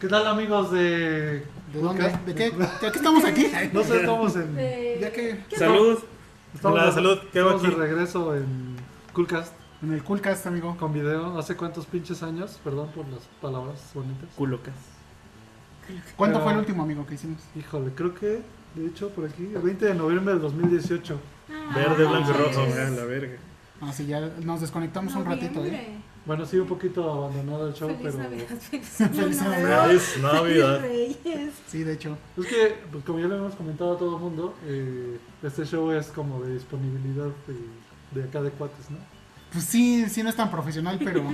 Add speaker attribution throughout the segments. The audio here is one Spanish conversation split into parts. Speaker 1: ¿Qué tal amigos de...
Speaker 2: ¿De dónde? ¿De qué? ¿De qué estamos aquí?
Speaker 1: No sé, estamos en...
Speaker 3: Eh,
Speaker 2: ¿Ya que
Speaker 4: Salud.
Speaker 1: Estamos,
Speaker 4: Hola,
Speaker 1: de-
Speaker 4: salud, ¿qué hago
Speaker 1: estamos de
Speaker 4: aquí?
Speaker 1: regreso en Coolcast
Speaker 2: En el Coolcast, amigo.
Speaker 1: con video. ¿Hace cuántos pinches años? Perdón por las palabras bonitas.
Speaker 4: Culocas.
Speaker 2: ¿Cuándo
Speaker 1: Pero-
Speaker 2: fue el último, amigo, que hicimos?
Speaker 1: Híjole, creo que, de hecho, por aquí, el 20 de noviembre del 2018.
Speaker 3: ah,
Speaker 4: Verde, blanco y
Speaker 3: no
Speaker 4: rojo.
Speaker 3: manches.
Speaker 4: Ah, la verga.
Speaker 2: Ah, sí, ya nos desconectamos un ratito, ¿eh?
Speaker 3: Noviembre.
Speaker 1: Bueno, sí, un poquito abandonado el show,
Speaker 3: Feliz
Speaker 1: pero...
Speaker 3: Navidad, feliz
Speaker 2: Feliz
Speaker 3: año
Speaker 2: Navidad.
Speaker 3: nuevo,
Speaker 4: Feliz
Speaker 3: feliz
Speaker 4: Navidad.
Speaker 3: Reyes.
Speaker 2: Sí, de hecho.
Speaker 1: Es que, pues como ya lo hemos comentado a todo el mundo, eh, este show es como de disponibilidad de, de acá de cuates, ¿no?
Speaker 2: Pues sí, sí no es tan profesional, pero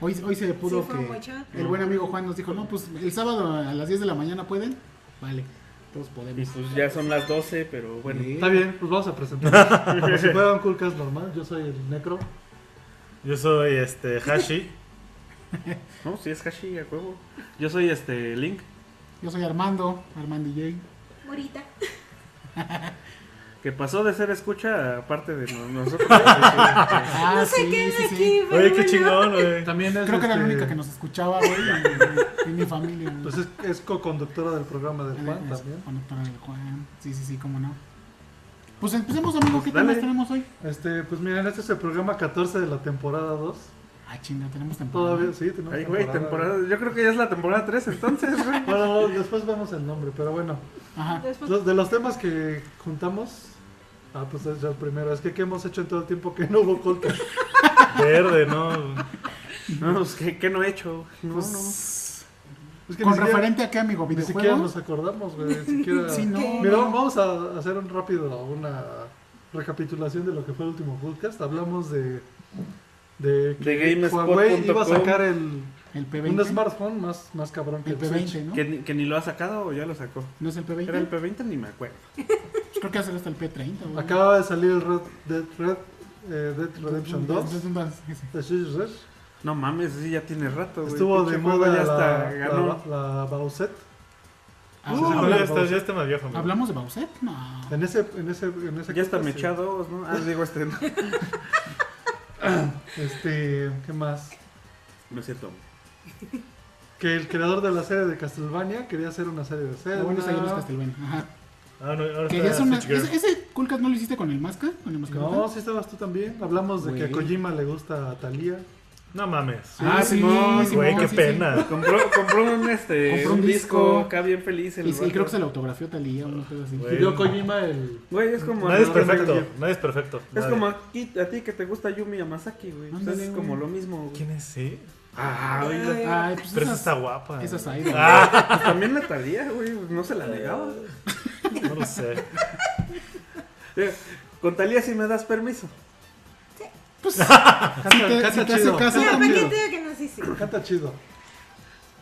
Speaker 2: hoy, hoy se pudo
Speaker 3: Sí, fue mucho.
Speaker 2: que el buen amigo Juan nos dijo, no, pues el sábado a las 10 de la mañana pueden. Vale, todos
Speaker 4: Y
Speaker 2: podemos.
Speaker 4: pues ya son las 12, pero bueno.
Speaker 2: Sí.
Speaker 1: Está bien, pues vamos a presentar. Como si fuera un Coolcast normal, yo soy el Necro.
Speaker 5: Yo soy este Hashi.
Speaker 4: No, si es Hashi a huevo. Yo soy este Link.
Speaker 2: Yo soy Armando, Armando DJ.
Speaker 3: Morita.
Speaker 4: Que pasó de ser escucha aparte de no- nosotros.
Speaker 2: Ah,
Speaker 3: no sé
Speaker 2: sí,
Speaker 3: qué es
Speaker 2: sí, sí.
Speaker 3: aquí, pero
Speaker 5: Oye, qué
Speaker 3: bueno.
Speaker 5: chingón, güey.
Speaker 1: También es,
Speaker 2: Creo que era la
Speaker 1: este,
Speaker 2: única que nos escuchaba, güey, en, en mi familia. güey.
Speaker 1: Pues es, es co-conductora del programa del Juan
Speaker 2: Eh, es-
Speaker 1: también.
Speaker 2: conectar al Juan. Sí, sí, sí, cómo no. Pues empecemos, amigo, ¿qué
Speaker 4: Pues dale.
Speaker 2: temas tenemos hoy?
Speaker 1: Este, pues miren, este es el programa 14 de la temporada 2.
Speaker 2: Ah, chinga, tenemos temporada.
Speaker 1: Todavía, sí, tenemos
Speaker 4: Ay, güey, temporada. Yo creo que ya es la temporada 3 entonces, güey.
Speaker 1: Bueno, no, después vemos el nombre, pero bueno.
Speaker 2: Ajá.
Speaker 3: Después-
Speaker 1: Los- De los temas que juntamos... Ah, pues es ya el primero. Es que ¿qué hemos hecho en todo el tiempo que no hubo Coolcast?
Speaker 5: Verde, ¿no?
Speaker 4: No, pues ¿qué, qué no he hecho. No, no.
Speaker 2: Pues,
Speaker 1: Es que
Speaker 2: con
Speaker 1: ni siquiera-
Speaker 2: referente a qué, amigo,
Speaker 1: Ni siquiera
Speaker 2: videojuegos.
Speaker 1: nos acordamos, güey. ni siquiera-
Speaker 2: Sí, no.
Speaker 3: ¿Qué?
Speaker 1: Mira, vamos a hacer un rápido una recapitulación de lo que fue el último podcast. Hablamos de. De que
Speaker 4: De GameSpot
Speaker 1: Huawei iba a
Speaker 4: punto com.
Speaker 1: sacar el,
Speaker 2: El
Speaker 1: un
Speaker 2: P20.
Speaker 1: smartphone más, más cabrón que
Speaker 2: El
Speaker 1: el Switch.
Speaker 2: P20, ¿no?
Speaker 4: Que, ni- que ni lo ha sacado o ya lo sacó.
Speaker 2: ¿No es el P20?
Speaker 4: Era el P20 ni me acuerdo.
Speaker 2: Pues Creo que hacer hasta el P30, güey.
Speaker 1: Acaba de salir el Red Dead, Red, eh, Dead Redemption 2.
Speaker 2: Ese.
Speaker 1: de Switch, ¿sabes?
Speaker 4: No mames, sí ya tiene rato, güey.
Speaker 1: Estuvo
Speaker 4: Pinche
Speaker 1: de
Speaker 4: juego
Speaker 1: moda
Speaker 4: ya hasta
Speaker 1: la, la,
Speaker 4: ganó.
Speaker 1: la Bowsette.
Speaker 2: Ah,
Speaker 5: Uh,
Speaker 2: ¿hablamos-
Speaker 5: ya, está, ya está más viejo, amigo.
Speaker 2: ¿Hablamos de Bowset? No.
Speaker 1: En ese, en ese, en ese
Speaker 4: Ya está
Speaker 1: podcast,
Speaker 4: mechados, ¿no? Ah, digo este. No,
Speaker 1: Este, ¿qué más?
Speaker 4: no es cierto.
Speaker 1: Que el creador de la serie de Castlevania quería hacer una serie de
Speaker 2: Ah,
Speaker 1: Zelda.
Speaker 2: bueno, ese ya no es Castlevania. Ajá.
Speaker 5: Ah, no, ahora
Speaker 2: Que
Speaker 5: está
Speaker 2: ya es una-
Speaker 5: Switch Girl.
Speaker 2: ¿Ese, ese Coolcat no lo hiciste con el Masca? ¿Con el Mascarota?
Speaker 1: No, sí estabas tú también. Hablamos de que a
Speaker 2: Güey.
Speaker 1: Kojima le gusta a Thalía.
Speaker 5: No mames.
Speaker 2: Ah, sí,
Speaker 4: Simón,
Speaker 2: sí,
Speaker 5: Güey, qué
Speaker 2: sí, sí.
Speaker 5: pena.
Speaker 4: Compró, compró un, este,
Speaker 2: Compró
Speaker 4: un
Speaker 2: un
Speaker 4: disco,
Speaker 2: disco.
Speaker 4: acá bien feliz. El
Speaker 2: Y, y
Speaker 4: vato.
Speaker 2: creo que se lo autografió Talía o una cosa así.
Speaker 5: Güey.
Speaker 1: Y dio Kojima el.
Speaker 4: Güey, es como...
Speaker 5: Nadie es
Speaker 4: no,
Speaker 5: perfecto.
Speaker 1: Metal
Speaker 5: Nadie es perfecto.
Speaker 4: Es
Speaker 5: nadie.
Speaker 4: como aquí, a ti que te gusta Yumi Yamasaki, güey. O sea,
Speaker 2: Ándale,
Speaker 4: es
Speaker 2: güey.
Speaker 4: como lo mismo, güey.
Speaker 5: ¿Quién es ese?
Speaker 4: Ah, oiga.
Speaker 2: Ay, pues
Speaker 5: Pero esa
Speaker 2: esas-
Speaker 5: está guapa.
Speaker 2: Esa es ahí.
Speaker 4: Pues también la talía, güey. pues No se la negaba.
Speaker 5: No lo sé.
Speaker 4: Eh, Con Talía sí me das permiso.
Speaker 2: Pues, si
Speaker 5: Ah.
Speaker 2: te,
Speaker 1: Canta,
Speaker 2: si
Speaker 1: canta
Speaker 2: te hace
Speaker 1: chido.
Speaker 2: caso,
Speaker 3: Mira, ¿para
Speaker 2: amigo.
Speaker 3: qué te digo que no sí, sí?
Speaker 1: Canta chido.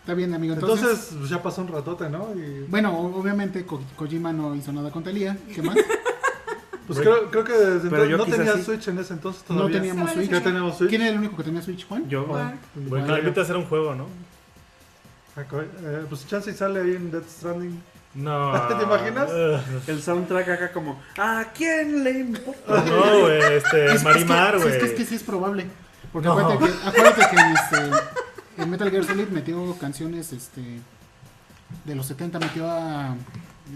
Speaker 2: Está bien, amigo. Entonces,
Speaker 1: Entonces, pues, ya pasó un ratote, ¿no? Y,
Speaker 2: bueno, o- obviamente Ko- Kojima no hizo nada con Talía. ¿Qué más?
Speaker 1: pues
Speaker 5: Güey.
Speaker 1: creo, creo que desde
Speaker 4: Pero
Speaker 1: entonces
Speaker 4: yo
Speaker 1: no
Speaker 4: quizás
Speaker 1: tenía
Speaker 4: sí.
Speaker 1: Switch en ese entonces
Speaker 2: No
Speaker 1: todavía.
Speaker 2: teníamos
Speaker 3: Se vale,
Speaker 2: Switch.
Speaker 1: Ya tenemos Switch.
Speaker 2: ¿Quién era el único que tenía Switch, Juan?
Speaker 4: Yo, güey.
Speaker 3: Juan.
Speaker 5: Güey, que le invita a hacer un juego, ¿no?
Speaker 1: Ah, co- eh, pues chance y sale ahí en Death Stranding.
Speaker 5: No.
Speaker 1: ¿Te imaginas?
Speaker 5: Ugh.
Speaker 4: El soundtrack acá como... ¿A quién le importa?
Speaker 5: No, güey, este, Marimar,
Speaker 2: es que,
Speaker 5: güey.
Speaker 2: es que, es que sí es probable. Porque
Speaker 5: No.
Speaker 2: acuérdate que, acuérdate que en, este, en Metal Gear Solid metió canciones este, de los 70, metió a...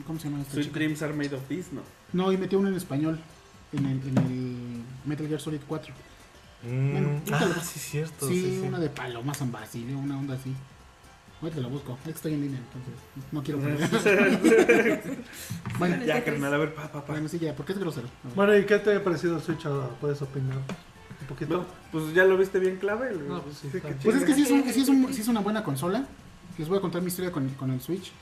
Speaker 2: ¿Cómo se llama esta
Speaker 4: Sweet
Speaker 2: chica?
Speaker 4: Dreams are made of this, ¿no?
Speaker 2: No, y metió uno en español, en el, en el Metal Gear Solid 4.
Speaker 5: Mm,
Speaker 2: Bueno,
Speaker 5: Ah, sí, cierto.
Speaker 2: sí,
Speaker 5: Sí, sí.
Speaker 2: una de Paloma San Basilio, una onda así. Ahorita te la busco, es que estoy en línea, entonces no quiero perder. bueno,
Speaker 4: ya, carnal, a ver, pa, pa, pa.
Speaker 2: bueno, sí, ya, porque es grosero. A ver.
Speaker 1: Bueno, ¿y qué te ha parecido el Switch ahora? ¿Puedes opinar? Un poquito.
Speaker 4: Pues ya lo viste bien clave, güey.
Speaker 1: No, pues sí,
Speaker 4: Qué
Speaker 1: está bien.
Speaker 2: Pues es que sí es, un- sí es un- sí es una buena consola. Les voy a contar mi historia con, con el Switch.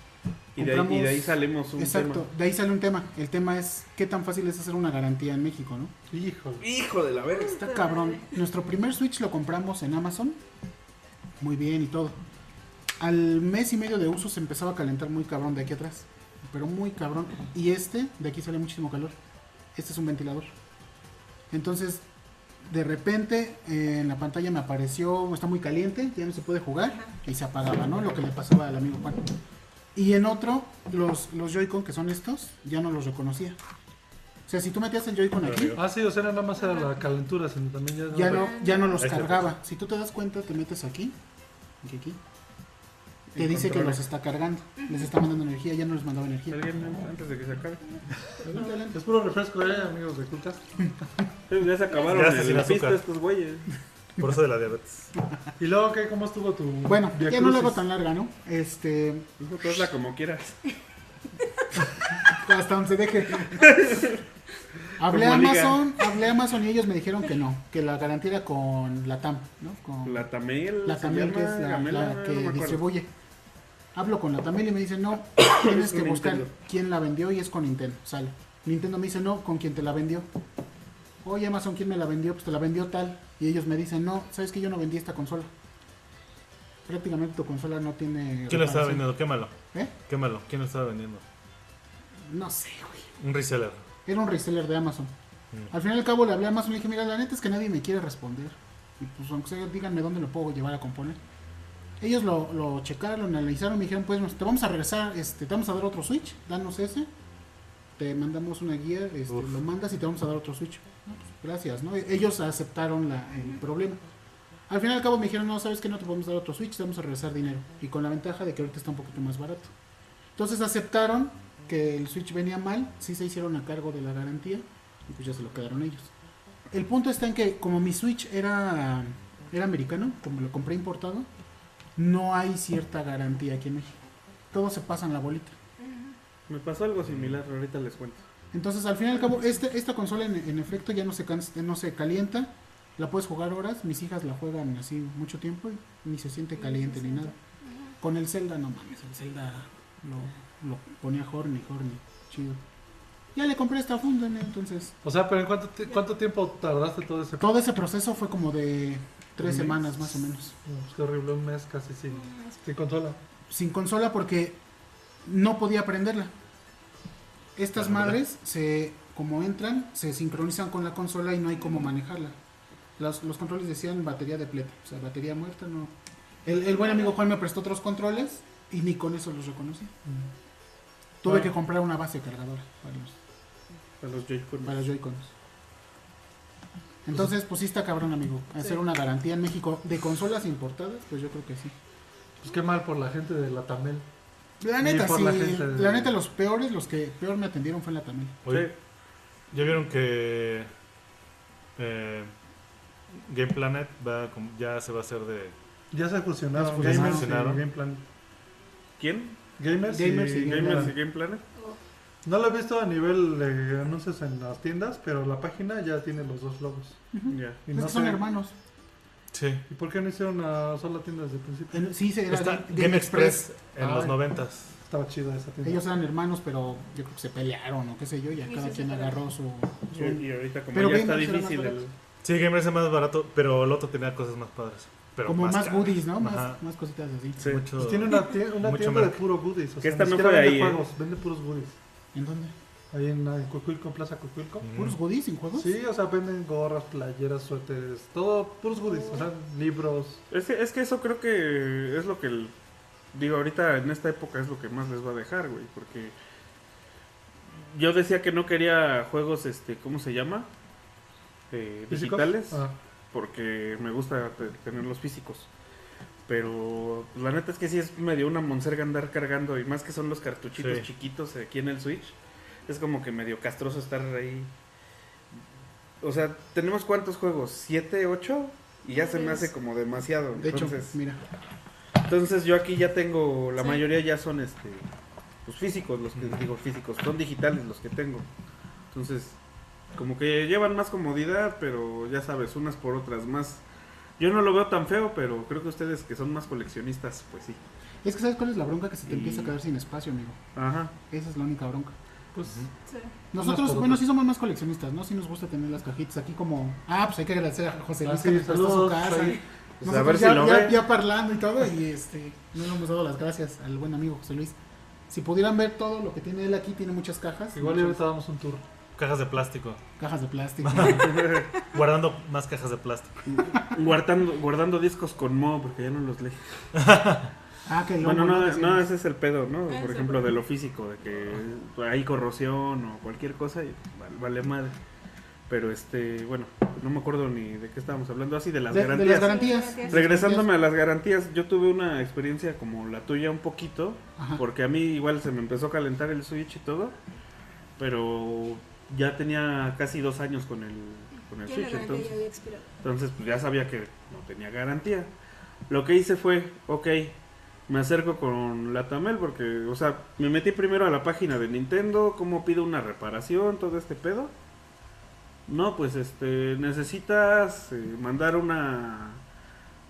Speaker 4: Y de, ahí, y de ahí
Speaker 2: Compramos-
Speaker 4: salimos un
Speaker 2: Exacto, de ahí sale un tema. El tema es qué tan fácil es hacer una garantía en México, ¿no?
Speaker 1: Híjole.
Speaker 4: tema. Hijo de la verga.
Speaker 2: Está cabrón. Nuestro primer Switch lo compramos en Amazon. Muy bien y todo. Al mes y medio de uso se empezaba a calentar muy cabrón de aquí atrás. Pero muy cabrón. Y este, de aquí sale muchísimo calor. Este es un ventilador. Entonces, de repente eh, en la pantalla me apareció, está muy caliente, ya no se puede jugar. Y se apagaba, ¿no? Lo que le pasaba al amigo Juan. Y en otro, los, los Joy-Con, que son estos, ya no los reconocía. O sea, si tú metías el Joy-Con aquí,
Speaker 1: Ah, sí, o sea, nada más era la calentura, sino también ya.
Speaker 2: ya no, ya no los
Speaker 5: Ahí está.
Speaker 2: cargaba. Si tú te das cuenta, te metes aquí. Aquí, aquí. te dice que los está cargando. Les está mandando energía, ya no les mandaba energía.
Speaker 4: Alguien antes de que se acabe.
Speaker 1: Es puro refresco, eh, amigos de Culcas.
Speaker 4: Ya se acabaron
Speaker 5: Ya
Speaker 4: en
Speaker 5: se sin
Speaker 4: la
Speaker 5: azúcar.
Speaker 4: pista estos güeyes.
Speaker 5: Por eso de la diabetes.
Speaker 1: ¿Y luego qué? ¿Cómo estuvo tu.?
Speaker 2: Bueno,
Speaker 1: Via
Speaker 2: ya no la hago
Speaker 1: Crucis?
Speaker 2: tan larga, ¿no? Este,
Speaker 4: Hijo, tú hazla como quieras.
Speaker 2: hasta donde se deje. hablé a
Speaker 4: Como liga.
Speaker 2: Amazon, hablé a Amazon y ellos me dijeron que no, que la garantía era con la TAM, ¿no? Con
Speaker 4: La Tamel.
Speaker 2: la
Speaker 4: se
Speaker 2: Tamel, que
Speaker 4: llama,
Speaker 2: es la,
Speaker 4: Gamela, Ah,
Speaker 2: la
Speaker 4: no
Speaker 2: que
Speaker 4: me acuerdo.
Speaker 2: distribuye. Hablo con la Tamel y me dice, no, tienes
Speaker 4: Es
Speaker 2: que buscar
Speaker 4: Nintendo.
Speaker 2: quién la vendió y es con Nintendo, sale. Nintendo me dice, no, con quién te la vendió. Oye, Amazon, ¿quién me la vendió? Pues te la vendió tal. Y ellos me dicen, no, ¿sabes que yo no vendí esta consola? Prácticamente tu consola no tiene...
Speaker 5: ¿Quién lo estaba
Speaker 2: reparación.
Speaker 5: vendiendo? Quémalo.
Speaker 2: ¿Eh?
Speaker 5: Quémalo. ¿Quién lo estaba vendiendo?
Speaker 2: No sé, güey.
Speaker 5: Un reseller.
Speaker 2: Era un reseller de Amazon.
Speaker 5: Mm.
Speaker 2: Al final y al cabo le hablé a Amazon y le dije, mira, la neta es que nadie me quiere responder. Y pues aunque sea, díganme dónde lo puedo llevar a componer. Ellos lo, lo checaron, lo analizaron, me dijeron, pues nos- te vamos a regresar, este, te vamos a dar otro switch, danos ese, te mandamos una guía, este,
Speaker 5: Uf.
Speaker 2: lo mandas y te vamos a dar otro switch. No, pues, gracias, ¿no? E- Ellos aceptaron la- el problema. Al final y al cabo me dijeron, no, sabes que no te podemos dar otro switch, te vamos a regresar dinero. Y con la ventaja de que ahorita está un poquito más barato. Entonces aceptaron que el switch venía mal, sí se hicieron a cargo de la garantía y pues ya se lo quedaron ellos. El punto está en que como mi Switch era, era americano, como lo compré importado, no hay cierta garantía aquí en México. Todos se pasan la bolita.
Speaker 4: Me pasó algo similar, ahorita les cuento.
Speaker 2: Entonces, al fin y al cabo, este, esta consola en, en efecto ya no se, cansa- no se calienta. La puedes jugar horas. Mis hijas la juegan así mucho tiempo y ni se siente caliente ni nada. Con el Zelda, no mames. El Zelda lo, lo ponía horny, horny. Chido. Ya le compré esta funda, ¿no? entonces.
Speaker 1: O sea, pero ¿en cuánto, ti- cuánto tiempo tardaste todo ese.?
Speaker 2: Todo ese proceso fue como de tres
Speaker 4: Un mes.
Speaker 2: semanas más o menos.
Speaker 1: No, pues, qué horrible, un mes casi sin, sin consola.
Speaker 2: Sin consola porque no podía prenderla. Estas
Speaker 5: Ah, mira.
Speaker 2: madres, se, como entran, se sincronizan con la consola y no hay cómo manejarla. Las- los controles decían batería de pleta, o sea, batería muerta, no. El, el buen amigo Juan me prestó otros controles y ni con eso los reconocí. Tuve
Speaker 1: Bueno.
Speaker 2: que comprar una base cargadora para los,
Speaker 4: A los Joy-Con.
Speaker 2: para los Joy-Cons. Entonces, pues sí está cabrón, amigo. Hacer una garantía en México de consolas importadas, pues yo creo que sí.
Speaker 1: Pues qué mal por la gente de la Tamel.
Speaker 2: La
Speaker 1: Ni
Speaker 2: neta,
Speaker 1: por
Speaker 2: sí.
Speaker 1: la
Speaker 2: La,
Speaker 1: gente de-
Speaker 2: neta, los peores, los que peor me atendieron fue la Tamil.
Speaker 5: Oye, ¿ya vieron que eh, Game Planet va a com- ya se va a hacer de...
Speaker 1: Ya se fusionaron.
Speaker 2: Ya se
Speaker 1: gamers y
Speaker 5: fusionaron.
Speaker 1: Game Plan-
Speaker 4: ¿Quién?
Speaker 1: Gamers,
Speaker 2: Gamers
Speaker 1: y,
Speaker 2: y
Speaker 1: Game
Speaker 4: ¿Gamers
Speaker 1: Plan.
Speaker 4: y Game Planet?
Speaker 1: No lo he visto a nivel de anuncios en las tiendas, pero la página ya tiene los dos logos.
Speaker 4: Ya.
Speaker 1: Y
Speaker 2: Es
Speaker 1: no
Speaker 2: que son
Speaker 1: sé-
Speaker 2: hermanos.
Speaker 5: Sí.
Speaker 1: ¿Y por qué no hicieron una sola tienda desde el principio?
Speaker 2: En- sí, se- era
Speaker 5: Está
Speaker 2: Game-
Speaker 5: Game, Express, en
Speaker 1: Ah,
Speaker 5: los
Speaker 1: bueno.
Speaker 5: noventas.
Speaker 1: Estaba chida esa tienda.
Speaker 2: Ellos eran hermanos, pero yo creo que se pelearon o qué sé yo, y a
Speaker 3: Y
Speaker 2: cada
Speaker 3: se
Speaker 2: quien
Speaker 3: separaron.
Speaker 2: agarró su. su-
Speaker 4: Y, y ahorita como
Speaker 2: Pero
Speaker 4: ya está
Speaker 2: Gamers era más
Speaker 4: difícil el...
Speaker 2: barato.
Speaker 5: Sí, Game Express es más barato, pero el otro tenía cosas más padres. Pero
Speaker 2: como más
Speaker 5: caras.
Speaker 2: goodies, ¿no?
Speaker 5: Ajá.
Speaker 2: Más, más cositas así.
Speaker 4: Sí.
Speaker 5: Mucho-
Speaker 1: Pues tiene una, tie- una
Speaker 5: Mucho
Speaker 1: tienda de
Speaker 5: marca.
Speaker 1: puro goodies. O
Speaker 4: Que
Speaker 1: sea,
Speaker 4: esta
Speaker 1: ni
Speaker 4: no
Speaker 1: siquiera
Speaker 4: fue
Speaker 1: vende
Speaker 4: ahí, ¿eh?
Speaker 1: juegos, vende puros goodies.
Speaker 2: ¿En dónde?
Speaker 1: Ahí en, en Cuicuilco, en Plaza Cuicuilco.
Speaker 5: Mm.
Speaker 2: ¿Puros goodies sin juegos?
Speaker 1: Sí, o sea, venden gorras, playeras, suéteres, todo puros goodies. O sea, libros.
Speaker 4: Es que, es que eso creo que es lo que... el- digo, ahorita en esta época es lo que más les va a dejar, güey. Porque yo decía que no quería juegos, este, ¿cómo se llama? Eh,
Speaker 1: físicos.
Speaker 4: digitales.
Speaker 1: Ah,
Speaker 4: porque me gusta te- tener los físicos. Pero pues, la neta es que sí es medio una monserga andar cargando y más que son los cartuchitos
Speaker 5: Sí.
Speaker 4: chiquitos aquí en el Switch, es como que medio castroso estar ahí. O sea, tenemos cuántos juegos, siete, ocho y ya se me hace como demasiado.
Speaker 2: De hecho,
Speaker 4: entonces,
Speaker 2: mira.
Speaker 4: entonces yo aquí ya tengo, la
Speaker 3: Sí.
Speaker 4: mayoría ya son este, pues físicos, los que digo físicos, son digitales los que tengo. Entonces, como que llevan más comodidad, pero ya sabes, unas por otras más. Yo no lo veo tan feo, pero creo que ustedes que son más coleccionistas, pues sí.
Speaker 2: Es que ¿sabes cuál es la bronca? Que se te
Speaker 1: Mm.
Speaker 4: Y-
Speaker 2: empieza a quedar sin espacio, amigo.
Speaker 4: Ajá.
Speaker 2: Esa es la única bronca.
Speaker 1: pues
Speaker 2: Nosotros,
Speaker 1: por
Speaker 2: bueno,
Speaker 1: otras.
Speaker 2: sí somos más coleccionistas, ¿no? Sí nos gusta tener las cajitas aquí como... Ah, pues hay que agradecer a José
Speaker 1: Ah,
Speaker 2: Luis
Speaker 1: sí,
Speaker 2: que nos prestó su
Speaker 1: saludos,
Speaker 2: casa.
Speaker 1: ahí.
Speaker 4: Pues a
Speaker 2: Nosotros
Speaker 4: ver si
Speaker 2: ya,
Speaker 4: lo
Speaker 2: ya-
Speaker 4: ve.
Speaker 2: ya parlando y todo, y este, no le hemos dado las gracias al buen amigo José Luis. Si pudieran ver todo lo que tiene él aquí, tiene muchas cajas.
Speaker 1: igual y
Speaker 2: muchas
Speaker 1: ahorita damos un tour.
Speaker 5: Cajas de plástico.
Speaker 2: Cajas de plástico.
Speaker 5: Guardando más cajas de plástico.
Speaker 4: Guardando, guardando discos con Mo, porque ya no los leí.
Speaker 2: ah, que luego
Speaker 4: Bueno, no,
Speaker 2: te
Speaker 4: no,
Speaker 2: sirve.
Speaker 4: ese es el pedo, ¿no?
Speaker 3: Ah,
Speaker 4: Por
Speaker 3: sí.
Speaker 4: ejemplo, de lo físico, de que hay corrosión o cualquier cosa y val- vale madre. Pero este, bueno, no me acuerdo ni de qué estábamos hablando, así de las
Speaker 2: De- de,
Speaker 4: garantías.
Speaker 2: las garantías.
Speaker 3: Garantías.
Speaker 4: Regresándome a las garantías, yo tuve una experiencia como la tuya un poquito,
Speaker 2: Ajá.
Speaker 4: porque a mí igual se me empezó a calentar el Switch y todo, pero ya tenía casi dos años con el, con el
Speaker 3: Yo la
Speaker 4: Switch,
Speaker 3: garantía
Speaker 4: entonces...
Speaker 3: ya había expirado.
Speaker 4: Entonces, pues ya sabía que no tenía garantía. Lo que hice fue, ok, me acerco con la Tamel porque, o sea, me metí primero a la página de Nintendo, cómo pido una reparación, todo este pedo. No, pues este, necesitas eh, mandar una,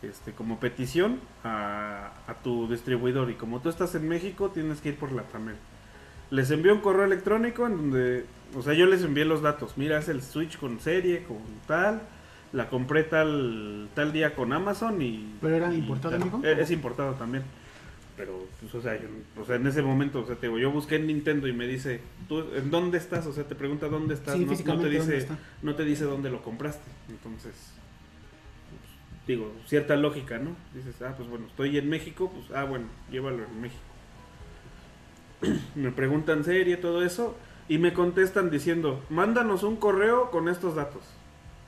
Speaker 4: este, como petición a, a tu distribuidor y como tú estás en México, tienes que ir por la Tamel. Les envié un correo electrónico en donde, o sea, yo les envié los datos. Mira, es el Switch con serie, con tal. La compré tal, tal día con Amazon y...
Speaker 2: ¿Pero era
Speaker 4: y
Speaker 2: importado
Speaker 4: tal.
Speaker 2: en México?
Speaker 4: Eh, Es importado también. Pero, pues, o, sea, yo- o sea, en ese momento, o sea, te digo, yo busqué en Nintendo y me dice, ¿tú en dónde estás? O sea, te pregunta dónde estás.
Speaker 2: Sí,
Speaker 4: no- no,
Speaker 2: físicamente,
Speaker 4: te dice,
Speaker 2: ¿dónde está?
Speaker 4: no te dice dónde lo compraste. Entonces, pues, digo, cierta lógica, ¿no? Dices, ah, pues bueno, estoy en México, pues, ah, bueno, llévalo en México. me preguntan serie, todo eso, y me contestan diciendo, mándanos un correo con estos datos.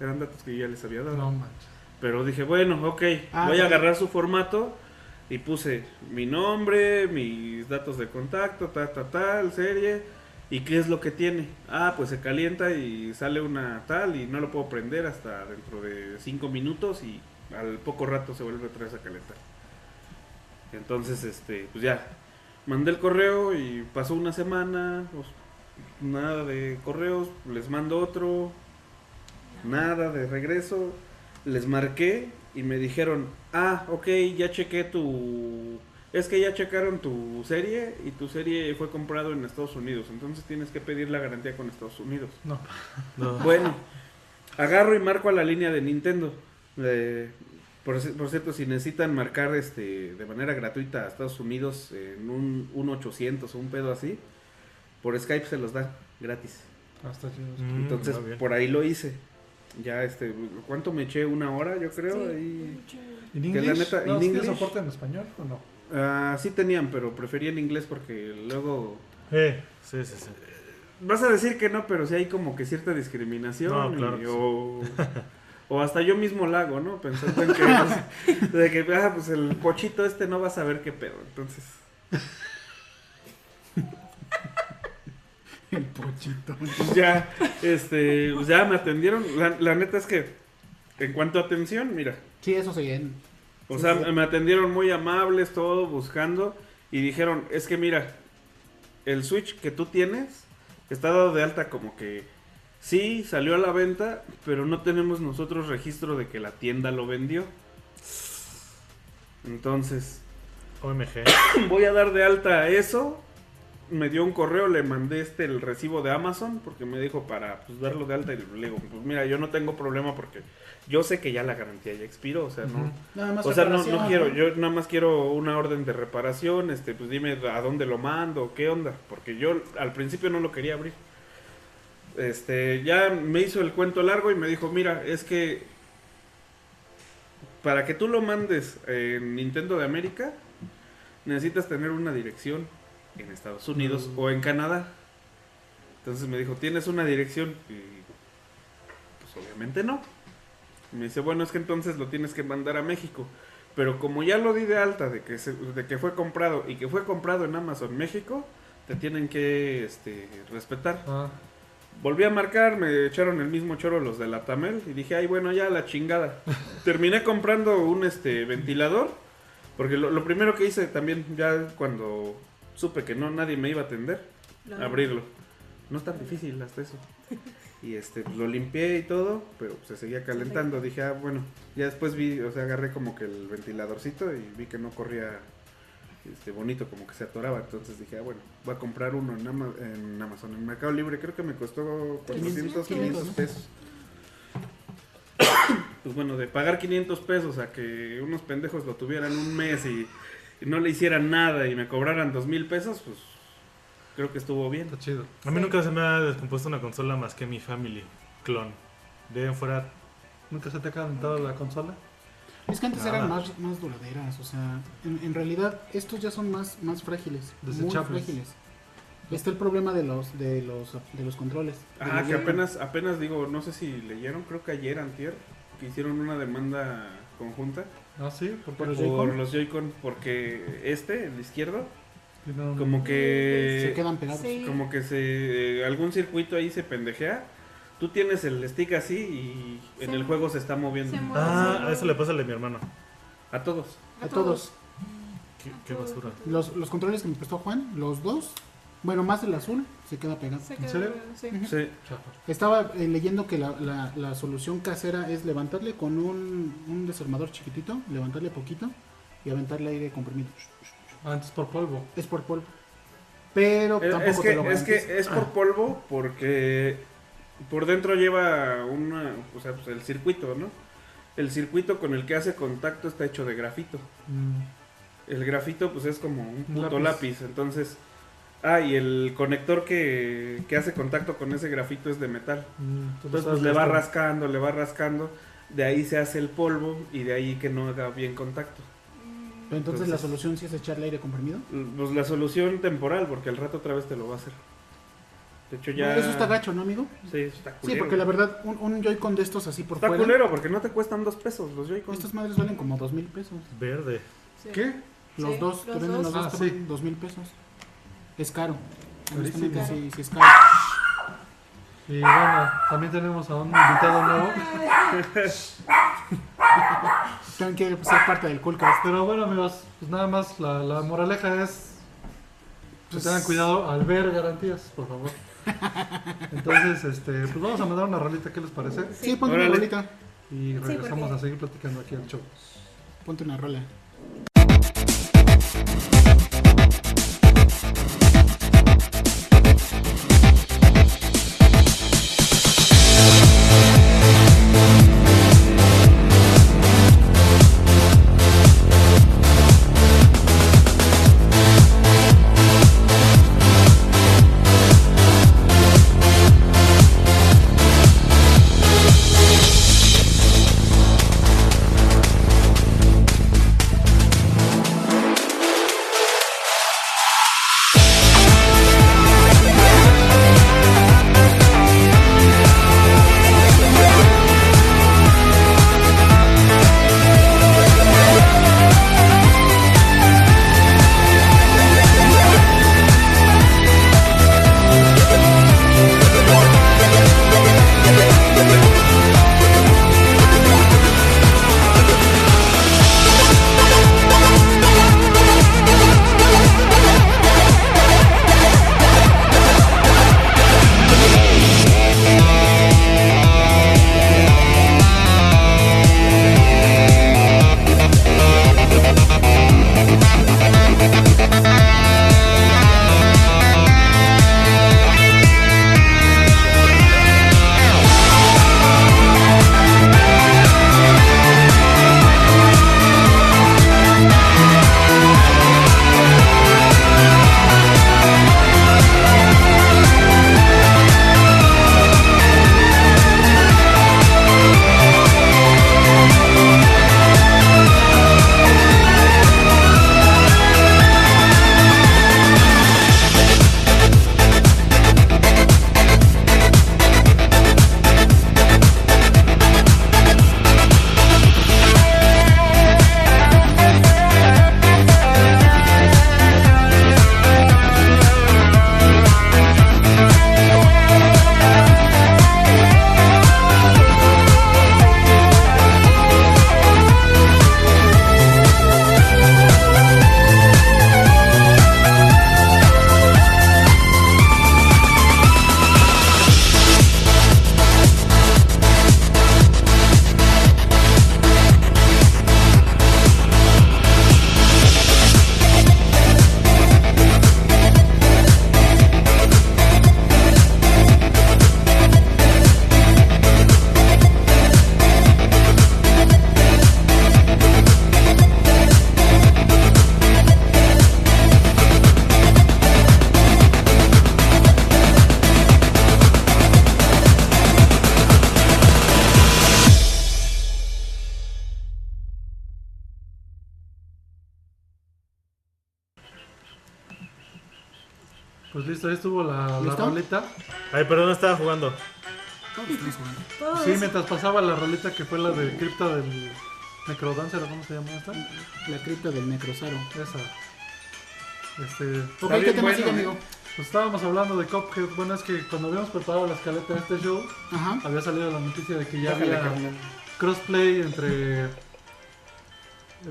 Speaker 4: Eran datos que yo ya les había dado.
Speaker 1: No manches.
Speaker 4: Pero dije, bueno, ok,
Speaker 2: Ah,
Speaker 4: voy a
Speaker 2: pero-
Speaker 4: agarrar su formato y puse mi nombre, mis datos de contacto, ta, ta, tal, serie. ¿Y qué es lo que tiene? Ah, pues se calienta y sale una tal y no lo puedo prender hasta dentro de 5 minutos y al poco rato se vuelve otra vez a calentar. Entonces, este, pues ya, mandé el correo y pasó una semana, pues, nada de correos, les mando otro, nada de regreso, les marqué y me dijeron, ah, ok, ya chequé tu... Es que ya checaron tu serie y tu serie fue comprado en Estados Unidos, entonces tienes que pedir la garantía con Estados Unidos.
Speaker 1: No.
Speaker 4: Bueno, agarro y marco a la línea de Nintendo. Eh, por, ci- por cierto, si necesitan marcar este de manera gratuita a Estados Unidos en un, un 800 o un pedo así, por Skype se los da gratis.
Speaker 1: Hasta aquí.
Speaker 5: Mm,
Speaker 4: Entonces,
Speaker 5: muy bien.
Speaker 4: por ahí lo hice. Ya, este, ¿cuánto me eché? Una hora, yo creo.
Speaker 3: Sí,
Speaker 4: ahí.
Speaker 3: mucho.
Speaker 1: ¿En
Speaker 4: Que la
Speaker 1: inglés?
Speaker 4: neta,
Speaker 1: no, ¿sí
Speaker 4: ¿in
Speaker 1: tiene
Speaker 4: English?
Speaker 1: soporte en español o no?
Speaker 4: Ah, sí tenían, pero prefería en inglés porque luego...
Speaker 5: Eh, sí, sí, sí.
Speaker 4: Vas a decir que no, pero sí hay como que cierta discriminación.
Speaker 5: No, claro
Speaker 4: y-
Speaker 5: que sí.
Speaker 4: o, o hasta yo mismo la hago, ¿no? Pensando en que, pues, de que ah, pues el pochito este no va a saber qué pedo. Entonces,
Speaker 2: El pochito.
Speaker 4: pues ya, este, pues ya me atendieron. La, la neta es que, en cuanto a atención, mira,
Speaker 2: Sí, eso se bien.
Speaker 4: O
Speaker 2: Sí,
Speaker 4: sea,
Speaker 2: sí.
Speaker 4: me atendieron muy amables, todo, buscando. Y dijeron, es que mira, el Switch que tú tienes está dado de alta como que sí, salió a la venta, pero no tenemos nosotros registro de que la tienda lo vendió. Entonces,
Speaker 5: OMG.
Speaker 4: voy a dar de alta eso. Me dio un correo, le mandé este el recibo de Amazon porque me dijo para pues, darlo de alta y le digo, pues mira, yo no tengo problema porque yo sé que ya la garantía ya expiró, o sea, no,
Speaker 1: Ujú.
Speaker 2: Nada más
Speaker 4: o sea, no,
Speaker 2: reparación,
Speaker 4: no quiero, yo nada más quiero una orden de reparación, este, pues dime a dónde lo mando, qué onda, porque yo al principio no lo quería abrir. Este, ya me hizo el cuento largo y me dijo, mira, es que para que tú lo mandes en Nintendo de América, necesitas tener una dirección en Estados Unidos
Speaker 2: Mm.
Speaker 4: o en Canadá. Entonces me dijo, ¿tienes una dirección? Y pues obviamente no. Y me dice, bueno, es que entonces lo tienes que mandar a México. Pero como ya lo di de alta de que, se- de que fue comprado y que fue comprado en Amazon México, te tienen que este, respetar.
Speaker 1: Ah,
Speaker 4: Volví a marcar, me echaron el mismo choro los de la Tamel y dije, ay, bueno, ya la chingada. Terminé comprando un este ventilador, porque lo, lo primero que hice también, ya cuando supe que no nadie me iba a atender,
Speaker 3: No.
Speaker 4: abrirlo. No es tan difícil hasta eso. Y este, pues, lo limpié y todo, pero pues, se seguía calentando. Dije, ah, bueno, ya después vi, o sea, agarré como que el ventiladorcito y vi que no corría este bonito, como que se atoraba. Entonces dije, ah, bueno, voy a comprar uno en, Ama- en Amazon, en Mercado Libre. Creo que me costó 400, 500
Speaker 2: 500
Speaker 4: pesos. Pues bueno, de pagar 500 pesos a que unos pendejos lo tuvieran un mes y, y no le hicieran nada y me cobraran dos mil pesos, pues creo que estuvo bien.
Speaker 2: Pues,
Speaker 1: está chido.
Speaker 5: A mí nunca se me ha descompuesto una consola más que mi Family Clone. De ahí en fuera.
Speaker 1: ¿Nunca se te ha calentado la consola?
Speaker 2: Es que antes
Speaker 5: Nada.
Speaker 2: eran más, más duraderas, o sea, en, en realidad estos ya son más, más frágiles. Muy
Speaker 1: Desechables.
Speaker 2: frágiles. Está el problema de los, de los, de los controles. de
Speaker 4: Ah,
Speaker 2: los
Speaker 4: que
Speaker 2: Joy-Con.
Speaker 4: apenas, apenas digo, no sé si leyeron, creo que ayer, antier, que hicieron una demanda conjunta
Speaker 1: Ah, sí, porque
Speaker 2: Por los
Speaker 4: por
Speaker 2: Joy-Con.
Speaker 4: los Joy-Con, porque este, el izquierdo,
Speaker 1: tienen un-
Speaker 4: como
Speaker 2: Mm, Se
Speaker 4: que,
Speaker 2: quedan pegados.
Speaker 3: Sí.
Speaker 4: como que se, eh, algún circuito ahí se pendejea. Tú tienes el stick así y en
Speaker 3: Se
Speaker 4: el
Speaker 3: mu-
Speaker 4: juego se está moviendo.
Speaker 3: se mueve.
Speaker 5: Ah, a eso le pasa al de mi hermano.
Speaker 4: A todos.
Speaker 2: A todos.
Speaker 5: Qué, qué basura.
Speaker 2: Los, los controles que me prestó Juan, los dos, bueno, más el azul, se queda pegado.
Speaker 3: Se queda-
Speaker 1: ¿En serio?
Speaker 3: sí.
Speaker 4: Sí.
Speaker 1: Chafa.
Speaker 2: Estaba eh, leyendo que la, la- la solución casera es levantarle con un, un desarmador chiquitito, levantarle poquito y aventarle aire comprimido.
Speaker 1: Ah, entonces por polvo.
Speaker 2: Es por polvo. Pero
Speaker 4: Eh,
Speaker 2: tampoco
Speaker 4: Es
Speaker 2: te lo
Speaker 4: que, es que
Speaker 2: garantiza.
Speaker 4: es por polvo porque por dentro lleva una, o sea, pues el circuito, ¿no? El circuito con el que hace contacto está hecho de grafito.
Speaker 1: Mm,
Speaker 4: El grafito pues es como un
Speaker 1: Un
Speaker 4: puto lápiz.
Speaker 1: lápiz.
Speaker 4: entonces... Ah, y el conector que, que hace contacto con ese grafito es de metal.
Speaker 1: mm, tú
Speaker 4: Entonces
Speaker 1: sabes
Speaker 4: pues, le va
Speaker 1: esto.
Speaker 4: rascando, le va rascando, de ahí se hace el polvo y de ahí que no haga bien contacto.
Speaker 2: Pero entonces, la solución sí es echarle aire comprimido.
Speaker 4: Pues la solución temporal, porque al rato otra vez te lo va a hacer. De hecho ya...
Speaker 2: Eso está gacho, ¿no, amigo?
Speaker 4: Sí, eso está
Speaker 2: Sí,
Speaker 4: culero.
Speaker 2: porque la verdad, un, un Joy-Con de estos así por
Speaker 4: Está
Speaker 2: fuera,
Speaker 4: culero porque no te cuestan dos pesos los Joy-Con.
Speaker 2: estas madres valen como dos mil pesos.
Speaker 5: Verde.
Speaker 3: Sí.
Speaker 1: ¿Qué?
Speaker 2: Los
Speaker 3: Sí,
Speaker 2: dos, te
Speaker 3: los
Speaker 2: venden
Speaker 3: dos.
Speaker 2: los dos,
Speaker 1: Ah,
Speaker 2: te
Speaker 1: sí.
Speaker 2: valen dos mil pesos. Es caro.
Speaker 1: Carísimo.
Speaker 2: Honestamente, sí, sí es caro.
Speaker 1: Y bueno, también tenemos a un invitado nuevo.
Speaker 3: Ah,
Speaker 2: Tengo que ser parte del Coolcast.
Speaker 1: Pero bueno, amigos, pues nada más la, la moraleja es que
Speaker 2: Pues-
Speaker 1: tengan cuidado al ver garantías, por favor. Entonces, este, pues vamos a mandar una rolita, ¿qué les parece?
Speaker 2: Sí, pues, ponte una
Speaker 4: Órale.
Speaker 2: rolita.
Speaker 1: Y regresamos
Speaker 3: porque-
Speaker 1: a seguir platicando aquí al show.
Speaker 2: Ponte una rola.
Speaker 1: Pues listo, ahí estuvo la, la
Speaker 2: ¿Listo?
Speaker 1: roleta.
Speaker 5: Ay, perdón, estaba jugando.
Speaker 2: Todos estamos jugando.
Speaker 1: Sí, mientras pasaba la roleta que fue la de cripta del Necrodancer, ¿o ¿cómo se llama esta?
Speaker 2: La cripta del Necrosaro.
Speaker 1: Esa. Este,
Speaker 2: Ok,
Speaker 4: bien
Speaker 2: ¿qué tema
Speaker 4: bueno,
Speaker 2: sigue,
Speaker 4: ¿eh?
Speaker 2: amigo?
Speaker 1: pues estábamos hablando de Cuphead. Bueno, es que cuando habíamos preparado la escaleta de este show,
Speaker 2: Ajá.
Speaker 1: había salido la noticia de que ya
Speaker 4: Bájale,
Speaker 1: había
Speaker 4: carnal.
Speaker 1: crossplay entre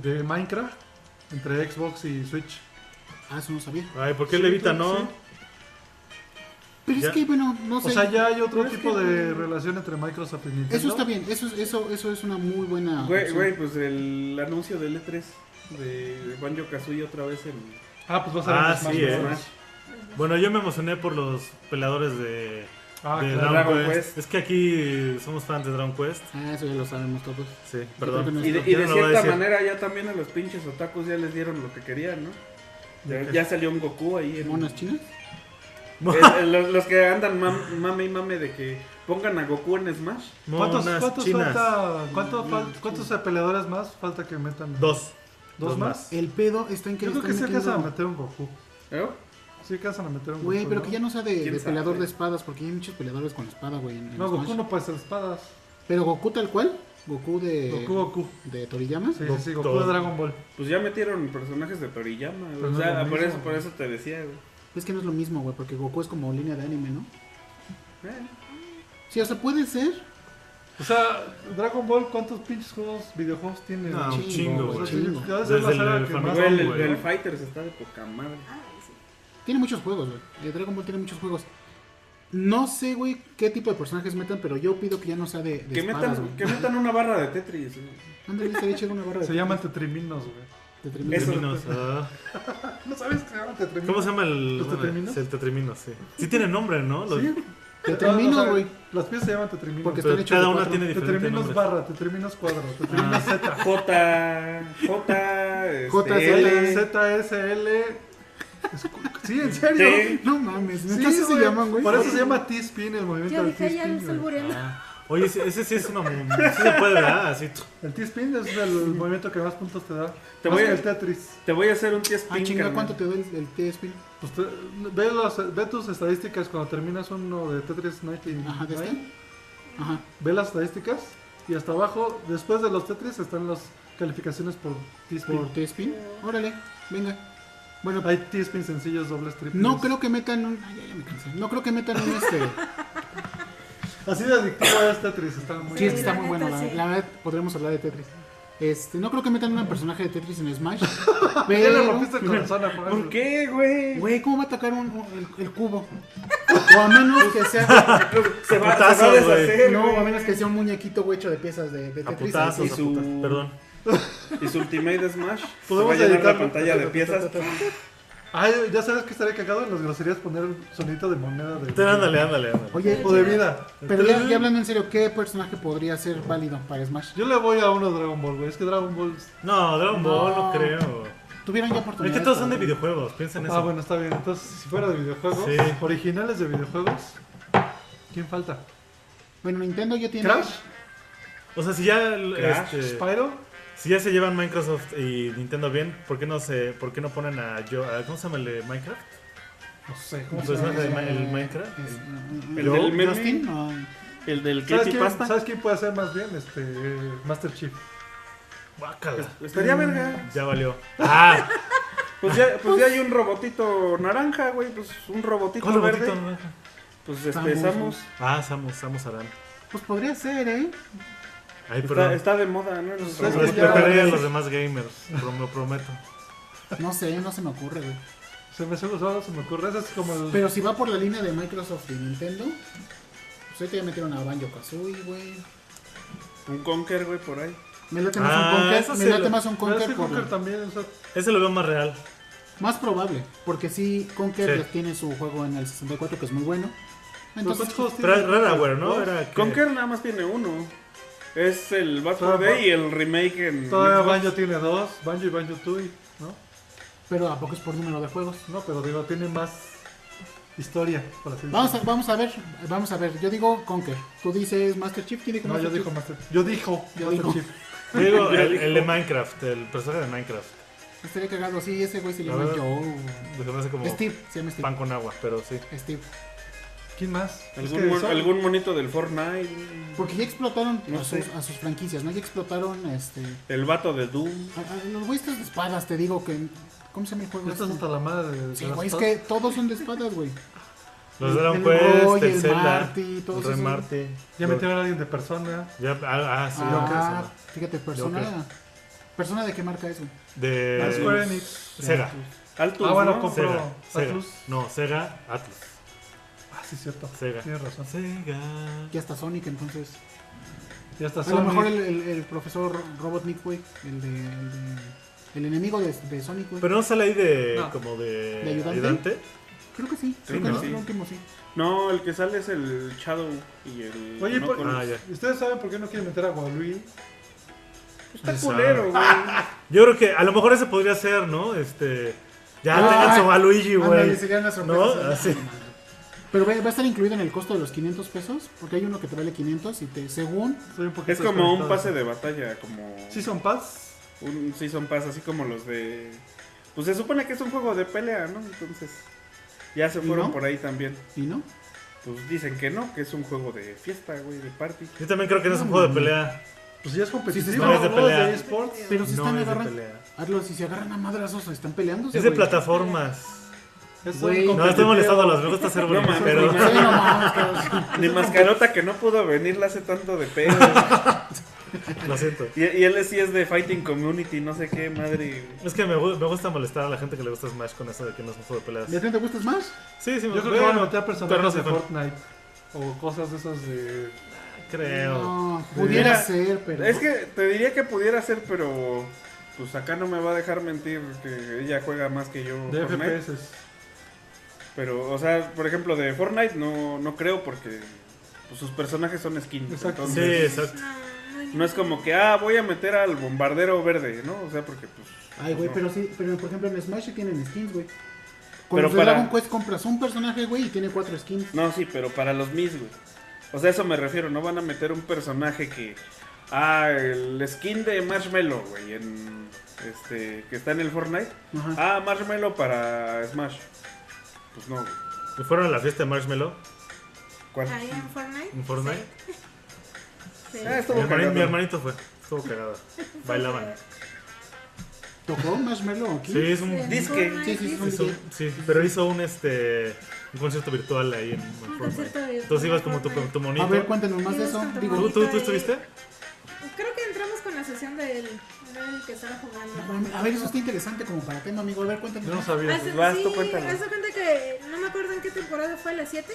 Speaker 1: de Minecraft, entre Xbox y Switch.
Speaker 2: Ah, eso no sabía.
Speaker 5: Ay, ¿por qué levita no?
Speaker 1: sí.
Speaker 2: Pero
Speaker 5: Ya.
Speaker 2: es que, bueno, no sé.
Speaker 1: O sea, ya hay otro
Speaker 4: Pero es
Speaker 1: tipo
Speaker 4: que-
Speaker 1: de relación entre Microsoft y Nintendo.
Speaker 2: Eso está bien, eso, es- eso, eso es una muy buena.
Speaker 4: Güey,
Speaker 2: opción.
Speaker 4: güey, pues el anuncio del E3 de Banjo Kazooie otra vez en
Speaker 1: Ah, pues vas a ver
Speaker 5: Ah,
Speaker 1: más
Speaker 5: sí,
Speaker 1: Smash
Speaker 5: eh.
Speaker 1: Bros.
Speaker 5: Bueno, yo me emocioné por los peladores de,
Speaker 1: Ah,
Speaker 5: de
Speaker 1: claro.
Speaker 5: Dragon,
Speaker 4: Dragon
Speaker 5: Quest.
Speaker 4: Quest.
Speaker 5: Es que aquí somos fans de Dragon Quest.
Speaker 2: Ah, eso ya lo sabemos todos.
Speaker 5: Sí,
Speaker 2: creo
Speaker 5: perdón.
Speaker 2: que
Speaker 4: Y de, y
Speaker 5: Yo
Speaker 4: de
Speaker 5: no lo voy a
Speaker 4: cierta
Speaker 5: decir.
Speaker 4: manera ya también a los pinches otakus ya les dieron lo que querían, ¿no? Ya, ya salió un Goku ahí en...
Speaker 2: ¿Monas chinas?
Speaker 4: Eh, eh, los, los que andan mam- mame y mame de que pongan a Goku en Smash.
Speaker 1: ¿Cuántos,
Speaker 5: Monas
Speaker 1: cuántos
Speaker 5: chinas.
Speaker 1: falta- cuánto fal- ¿Cuántos peleadores más falta que metan?
Speaker 5: Dos.
Speaker 1: ¿Dos,
Speaker 5: Dos
Speaker 1: más?
Speaker 5: más.
Speaker 2: El pedo está en que
Speaker 1: Yo
Speaker 2: le
Speaker 1: creo que sí
Speaker 2: están
Speaker 1: alcanzan a
Speaker 2: metiendo-
Speaker 1: meter un Goku.
Speaker 4: ¿Eh?
Speaker 1: Sí alcanzan a meter un
Speaker 2: Güey,
Speaker 1: Goku.
Speaker 2: pero que ya no sea de,
Speaker 4: ¿Quién
Speaker 2: de
Speaker 4: sabe?
Speaker 2: peleador de espadas, porque ya hay muchos peleadores con espada, güey. en- en
Speaker 1: No,
Speaker 2: Smash.
Speaker 1: Goku no puede ser espadas.
Speaker 2: Pero Goku tal cual. Goku de.
Speaker 1: Goku, Goku.
Speaker 2: De Toriyama.
Speaker 1: Sí, sí,
Speaker 5: Goku.
Speaker 1: sí, Goku de Dragon Ball.
Speaker 4: Pues ya metieron personajes de Toriyama. güey.
Speaker 5: Pues
Speaker 1: Pero
Speaker 4: o
Speaker 1: no es
Speaker 4: sea,
Speaker 1: lo
Speaker 4: por
Speaker 1: mismo,
Speaker 4: eso, por
Speaker 1: güey.
Speaker 4: eso te decía, güey.
Speaker 2: Es que no es lo mismo, güey, porque Goku es como línea de anime, ¿no?
Speaker 4: Eh,
Speaker 2: Sí, o sea, puede ser.
Speaker 1: O sea, Dragon Ball, ¿cuántos pinches juegos, videojuegos tiene?
Speaker 5: No, Ah, un
Speaker 1: Sí, o
Speaker 5: chingo, güey.
Speaker 1: sea, sí, debe ser
Speaker 5: Desde
Speaker 1: la saga
Speaker 5: el
Speaker 1: que
Speaker 5: Famicom,
Speaker 1: más-
Speaker 4: güey, el, el,
Speaker 5: güey.
Speaker 4: el Fighters está de poca madre.
Speaker 2: Tiene muchos juegos, güey. El Dragon Ball tiene muchos juegos. No sé, güey, qué tipo de personajes metan, pero yo pido que ya no sea de, de
Speaker 4: Que
Speaker 2: espadas,
Speaker 4: metan,
Speaker 2: güey.
Speaker 4: que metan una barra de Tetris. güey.
Speaker 2: Ándale, estaría chido una barra de...
Speaker 1: Se llaman Tetriminos, güey.
Speaker 2: de tremendo.
Speaker 4: Eso.
Speaker 5: Tetriminos, ah.
Speaker 1: ¿No sabes que se llaman Tetriminos?
Speaker 5: ¿Cómo se llama el.
Speaker 1: ¿Los tetriminos?
Speaker 5: sí, el tetriminos, sí. Sí tiene nombre, ¿no? Los-
Speaker 1: Sí.
Speaker 2: Te termino,
Speaker 1: No, o sea,
Speaker 2: güey.
Speaker 1: Las piezas se llaman Tetriminos.
Speaker 2: Porque
Speaker 5: Pero
Speaker 2: están hechos
Speaker 5: cada
Speaker 2: de
Speaker 5: una
Speaker 2: cuatro.
Speaker 5: tiene diferente
Speaker 1: Tetriminos
Speaker 5: nombre.
Speaker 1: barra, Tetriminos cuadro, Tetriminos Z.
Speaker 4: J. J. este,
Speaker 2: JSL.
Speaker 4: L.
Speaker 1: ZSL. Escu- Sí, en serio.
Speaker 4: T.
Speaker 2: No mames,
Speaker 1: Sí,
Speaker 2: ¿neta sí se
Speaker 1: güey.
Speaker 2: llaman, güey?
Speaker 1: Por eso se llama T-Spin, el movimiento
Speaker 3: Yo
Speaker 1: del
Speaker 3: dije, ya me estoy
Speaker 1: T-Spin. güey.
Speaker 3: muriendo.
Speaker 5: Ah. Oye, ese, ese sí es una. Sí se puede, ¿verdad? Así. tsk.
Speaker 1: El T-Spin es el movimiento que más puntos te da.
Speaker 4: Te
Speaker 1: Más
Speaker 4: voy
Speaker 1: que
Speaker 4: a-
Speaker 1: el Tetris.
Speaker 4: Te voy a hacer un test
Speaker 2: Ah, chinga, ¿cuánto te da el, el T-Spin?
Speaker 1: Pues te- ve, las- ve tus estadísticas cuando terminas uno de Tetris
Speaker 2: Ajá, ¿de este?
Speaker 1: 99.
Speaker 2: Ajá.
Speaker 1: Ve las estadísticas y hasta abajo, después de los Tetris, están las calificaciones por T-Spin.
Speaker 2: ¿Por T-Spin? Órale, venga. Bueno,
Speaker 1: Hay T-Spin sencillos, dobles, triples.
Speaker 2: no creo que metan un... Ay, ya, ya me cansé. No creo que metan un este...
Speaker 1: Así de adictivo es Tetris, está muy
Speaker 2: Sí,
Speaker 1: bien.
Speaker 2: es que está
Speaker 3: la
Speaker 2: muy bueno.
Speaker 3: neta,
Speaker 2: La,
Speaker 3: sí.
Speaker 2: la verdad, podremos hablar de Tetris. Este, no creo que metan un personaje de Tetris en Smash.
Speaker 1: Ya le
Speaker 2: pero,
Speaker 1: rompiste el corazón a Fran.
Speaker 4: ¿Por qué, güey?
Speaker 2: güey, ¿cómo va a atacar un, un- el, el cubo? O a menos que sea.
Speaker 4: Se va,
Speaker 5: Putazo,
Speaker 4: se va a deshacer.
Speaker 2: No,
Speaker 4: güey.
Speaker 2: a menos que sea un muñequito, güey, hecho de piezas de, de
Speaker 5: A
Speaker 2: Tetris.
Speaker 5: putazos,
Speaker 4: y
Speaker 5: a
Speaker 4: su-
Speaker 5: putazos. Perdón.
Speaker 4: Y su Ultimate Smash. Se va
Speaker 1: Podemos
Speaker 4: a llenar la
Speaker 1: editarlo.
Speaker 4: pantalla de piezas.
Speaker 1: Ay, ya sabes que estaría cagado en las groserías poner un sonido de moneda de.
Speaker 5: Te- Ándale, ándale, ándale.
Speaker 2: Oye,
Speaker 1: O de vida.
Speaker 2: pero ya, ya hablando en serio, ¿qué personaje podría ser válido para Smash?
Speaker 1: Yo le voy a uno de Dragon Ball, güey. Es que Dragon Ball.
Speaker 5: No, Dragon Ball no
Speaker 2: No. Pues
Speaker 5: creo.
Speaker 2: Tuvieron ya
Speaker 5: Es
Speaker 2: oportunidad.
Speaker 5: que todos son de videojuegos, piensa en eso.
Speaker 1: Ah, bueno, está bien. Entonces, si fuera de videojuegos,
Speaker 5: Sí.
Speaker 1: originales de videojuegos, ¿quién falta?
Speaker 2: Bueno, Nintendo ya tiene.
Speaker 1: ¿Crash?
Speaker 5: O sea, si ya, el-
Speaker 4: Crash,
Speaker 2: Eh,
Speaker 5: este,
Speaker 1: ¿Spyro?
Speaker 5: si ya se llevan Microsoft y Nintendo bien, ¿por qué no se, por qué no ponen a, yo, a- ¿cómo se llama el de Minecraft?
Speaker 1: No sé, ¿cómo
Speaker 5: Pues, ¿El
Speaker 1: se
Speaker 5: personaje
Speaker 1: llama?
Speaker 5: de Ma- el Minecraft?
Speaker 2: Es-
Speaker 4: El
Speaker 2: ¿Yo?
Speaker 4: del meme.
Speaker 2: Justin, Ah, no.
Speaker 4: El del
Speaker 1: ¿Sabes quién,
Speaker 4: Creepypasta.
Speaker 1: ¿Sabes quién puede ser más bien? Este. Master Chief.
Speaker 5: Guácala.
Speaker 4: Estaría verga.
Speaker 5: Ya valió. Ah,
Speaker 4: Pues ya, pues ya hay un robotito naranja, güey. Pues un robotito
Speaker 5: ¿cuál
Speaker 4: verde.
Speaker 5: robotito naranja?
Speaker 4: Pues este,
Speaker 2: Samus,
Speaker 4: Samus.
Speaker 5: Ah, Samus, Samus Aran.
Speaker 2: Pues podría ser, ¿eh?
Speaker 5: Ay,
Speaker 4: Está,
Speaker 5: perdón.
Speaker 4: está de moda, ¿no? Los
Speaker 1: Está-
Speaker 5: Les
Speaker 4: robotitos.
Speaker 1: está-
Speaker 5: preparé a los demás gamers, lo- lo prometo.
Speaker 2: No sé, no se me ocurre, güey.
Speaker 1: Se me, solo se me ocurre. Ese es como el.
Speaker 2: Pero si va por la línea de Microsoft y Nintendo, pues ahorita ya metieron a Banjo Kazooie, güey.
Speaker 4: Un Conker, güey, por ahí.
Speaker 2: Me late más
Speaker 5: Ah,
Speaker 2: un
Speaker 5: eso
Speaker 2: Conker,
Speaker 5: sí
Speaker 2: me late
Speaker 5: lo-
Speaker 2: más un
Speaker 1: Pero es
Speaker 2: Conker
Speaker 1: que
Speaker 2: por
Speaker 1: Conker también, o sea,
Speaker 5: Ese lo veo más real.
Speaker 2: más probable, porque sí Conker
Speaker 5: Sí.
Speaker 2: ya tiene su juego en el 64 que es muy bueno. Entonces,
Speaker 1: ¿cuántos
Speaker 2: este-
Speaker 1: juegos
Speaker 5: Pero
Speaker 1: tiene?
Speaker 5: era Rareware, ¿no? Era que-
Speaker 4: Conker nada más tiene uno. Es el Bad
Speaker 1: Todavía
Speaker 4: for Day y el remake en.
Speaker 1: Todavía
Speaker 4: Xbox.
Speaker 1: Banjo tiene dos. Banjo y Banjo Tui, ¿no?
Speaker 2: pero a poco es por número de juegos.
Speaker 1: No, pero digo, tiene más historia, por así decirlo.
Speaker 2: Vamos a, vamos a ver, vamos a ver. Yo digo Conker. Tú dices Master Chief, ¿quién dijo
Speaker 1: No, yo
Speaker 2: Master
Speaker 1: dijo
Speaker 2: Chief?
Speaker 1: Master Yo dijo
Speaker 2: Yo
Speaker 1: Master
Speaker 2: dijo.
Speaker 1: Chief.
Speaker 5: Digo, el, el de Minecraft, el personaje de Minecraft.
Speaker 2: Estaría cagado, sí, ese güey se
Speaker 5: La
Speaker 2: llama
Speaker 5: verdad,
Speaker 2: Joe.
Speaker 5: Se me hace como
Speaker 2: Steve, se llama Steve.
Speaker 5: pan con agua, pero sí.
Speaker 2: Steve.
Speaker 1: ¿Quién más? Es
Speaker 4: ¿Algún,
Speaker 1: que
Speaker 4: mon-
Speaker 1: son-
Speaker 4: algún monito del Fortnite. güey.
Speaker 2: Porque ya explotaron
Speaker 4: No
Speaker 2: a,
Speaker 4: sé.
Speaker 2: sus, a sus franquicias, ¿no? Ya explotaron este,
Speaker 4: El vato de Doom.
Speaker 2: a, a los güeyes estos de espadas, te digo que. ¿Cómo se llama el juego?
Speaker 1: Ya estás
Speaker 2: este?
Speaker 1: hasta la madre de de
Speaker 2: Sí,
Speaker 1: las
Speaker 2: güey, es
Speaker 1: espadas.
Speaker 2: que todos son de espadas, güey.
Speaker 5: Los
Speaker 2: El-
Speaker 5: Dragon
Speaker 2: el
Speaker 5: Quest,
Speaker 2: Roy,
Speaker 5: el
Speaker 2: el
Speaker 5: Zelda,
Speaker 2: Marty, todos
Speaker 5: el Rey
Speaker 2: esos-
Speaker 5: Marty.
Speaker 1: Ya metieron a alguien de persona.
Speaker 5: Ya, ah, ah, sí,
Speaker 2: Ah,
Speaker 5: ok,
Speaker 2: fíjate, persona.
Speaker 5: Joker.
Speaker 2: ¿Persona de qué marca es, güey? pues,
Speaker 5: sí. De
Speaker 4: Ah,
Speaker 1: Square Enix.
Speaker 5: Sega.
Speaker 4: Altus,
Speaker 1: Ah, bueno,
Speaker 4: ¿no?
Speaker 1: con-
Speaker 4: Sí.
Speaker 5: Sega, Sega.
Speaker 1: Atlus.
Speaker 5: No, Sega Atlus.
Speaker 1: Ah, sí, cierto.
Speaker 5: Sega.
Speaker 1: Tienes razón.
Speaker 5: Sega.
Speaker 2: Ya está Sonic, entonces.
Speaker 1: Ya está
Speaker 2: A lo
Speaker 1: Sonic.
Speaker 2: mejor el, el, el profesor Robotnik, güey. El de. El, de- el enemigo de, de Sonic, güey.
Speaker 5: Pero no sale ahí de
Speaker 1: No.
Speaker 5: como de,
Speaker 2: ¿De ayudante? Creo que sí. Creo que
Speaker 5: ¿no?
Speaker 2: no. el último sí.
Speaker 4: No, el que sale es el Shadow y el.
Speaker 1: Oye, pues,
Speaker 4: no
Speaker 1: por-
Speaker 4: con-
Speaker 5: Ah, ya.
Speaker 1: ¿ustedes saben por qué no quieren meter a Waluigi?
Speaker 4: Está
Speaker 5: Esa-
Speaker 4: culero, güey.
Speaker 1: Ah,
Speaker 5: Yo creo que a lo mejor ese podría ser, ¿no? Este ya
Speaker 2: Ah,
Speaker 5: tengan su Waluigi,
Speaker 2: Ándale,
Speaker 5: güey.
Speaker 2: sería una
Speaker 5: ¿No? Ah,
Speaker 2: sorpresa.
Speaker 5: Así.
Speaker 2: Pero va va a estar incluido en el costo de los 500 pesos, porque hay uno que te vale 500 y te, según,
Speaker 1: Soy un poquito
Speaker 4: Es como un
Speaker 1: desconectado.
Speaker 4: pase de batalla, como.
Speaker 1: pues, ¿Sí son pads?
Speaker 4: Un Season Pass, así como los de. Pues se supone que es un juego de pelea, ¿no? Entonces. Ya se
Speaker 2: ¿Y
Speaker 4: fueron
Speaker 2: no?
Speaker 4: por ahí también.
Speaker 2: ¿y no?
Speaker 4: Pues dicen que no, que es un juego de fiesta, güey, de party.
Speaker 5: Yo también creo que no es un juego de pelea.
Speaker 1: Pues ya es competitivo.
Speaker 2: Sí, sí, no,
Speaker 5: es de
Speaker 1: juegos
Speaker 5: pelea.
Speaker 1: eSports.
Speaker 2: Pero si
Speaker 5: no
Speaker 2: están
Speaker 5: es de
Speaker 2: agarrando,
Speaker 5: pelea.
Speaker 2: hazlo, si se agarran a madrazos, están peleándose.
Speaker 5: Es de
Speaker 2: güey.
Speaker 5: plataformas.
Speaker 1: Es
Speaker 2: Güey.
Speaker 1: un
Speaker 5: No, estoy
Speaker 1: competitivo.
Speaker 5: molestando a los me gusta hacer
Speaker 4: No,
Speaker 5: bromas,
Speaker 4: mames,
Speaker 5: pero
Speaker 2: Sí, no mames, cabrón.
Speaker 4: Ni mascarota que no pudo venir la hace tanto de pedo.
Speaker 5: lo siento.
Speaker 4: y, y él sí es de Fighting Community, no sé qué madre.
Speaker 5: Es que me, gu- me gusta molestar a la gente que le gusta Smash con eso de que no es un juego de peleas.
Speaker 2: ¿Y a ti te gustas más?
Speaker 5: Sí, sí, me
Speaker 1: Yo creo que van a meter
Speaker 5: pero no
Speaker 1: personajes
Speaker 5: se
Speaker 1: de
Speaker 5: fue.
Speaker 1: Fortnite. O cosas de esas de...
Speaker 5: Creo.
Speaker 2: No, pudiera
Speaker 4: Mira,
Speaker 2: ser, pero.
Speaker 4: Es que te diría que pudiera ser, pero. Pues acá no me va a dejar mentir que ella juega más que yo.
Speaker 1: De
Speaker 4: Fortnite.
Speaker 1: FPS.
Speaker 4: Pero, o sea, por ejemplo, de Fortnite no, no creo porque pues, sus personajes son skins.
Speaker 1: Exacto.
Speaker 5: Sí,
Speaker 4: Entonces,
Speaker 5: exacto.
Speaker 4: No es como que, ah, voy a meter al bombardero verde, ¿no? O sea, porque pues...
Speaker 2: Ay, güey,
Speaker 4: no.
Speaker 2: pero sí, pero por ejemplo en Smash sí tienen skins, güey. Con
Speaker 4: Pero
Speaker 2: los de
Speaker 4: para-
Speaker 2: Dragon Quest compras un personaje, güey, y tiene cuatro skins.
Speaker 4: No, sí, pero para los mis, güey. O sea, eso me refiero, no van a meter un personaje que... Ah, el skin de Marshmallow, güey, en... Este, que está en el Fortnite.
Speaker 2: Ajá.
Speaker 4: Ah, Marshmallow para Smash. Pues no, güey.
Speaker 5: ¿Me fueron a la fiesta de Marshmallow
Speaker 4: ¿Cuál?
Speaker 3: Ahí en Fortnite.
Speaker 5: en Fortnite?
Speaker 3: Sí.
Speaker 4: Ah,
Speaker 5: Mi,
Speaker 4: estuvo
Speaker 5: hermani-
Speaker 4: cagado.
Speaker 5: mi hermanito fue. Estuvo cagado. Bailaban.
Speaker 2: ¿Tocó Marshmallow aquí?
Speaker 5: Sí, es un
Speaker 3: En
Speaker 4: Disque.
Speaker 2: Sí,
Speaker 3: Fortnite,
Speaker 2: sí,
Speaker 3: disque.
Speaker 2: sí.
Speaker 5: Hizo- sí, pero hizo un este un concierto virtual ahí en, en
Speaker 3: Un
Speaker 5: Fortnite.
Speaker 3: concierto virtual
Speaker 5: Entonces ibas
Speaker 3: en
Speaker 5: como tu,
Speaker 3: Fortnite.
Speaker 5: tu monito.
Speaker 2: A ver, cuéntanos más de eso.
Speaker 3: Dios,
Speaker 2: Digo,
Speaker 5: ¿Tú, tú, tú estuviste?
Speaker 3: Creo que entramos con la sesión del, del que estaba jugando.
Speaker 2: a ver, eso está interesante como para tema, amigo. A ver, cuéntanos.
Speaker 1: Yo no
Speaker 2: más.
Speaker 1: sabía.
Speaker 3: Hace-
Speaker 4: Vas,
Speaker 3: sí,
Speaker 4: tú cuéntalo.
Speaker 3: haz de cuenta que no me acuerdo en qué temporada fue, la 7.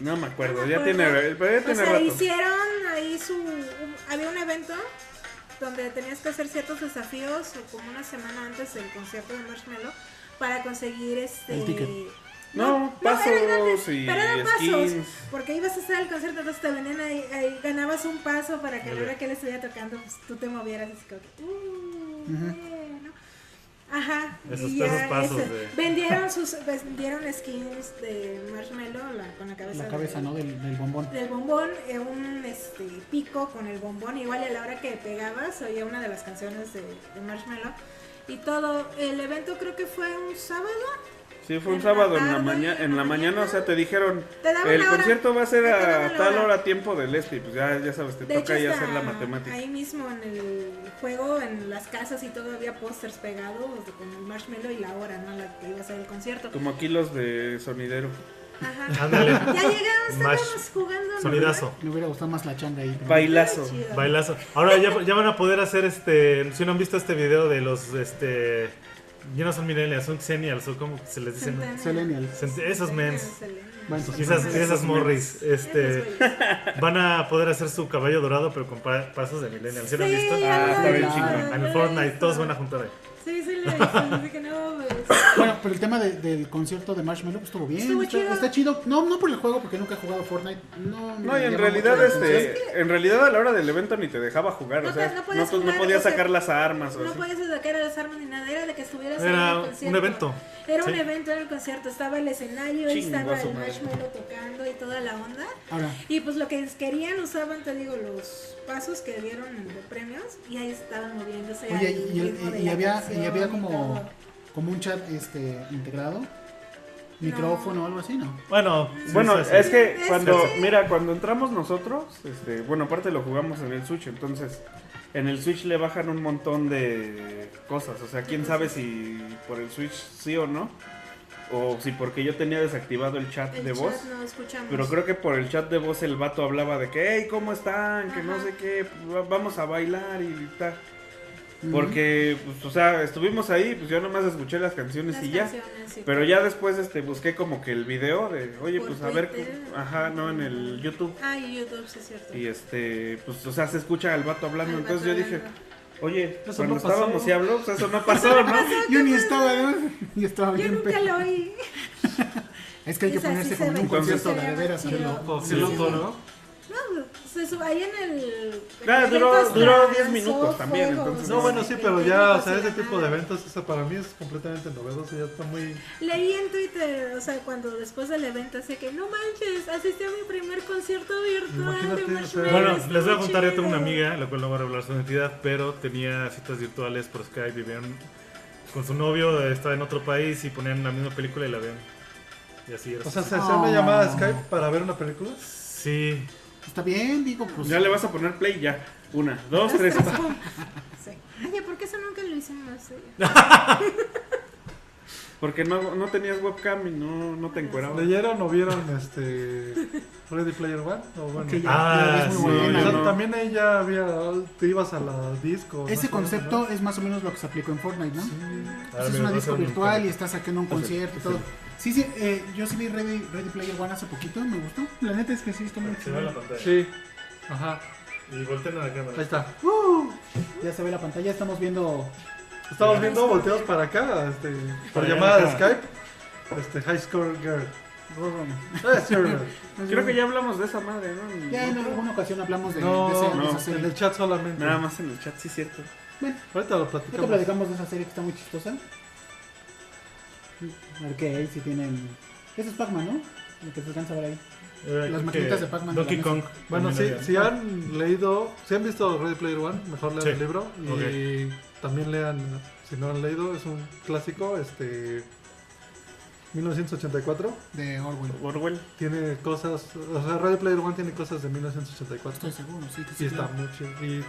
Speaker 4: No me
Speaker 3: No
Speaker 4: acuerdo,
Speaker 3: me
Speaker 4: ya
Speaker 3: acuerdo.
Speaker 4: tiene, pero ya
Speaker 3: O
Speaker 4: tiene
Speaker 3: sea,
Speaker 4: rato.
Speaker 3: hicieron ahí su. un- había un evento donde tenías que hacer ciertos desafíos, o como una semana antes del concierto de Marshmallow, para conseguir este.
Speaker 2: El ticket.
Speaker 4: No, pasos
Speaker 3: eran gratis,
Speaker 4: y
Speaker 3: pero eran pasos,
Speaker 4: skins.
Speaker 3: porque ibas a hacer el concierto, entonces te venían ahí, ahí ganabas un paso para que a la
Speaker 5: Muy
Speaker 3: hora
Speaker 5: bien.
Speaker 3: que él estuviera tocando, pues, tú te movieras así como que, uh,
Speaker 2: Ujú.
Speaker 3: bueno. Ajá,
Speaker 5: Esos-
Speaker 3: y ya
Speaker 5: esos pasos
Speaker 3: ese.
Speaker 5: de-
Speaker 3: vendieron sus vendieron skins de marshmallow la- con la cabeza
Speaker 2: La cabeza,
Speaker 3: de-
Speaker 2: ¿no? Del, del bombón.
Speaker 3: del bombón, eh, un este, pico con el bombón, igual y a la hora que pegabas oía una de las canciones de, de Marshmallow y todo. El evento creo que fue un sábado.
Speaker 4: Sí, fue un
Speaker 3: En la
Speaker 4: sábado en la,
Speaker 3: tarde,
Speaker 4: mañana, en la mañana, o sea, te dijeron,
Speaker 3: Te daban
Speaker 4: el
Speaker 3: la hora.
Speaker 4: concierto va a ser
Speaker 3: Te daban
Speaker 4: a
Speaker 3: la
Speaker 4: tal
Speaker 3: hora.
Speaker 4: hora tiempo del este, y pues ya, ya sabes, te
Speaker 3: De hecho,
Speaker 4: toca ya
Speaker 3: hasta
Speaker 4: hacer la matemática.
Speaker 3: ahí mismo en el juego, en las casas y todo, había pósters pegados de- con el Marshmallow y la hora, ¿no? La que iba a ser el concierto.
Speaker 4: Como aquí los de sonidero.
Speaker 3: Ajá.
Speaker 5: Ándale.
Speaker 3: Ya llegamos,
Speaker 5: Mash.
Speaker 3: estábamos jugando. ¿no?
Speaker 5: Sonidazo.
Speaker 2: Me hubiera gustado más la changa ahí.
Speaker 4: Bailazo.
Speaker 3: Estuvo chido.
Speaker 5: Bailazo. Ahora ya, ya van a poder hacer este. Si no han visto este video de los este. Ya no son millennials, son xenials o como se les dicen.
Speaker 2: Selenial.
Speaker 3: Centennial.
Speaker 5: Cent- esos mens.
Speaker 3: Selenial.
Speaker 2: Bueno,
Speaker 5: Y esas, y esas morris.
Speaker 3: Esos
Speaker 5: Este.
Speaker 3: güeyes.
Speaker 5: Van a poder hacer su caballo dorado, pero con pa- pasos de millennials. ¿Sí lo han
Speaker 3: Sí,
Speaker 5: visto?
Speaker 3: ya
Speaker 4: Ah,
Speaker 3: lo
Speaker 4: está
Speaker 3: he
Speaker 4: bien
Speaker 3: visto,
Speaker 4: chingón.
Speaker 3: ya
Speaker 5: En
Speaker 3: lo
Speaker 5: el
Speaker 3: he
Speaker 5: Fortnite,
Speaker 3: visto.
Speaker 5: todos van a juntar ahí.
Speaker 3: Sí, sí, le dije que no, pues.
Speaker 2: Bueno, pero el tema de- del concierto de Marshmallow pues, estuvo bien.
Speaker 3: Estuvo
Speaker 2: está,
Speaker 3: chido.
Speaker 2: está chido. No, no por el juego, porque nunca he jugado Fortnite. No, me
Speaker 4: No, y en
Speaker 2: llama
Speaker 4: realidad,
Speaker 2: mucho la atención.
Speaker 4: este, en realidad a la hora del evento ni te dejaba jugar,
Speaker 3: No
Speaker 4: o
Speaker 3: te-
Speaker 4: sea,
Speaker 3: no
Speaker 4: no,
Speaker 3: podías
Speaker 4: no
Speaker 3: jugar,
Speaker 4: podías
Speaker 3: o sea,
Speaker 4: sacar las armas o
Speaker 3: No
Speaker 4: así.
Speaker 3: podías sacar las armas ni nada, era de que estuvieras
Speaker 5: Era
Speaker 3: en el
Speaker 5: un
Speaker 3: concierto.
Speaker 5: evento.
Speaker 3: Era un
Speaker 5: Sí.
Speaker 3: evento, era el concierto, estaba el escenario, ahí
Speaker 4: Chingo a
Speaker 3: estaba
Speaker 4: su
Speaker 3: el
Speaker 4: madre.
Speaker 3: marshmallow tocando y toda la onda.
Speaker 2: Ahora,
Speaker 3: Y pues lo que querían usaban, te digo, los pasos que dieron de premios y ahí estaban moviéndose.
Speaker 2: oye,
Speaker 3: al
Speaker 2: y, y-
Speaker 3: ritmo de
Speaker 2: y- y
Speaker 3: la
Speaker 2: había,
Speaker 3: canción
Speaker 2: y había como,
Speaker 3: todo.
Speaker 2: como un chat este, integrado, micrófono o algo así, ¿no?
Speaker 5: Bueno, sí,
Speaker 4: Bueno,
Speaker 5: sí, sí.
Speaker 4: es que
Speaker 3: Es
Speaker 4: cuando,
Speaker 3: que sí.
Speaker 4: mira, cuando entramos nosotros, este, bueno, aparte lo jugamos en el Switch, entonces en el Switch le bajan un montón de cosas, o sea, quién sabe si por el Switch sí o no, o si porque yo tenía desactivado el chat
Speaker 3: El
Speaker 4: de
Speaker 3: chat
Speaker 4: voz.
Speaker 3: no escuchamos.
Speaker 4: Pero creo que por el chat de voz el vato hablaba de que, hey, ¿cómo están? Que no
Speaker 3: Ajá.
Speaker 4: sé qué, va- vamos a bailar y tal. Porque, pues, o sea, estuvimos ahí, pues yo nomás escuché las canciones
Speaker 3: Las
Speaker 4: y ya.
Speaker 3: canciones y
Speaker 4: Pero
Speaker 3: todo.
Speaker 4: ya después este busqué como que el video de, oye,
Speaker 3: Por
Speaker 4: pues a ver,
Speaker 3: Twitter.
Speaker 4: cu- ajá, no, en el YouTube.
Speaker 3: Ah, y YouTube, sí es cierto.
Speaker 4: Y este, pues, o sea, se escucha al vato hablando.
Speaker 3: Al
Speaker 4: Entonces
Speaker 3: vato
Speaker 4: yo dije,
Speaker 3: hablando.
Speaker 4: oye,
Speaker 5: Eso
Speaker 4: cuando
Speaker 5: no pasó.
Speaker 4: estábamos y habló, pues eso no pasó,
Speaker 3: Ah,
Speaker 4: ¿no?
Speaker 2: Yo ni estaba, ¿no? Yo estaba
Speaker 3: Yo
Speaker 2: bien
Speaker 3: nunca
Speaker 2: pe-
Speaker 3: lo oí.
Speaker 2: Es que hay que
Speaker 3: Quizás sí
Speaker 2: ponerse
Speaker 3: se
Speaker 2: como en un
Speaker 3: ve.
Speaker 2: concierto de
Speaker 3: Entonces,
Speaker 2: veras.
Speaker 3: sería
Speaker 2: ¿no?
Speaker 3: más chido.
Speaker 5: Loco,
Speaker 4: Sí.
Speaker 5: sí, loco, ¿no?
Speaker 3: No, se sub- ahí en el.
Speaker 4: Claro,
Speaker 3: el evento
Speaker 4: duró-
Speaker 3: hasta
Speaker 4: duró 10
Speaker 3: lanzó
Speaker 4: minutos también,
Speaker 3: fuegos, no
Speaker 4: entonces- Sí,
Speaker 1: No,
Speaker 3: sé
Speaker 1: bueno,
Speaker 3: qué,
Speaker 1: sí, pero
Speaker 3: qué
Speaker 1: ya, o
Speaker 3: cosa
Speaker 1: sea, ese
Speaker 3: y
Speaker 1: tipo de
Speaker 3: nada.
Speaker 1: eventos, o sea, para mí es completamente novedoso, ya está muy...
Speaker 3: Leí en Twitter, o sea, cuando después del evento, así que no manches, asistí a mi primer concierto virtual
Speaker 1: Imagínate, o
Speaker 3: de
Speaker 1: sea,
Speaker 3: Marshmallow.
Speaker 5: Bueno,
Speaker 3: estuvo
Speaker 5: les voy a contar, yo
Speaker 3: chido".
Speaker 5: tengo una amiga, la cual no voy a revelar su identidad, pero tenía citas virtuales por Skype, vivían con su novio, eh, estaba en otro país y ponían la misma película y la veían. Y así era.
Speaker 1: O sea, se hacía
Speaker 2: Ah.
Speaker 1: una llamada a Skype para ver una película.
Speaker 5: sí,
Speaker 2: Está bien, digo, pues.
Speaker 4: Ya le vas a poner play ya. Una, dos, tres.
Speaker 3: Sí. Oye, ¿por qué eso nunca lo hicimos? Sí.
Speaker 4: Porque no, no tenías webcam y no, no te encuerabas.
Speaker 1: ¿Leyeron o vieron este Ready Player One? O bueno,
Speaker 2: Ok, ya,
Speaker 5: Ah,
Speaker 2: ya es muy
Speaker 5: sí,
Speaker 2: buena.
Speaker 1: O sea,
Speaker 4: ya no.
Speaker 1: también ahí ya había, te ibas a la disco.
Speaker 2: Ese
Speaker 1: no sé,
Speaker 2: concepto
Speaker 1: ¿no?
Speaker 2: es más o menos lo que se aplicó en Fortnite, ¿no?
Speaker 1: Sí.
Speaker 4: Ah,
Speaker 5: Ahora
Speaker 2: pues es
Speaker 5: me
Speaker 2: una
Speaker 5: vas a
Speaker 2: disco
Speaker 5: hacer un
Speaker 2: virtual y
Speaker 5: comentario.
Speaker 2: estás sacando un concierto y todo. Sí, sí, eh, yo sí vi Ready, Ready Player One hace poquito, me gustó. La neta es que sí, está muy
Speaker 5: Se ve la
Speaker 2: chido.
Speaker 5: pantalla.
Speaker 1: Sí, ajá,
Speaker 5: Y volteen a la
Speaker 1: ahí
Speaker 5: cámara.
Speaker 1: está.
Speaker 2: Uh, ya se ve la pantalla, estamos viendo.
Speaker 1: Estamos viendo volteados para acá, este, por
Speaker 5: Para
Speaker 1: llamada de
Speaker 5: allá.
Speaker 1: Skype. Este, High Score Girl. Ah, sí, girl.
Speaker 4: Creo que ya hablamos de esa madre, ¿no?
Speaker 2: Ya en alguna ocasión hablamos de, de esa,
Speaker 1: No,
Speaker 2: de
Speaker 1: no,
Speaker 2: esa
Speaker 1: en
Speaker 2: serie.
Speaker 1: el chat solamente.
Speaker 4: Nada más en el chat, sí, cierto.
Speaker 2: Bueno,
Speaker 1: Ahorita lo
Speaker 2: ahorita
Speaker 1: platicamos.
Speaker 2: platicamos de esa serie que está muy chistosa. A ver que ahí sí tienen. Ese es Pac-Man, ¿no? Lo que se alcanza a ver ahí.
Speaker 5: Eh,
Speaker 2: Las
Speaker 5: creo
Speaker 2: maquinitas
Speaker 5: que
Speaker 2: de Pac-Man
Speaker 5: Donkey
Speaker 2: en la
Speaker 5: Kong.
Speaker 2: mesa.
Speaker 1: Bueno,
Speaker 5: también
Speaker 1: si,
Speaker 5: la veían.
Speaker 1: si han leído, si han visto Ready Player One, mejor lean
Speaker 5: Sí.
Speaker 1: el libro. Y también lean, si no han leído, es un clásico, este 1984.
Speaker 2: De Orwell.
Speaker 4: Orwell.
Speaker 1: Tiene cosas, o sea, Ready Player One tiene cosas de 1984.
Speaker 2: Estoy seguro, sí. que
Speaker 1: Y está
Speaker 2: claro.
Speaker 1: muy chido. Y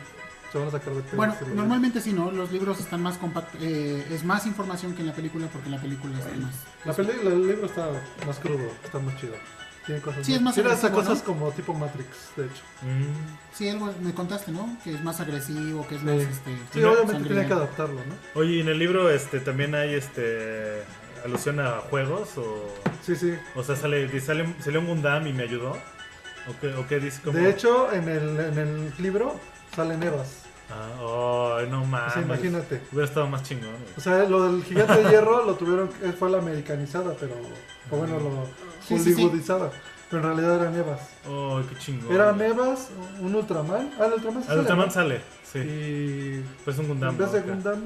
Speaker 1: se van a sacar de pedo
Speaker 2: Bueno,
Speaker 1: si lo leen.
Speaker 2: normalmente sí, ¿no? Los libros están más compactos. es más información que en la película porque en la película está más.
Speaker 1: La peli- el libro está más crudo, está más chido. Tiene cosas,
Speaker 2: Sí, es más
Speaker 1: tiene hasta
Speaker 2: agresivo,
Speaker 1: cosas como tipo Matrix, de hecho.
Speaker 5: Mm.
Speaker 2: Sí, algo me contaste, ¿no? Que es más agresivo, que es
Speaker 1: Sí.
Speaker 2: más. Este,
Speaker 1: Sí, obviamente
Speaker 2: sangriento.
Speaker 1: tenía que adaptarlo, ¿no?
Speaker 5: Oye, ¿y en el libro este también hay este alusión a juegos o
Speaker 1: Sí, sí.
Speaker 5: o sea, sale di- sale salió un Gundam y me ayudó? ¿O qué, o qué dice como
Speaker 1: De hecho, en el, en el libro salen Evas.
Speaker 5: Ah, oh, no
Speaker 1: O
Speaker 5: mames.
Speaker 1: sea, imagínate.
Speaker 5: Hubiera estado más chingón.
Speaker 1: O sea, lo del gigante de hierro lo tuvieron, eh, fue la americanizada, pero. O bueno,
Speaker 5: Mm.
Speaker 1: lo
Speaker 2: Sí, sí, sí.
Speaker 1: hollywoodizada. Pero en realidad eran Evas.
Speaker 5: Oh, qué chingón.
Speaker 1: Eran Evas, un Ultraman. Ah, el Ultraman sí
Speaker 5: Al
Speaker 1: sale,
Speaker 5: Ultraman
Speaker 1: ¿no?
Speaker 5: sale, sí.
Speaker 1: Y.
Speaker 5: Pues un Gundam.
Speaker 1: en vez
Speaker 5: ¿no?
Speaker 1: de
Speaker 5: Acá.
Speaker 1: Gundam.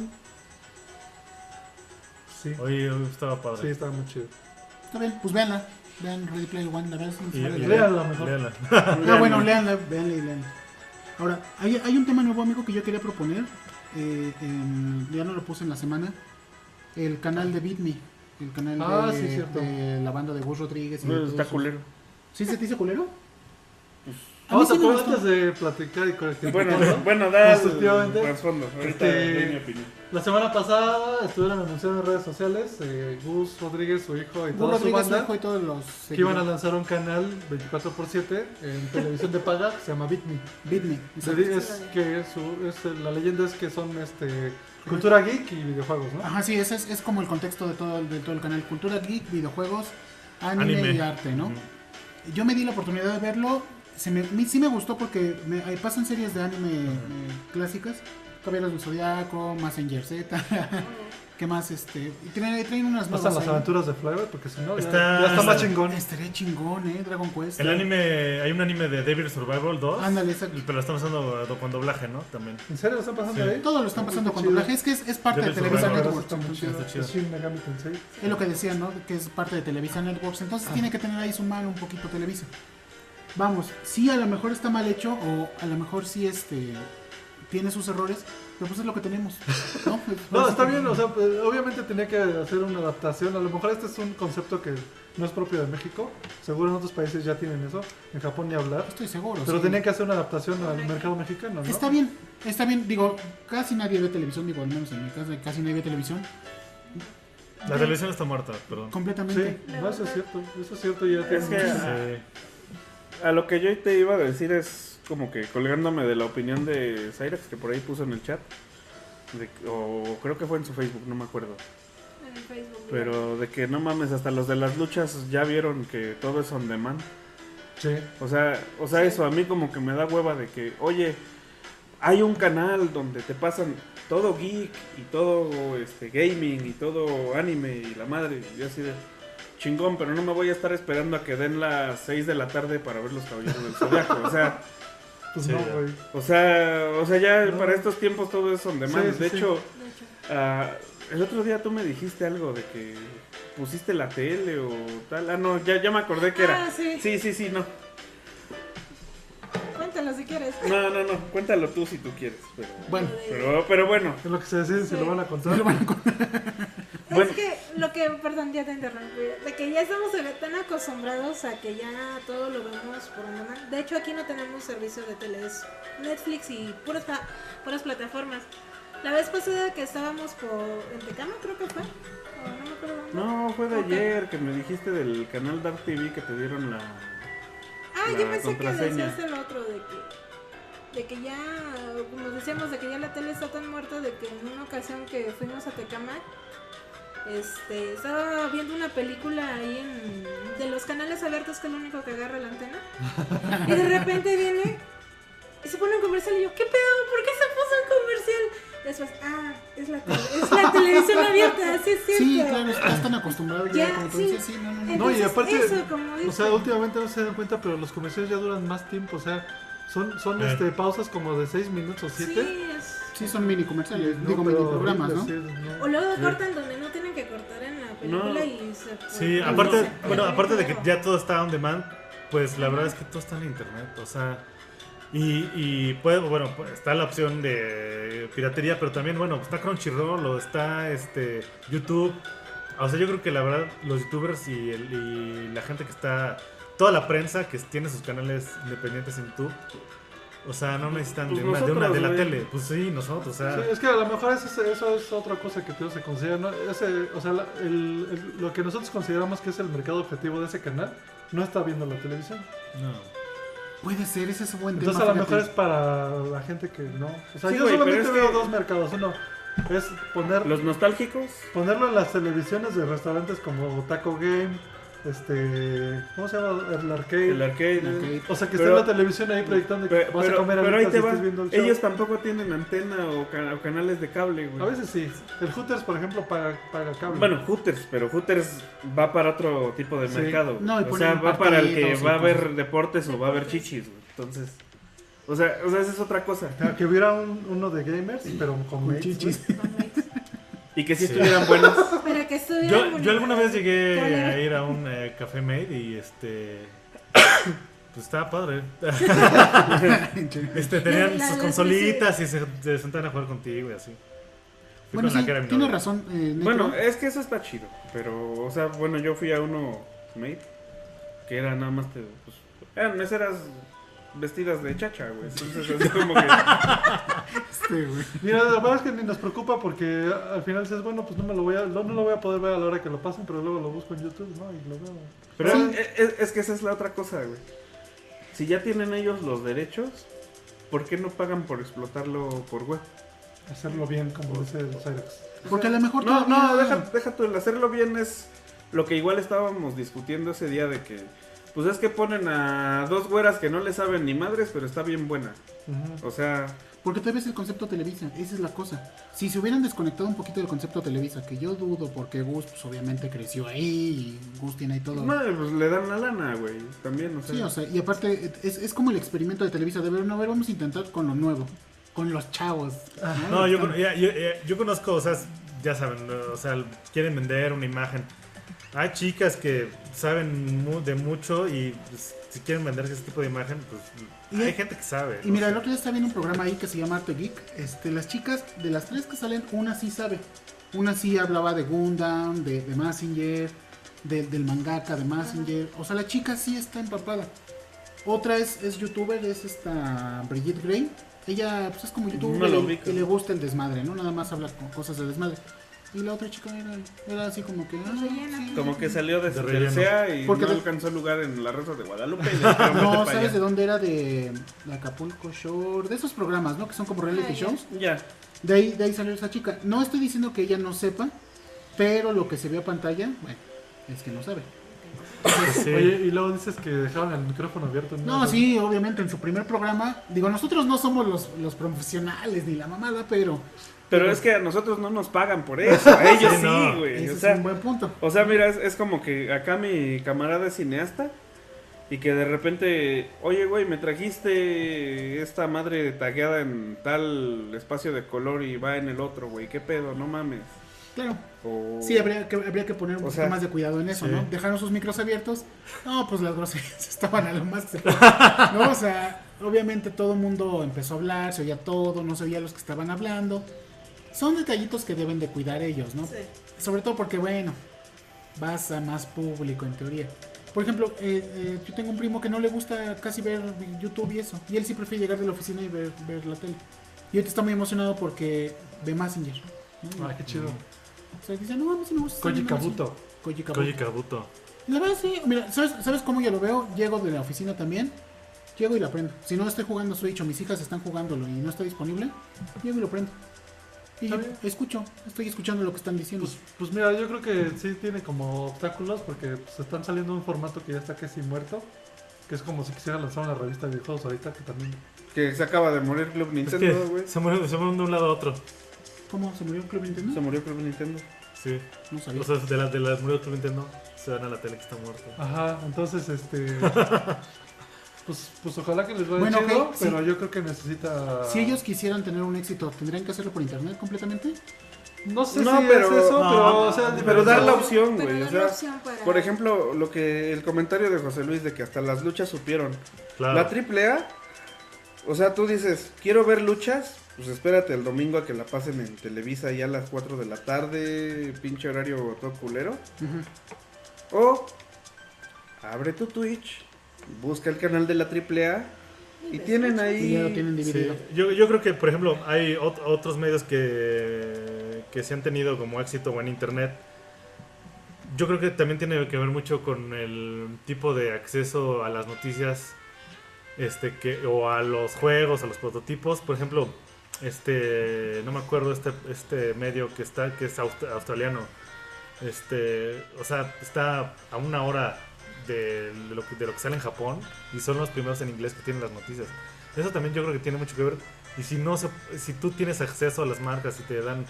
Speaker 1: Sí,
Speaker 5: Oye, estaba
Speaker 1: sí,
Speaker 5: padre.
Speaker 1: estaba muy chido.
Speaker 2: Está bien, pues véanla. Vean Ready Player One, la verdad es que no se
Speaker 5: Y-
Speaker 2: vale
Speaker 5: y
Speaker 2: la
Speaker 1: Léanla
Speaker 5: léanla,
Speaker 1: mejor.
Speaker 5: léanla.
Speaker 2: pena. Ah, bueno, léanla, véanla y léanla. Ahora, hay, hay un tema nuevo, amigo, que yo quería proponer. eh, en- ya no lo puse en la semana. El canal de Beat Me. El canal
Speaker 1: Ah,
Speaker 2: de,
Speaker 1: sí, cierto.
Speaker 2: de la banda de Gus Rodríguez. y de
Speaker 4: No,
Speaker 2: todos
Speaker 4: pues, está
Speaker 2: esos.
Speaker 4: culero.
Speaker 2: ¿Sí se te hizo culero? A mí
Speaker 1: Vamos
Speaker 2: sí
Speaker 1: a
Speaker 2: me
Speaker 1: poner
Speaker 2: gustó.
Speaker 1: antes de platicar y corregir.
Speaker 4: Bueno, bueno, da el
Speaker 1: Efectivamente.
Speaker 4: trasfondo. Ahorita
Speaker 1: Este-
Speaker 4: doy mi opinión.
Speaker 1: La semana pasada estuvieron anunciando en redes sociales eh, Gus Rodríguez, su hijo y
Speaker 2: Gus
Speaker 1: toda su
Speaker 2: Rodríguez, su
Speaker 1: banda
Speaker 2: hijo y todos los.
Speaker 1: que iban a
Speaker 2: seguidores.
Speaker 1: lanzar un canal 24x7 en televisión de paga que se llama Beat Me.
Speaker 2: Beat Me.
Speaker 1: Se
Speaker 2: exacto.
Speaker 1: di- Es que su- es, eh, la leyenda es que son este cultura geek y videojuegos, ¿no?
Speaker 2: Ajá, sí, ese es, es como el contexto de todo, el- de todo el canal. Cultura geek, videojuegos, anime,
Speaker 5: Anime.
Speaker 2: y arte, ¿no?
Speaker 5: Ujú.
Speaker 2: Yo me di la oportunidad de verlo. Se me, mi- sí me gustó porque me, ahí pasan series de anime eh, clásicas. Caballeros del Zodiaco, Messenger Z, ¿Qué más? Este, y traen, traen unas
Speaker 1: Pasan
Speaker 2: nuevas
Speaker 1: las
Speaker 2: ahí.
Speaker 1: aventuras de Flavor porque si no, ya-
Speaker 5: Está-
Speaker 1: ya, está más chingón.
Speaker 2: Estaría chingón, ¿eh? Dragon Quest.
Speaker 5: El anime, hay un anime de Devil Survival 2.
Speaker 2: Ándale, exacto.
Speaker 5: Pero lo están usando eh, con doblaje, ¿no? También.
Speaker 1: ¿En serio lo están pasando
Speaker 5: Sí.
Speaker 1: ahí?
Speaker 2: Todo lo están pasando con
Speaker 1: Chido.
Speaker 2: doblaje. Es que es, es parte de
Speaker 5: Devil
Speaker 2: Televisa
Speaker 5: Survivor.
Speaker 2: Network.
Speaker 1: Está muy
Speaker 2: entonces,
Speaker 1: chido.
Speaker 5: Está chido.
Speaker 1: Es Shin Megami Tensei.
Speaker 2: Es lo que decía, ¿no? Que es parte de Televisa Networks. Entonces tiene que tener ahí su mal un poquito Televisa. Vamos, sí a lo mejor está mal hecho o a lo mejor sí este tiene sus errores, pero pues es lo que tenemos. No, Pues,
Speaker 1: No,
Speaker 2: ahora sí
Speaker 1: está
Speaker 2: que-
Speaker 1: bien, o sea, pues, obviamente tenía que hacer una adaptación. A lo mejor este es un concepto que no es propio de México. Seguro en otros países ya tienen eso. En Japón ni hablar.
Speaker 2: Estoy seguro.
Speaker 1: Pero
Speaker 2: Pues, sí.
Speaker 1: tenían que hacer una adaptación al mercado mexicano, ¿no?
Speaker 2: Está bien, está bien. Digo, casi nadie ve televisión, digo, al menos en mi casa casi nadie ve televisión.
Speaker 5: La televisión está muerta, perdón.
Speaker 1: Sí,
Speaker 2: Completamente.
Speaker 1: no, eso es cierto. Eso es cierto, ya
Speaker 4: Es
Speaker 1: tienen
Speaker 4: que
Speaker 1: muchos-
Speaker 4: a, a lo que yo te iba a decir es como que colgándome de la opinión de Cyrax que por ahí puso en el chat. de- o creo que fue en su Facebook, no me acuerdo.
Speaker 3: En el Facebook. mira.
Speaker 4: Pero de que no mames, hasta los de las luchas ya vieron que todo es on demand.
Speaker 1: Sí.
Speaker 4: O sea, o sea, eso a mí como que me da hueva de que, oye, hay un canal donde te pasan todo geek y todo este gaming y todo anime y la madre, y yo así de chingón, pero no me voy a estar esperando a que den las 6 de la tarde para ver los caballeros del zodiaco, o sea,
Speaker 1: Pues
Speaker 5: Sí,
Speaker 1: no,
Speaker 5: ya.
Speaker 1: güey.
Speaker 4: o sea, o sea, ya
Speaker 1: No.
Speaker 4: para estos tiempos todo es on demand.
Speaker 1: Sí, sí,
Speaker 4: de
Speaker 1: sí.
Speaker 4: hecho,
Speaker 3: De hecho.
Speaker 4: ah, el otro día tú me dijiste algo de que pusiste la tele o tal. Ah, no, ya, ya me acordé que era.
Speaker 3: Ah, sí.
Speaker 4: Sí, sí, sí, no.
Speaker 3: Cuéntalo si quieres.
Speaker 4: No, no, no, cuéntalo tú si tú quieres, pero...
Speaker 2: Bueno,
Speaker 3: Lo de-
Speaker 4: Pero, pero bueno,
Speaker 1: Es lo que se decide si
Speaker 3: Sí.
Speaker 1: lo van a contar.
Speaker 4: Bueno.
Speaker 3: Es que lo que, perdón, ya te interrumpí, de que ya estamos tan acostumbrados a que ya todo lo vemos por mamá. De hecho, aquí no tenemos servicio de tele, es Netflix y puras, pa- puras plataformas. La vez pasada que estábamos por en Tecama, creo que fue, o no me acuerdo dónde.
Speaker 4: no, fue de
Speaker 3: Ok.
Speaker 4: ayer que me dijiste del canal Dark TV que te dieron la...
Speaker 3: Ah,
Speaker 4: la
Speaker 3: yo pensé que
Speaker 4: contraseña.
Speaker 3: decías el otro de que de que ya como decíamos de que ya la tele está tan muerta de que en una ocasión que fuimos a Tecama este estaba viendo una película ahí en, de los canales abiertos que es lo único que agarra la antena y de repente viene y se pone un comercial y yo qué pedo por qué se puso un comercial después ah es la tele- es la televisión abierta sí es cierto
Speaker 2: Sí, claro, ya están acostumbrados. Ya,
Speaker 3: Ya,
Speaker 2: como tú
Speaker 3: sí. Eh.
Speaker 2: dices, sí, no, no, no.
Speaker 1: No, y
Speaker 3: Entonces,
Speaker 1: aparte,
Speaker 3: eso, como
Speaker 1: O sea,
Speaker 3: dicen.
Speaker 1: últimamente no se dan cuenta, pero los comerciales ya duran más tiempo. O sea, son, son
Speaker 5: Eh.
Speaker 1: este, pausas como de 6 minutos o 7.
Speaker 3: sí es
Speaker 2: Sí, son mini comerciales,
Speaker 1: No,
Speaker 2: digo, mini
Speaker 1: pero
Speaker 2: programas, ¿no?
Speaker 1: horrible, sí, no.
Speaker 3: O luego cortan donde no tienen que cortar en la película
Speaker 4: No.
Speaker 3: y se.
Speaker 5: Sí,
Speaker 3: pues,
Speaker 5: aparte,
Speaker 3: se-
Speaker 5: bueno,
Speaker 3: se-
Speaker 5: aparte de que
Speaker 3: luego.
Speaker 5: ya todo está on demand, pues la verdad es que todo está en internet, o sea, y, y puede, bueno, pues, está la opción de piratería, pero también, bueno, está Crunchyroll o está este YouTube, o sea, yo creo que la verdad los youtubers y, el- y la gente que está, toda la prensa que tiene sus canales independientes en YouTube, o sea, no necesitan
Speaker 4: Pues
Speaker 5: de, una, de una- de la
Speaker 4: nosotros,
Speaker 5: tele, pues sí, nosotros, o sea,
Speaker 1: Sí, es que a lo mejor eso es, eso es otra cosa que tío, se considera. ¿no? Ese, o sea, la- el- el- lo que nosotros consideramos que es el mercado objetivo de ese canal no está viendo la televisión.
Speaker 5: no.
Speaker 2: Puede ser, ese es un buen
Speaker 1: Entonces,
Speaker 2: tema.
Speaker 1: a lo
Speaker 2: fíjate.
Speaker 1: mejor es para la gente que no. O sea,
Speaker 4: Sí,
Speaker 1: yo
Speaker 4: güey,
Speaker 1: solamente
Speaker 4: pero es
Speaker 1: veo
Speaker 4: que-
Speaker 1: dos mercados. Uno es poner,
Speaker 4: Los nostálgicos.
Speaker 1: ponerlo en las televisiones de restaurantes como Taco Game, este. ¿Cómo se llama? El arcade.
Speaker 4: El arcade.
Speaker 2: Ok.
Speaker 1: O sea, que
Speaker 4: Pero-
Speaker 1: está en la televisión ahí proyectando
Speaker 4: Pe-
Speaker 1: que
Speaker 4: Pero,
Speaker 1: vas a comer
Speaker 4: pero ahí
Speaker 1: ahorita
Speaker 4: te
Speaker 1: si
Speaker 4: va.
Speaker 1: estás viendo el show.
Speaker 4: Ellos tampoco tienen antena o, ca- o canales de cable, güey.
Speaker 1: A veces sí. El Hooters, por ejemplo, paga, paga cable.
Speaker 4: Bueno, Hooters, pero Hooters va para otro tipo de
Speaker 1: Sí.
Speaker 4: mercado. güey.
Speaker 2: No, y
Speaker 4: o
Speaker 2: ponen
Speaker 4: sea, va para el que
Speaker 2: partidos y
Speaker 4: va a ver
Speaker 2: cosas.
Speaker 4: deportes o va a ver chichis, güey. Entonces, o sea, o sea, esa es otra cosa.
Speaker 1: Ah, Que hubiera un- uno de gamers, pero con
Speaker 2: Con
Speaker 1: mates,
Speaker 2: chichis.
Speaker 1: güey.
Speaker 4: Y que si
Speaker 5: Sí.
Speaker 4: estuvieran buenos.
Speaker 3: Para que estuvieran
Speaker 5: Yo,
Speaker 3: bonitos.
Speaker 5: yo alguna vez llegué
Speaker 3: Yo
Speaker 5: a
Speaker 3: le-
Speaker 5: ir a un eh, café made y este. Pues estaba padre. Este,
Speaker 3: La-
Speaker 5: tenían
Speaker 3: la-
Speaker 5: sus
Speaker 3: la-
Speaker 5: consolitas y se, se sentaban a jugar contigo y así. Fui
Speaker 2: Bueno,
Speaker 5: con la
Speaker 2: sí,
Speaker 5: que era mi
Speaker 2: tienes
Speaker 5: novia.
Speaker 2: razón, eh, Neto.
Speaker 4: Bueno, es que eso está chido, pero, o sea, bueno, yo fui a uno mate, que era nada más, te, pues, eran meseras vestidas de chacha, güey, entonces así como que,
Speaker 2: Este, güey.
Speaker 1: Mira, la verdad es que ni nos preocupa porque al final dices, bueno, pues no me lo voy a, no, no lo voy a poder ver a la hora que lo pasen, pero luego lo busco en YouTube, ¿no? Y lo veo.
Speaker 4: pero
Speaker 2: Sí.
Speaker 4: es, es- es que esa es la otra cosa, güey, si ya tienen ellos los derechos, ¿por qué no pagan por explotarlo por web?
Speaker 1: Hacerlo bien, como dice Cyrax.
Speaker 2: Porque a lo mejor
Speaker 4: No,
Speaker 2: todavía-
Speaker 4: no, deja, deja tú, el hacerlo bien es lo que igual estábamos discutiendo ese día de que, pues es que ponen a dos güeras que no le saben ni madres, pero está bien buena,
Speaker 1: Ujú.
Speaker 4: o sea...
Speaker 2: Porque todavía es el concepto Televisa, esa es la cosa. Si se hubieran desconectado un poquito del concepto Televisa, que yo dudo porque Gus pues, obviamente creció ahí y Gus tiene ahí todo.
Speaker 4: Madre, pues le dan la lana, güey. También, o sea.
Speaker 2: Sí, o sea, y aparte es, es como el experimento de Televisa, de ver, no, a ver, vamos a intentar con lo nuevo, con los chavos.
Speaker 5: No, yo, con- ya- yo- ya- yo conozco, o sea, ya saben, o sea, quieren vender una imagen. Hay chicas que saben mu- de mucho y pues, si quieren vender ese tipo de imagen, pues
Speaker 2: Y
Speaker 5: hay
Speaker 2: hay-
Speaker 5: gente que sabe.
Speaker 2: Y
Speaker 5: ¿no?
Speaker 2: mira, el otro día estaba viendo un programa ahí que se llama Arte Geek. Este, las chicas, de las tres que salen, una sí sabe. Una sí hablaba de Gundam, de, de Massinger, de- del mangaka de Massinger. O sea, la chica sí está empapada. Otra es, es youtuber, es esta Brigitte Gray. Ella pues, es como youtuber
Speaker 4: No la
Speaker 2: y-
Speaker 4: ubico.
Speaker 2: y le gusta el desmadre, ¿no? Nada más habla con cosas de desmadre. Y la otra chica era, era así como
Speaker 3: Pues
Speaker 2: que... ah,
Speaker 3: rellena,
Speaker 2: sí.
Speaker 4: Como que salió de,
Speaker 5: De
Speaker 4: su
Speaker 5: relleno.
Speaker 4: tercera y
Speaker 2: Porque
Speaker 4: no
Speaker 2: te-
Speaker 4: alcanzó lugar en la Rosa de Guadalupe. y le dijeron, "Vete
Speaker 2: No,
Speaker 4: pa'
Speaker 2: ¿sabes de
Speaker 4: allá".
Speaker 2: dónde era? De, de Acapulco Shore, de esos programas, ¿no? Que son como reality
Speaker 3: Ah, ya.
Speaker 2: shows.
Speaker 4: Ya.
Speaker 2: De ahí, de ahí salió esa chica. No estoy diciendo que ella no sepa, pero lo que se vio a pantalla, bueno, es que no sabe.
Speaker 5: Sí.
Speaker 1: Oye, y luego dices que dejaron el micrófono abierto.
Speaker 2: No, sí, obviamente en su primer programa, digo, nosotros no somos los, los profesionales ni la mamada, pero
Speaker 4: Pero es que a nosotros no nos pagan por eso. A ellos
Speaker 5: Sí, no.
Speaker 4: sí, güey.
Speaker 2: ese
Speaker 4: O
Speaker 2: es
Speaker 4: sea,
Speaker 2: un buen punto.
Speaker 4: O sea, mira, es, es como que acá mi camarada es cineasta y que de repente, oye, güey, me trajiste esta madre tagueada en tal espacio de color y va en el otro, güey, qué pedo, no mames.
Speaker 2: Claro,
Speaker 4: O-
Speaker 2: sí, habría que, habría que poner un
Speaker 4: O
Speaker 2: poquito
Speaker 4: sea,
Speaker 2: más de cuidado en eso,
Speaker 5: sí.
Speaker 2: ¿no? Dejaron sus micros abiertos. No, pues las groserías estaban a lo más que se podía, No, o sea, obviamente todo el mundo empezó a hablar, se oía todo, no se oía los que estaban hablando. Son detallitos que deben de cuidar ellos, ¿no?
Speaker 3: Sí.
Speaker 2: Sobre todo porque, bueno, vas a más público en teoría. Por ejemplo, eh, eh, yo tengo un primo que no le gusta casi ver YouTube y eso. Y él sí prefiere llegar de la oficina y ver, ver la tele. Y ahorita está muy emocionado porque ve Messenger. ¿no?
Speaker 1: Ah, qué chido.
Speaker 2: O sea, dice, no, a mí sí me gusta.
Speaker 1: Koji
Speaker 2: no, no, sí".
Speaker 1: Kabuto.
Speaker 2: Koji Kabuto.
Speaker 5: Koji Kabuto.
Speaker 2: La verdad sí, mira, ¿sabes, ¿sabes cómo yo lo veo? Llego de la oficina también. Llego y lo prendo. Si no estoy jugando Switch o mis hijas están jugándolo y no está disponible, llego y lo prendo. Y
Speaker 1: Está bien.
Speaker 2: escucho, estoy escuchando lo que están diciendo.
Speaker 1: Pues, pues mira, yo creo que sí tiene como obstáculos porque pues, están saliendo un formato que ya está casi muerto. Que es como si quisiera lanzar una revista de videojuegos ahorita que también.
Speaker 4: Que se acaba de morir Club
Speaker 5: Es
Speaker 4: Nintendo, güey.
Speaker 5: que se mueren, se mueren de un lado a otro.
Speaker 2: ¿Cómo se murió el Club Nintendo?
Speaker 4: Se murió Club Nintendo.
Speaker 5: Sí.
Speaker 2: No sabía.
Speaker 5: O sea, de las de las murió otro Nintendo, se van a la tele que está muerto.
Speaker 1: Ajá, entonces este. pues, pues ojalá que les vaya
Speaker 2: Bueno,
Speaker 1: chido,
Speaker 2: ok, sí.
Speaker 1: pero yo creo que necesita.
Speaker 2: si ellos quisieran tener un éxito, ¿tendrían que hacerlo por internet completamente?
Speaker 1: No sé
Speaker 4: No,
Speaker 1: si
Speaker 4: pero-
Speaker 1: es eso,
Speaker 5: no,
Speaker 1: pero. O sea,
Speaker 4: Pero dar la
Speaker 1: diferenciar-
Speaker 4: opción,
Speaker 3: Pero
Speaker 4: güey. O
Speaker 3: dar la
Speaker 4: sea,
Speaker 3: opción para-
Speaker 4: por ejemplo, lo que el comentario de José Luis de que hasta las luchas supieron.
Speaker 5: Claro.
Speaker 4: La triple A, o sea, tú dices, quiero ver luchas, pues espérate el domingo a que la pasen en Televisa ya a las 4 de la tarde, pinche horario todo culero. O abre tu Twitch, busca el canal de la triple A y
Speaker 3: ves
Speaker 4: tienen
Speaker 3: Twitch.
Speaker 2: Y ya lo tienen
Speaker 4: ahí...
Speaker 2: dividido.
Speaker 5: Sí, Yo, yo creo que, por ejemplo, hay ot- otros medios que, que se han tenido como éxito o en internet. Yo creo que también tiene que ver mucho con el tipo de acceso a las noticias este que o a los juegos, a los prototipos. Por ejemplo, este no me acuerdo este este medio que está que es aust- australiano. Este, o sea, está a una hora de lo, que, de lo que sale en Japón y son los primeros en inglés que tienen las noticias. Eso también yo creo que tiene mucho que ver. Y si no se- si tú tienes acceso a las marcas y te dan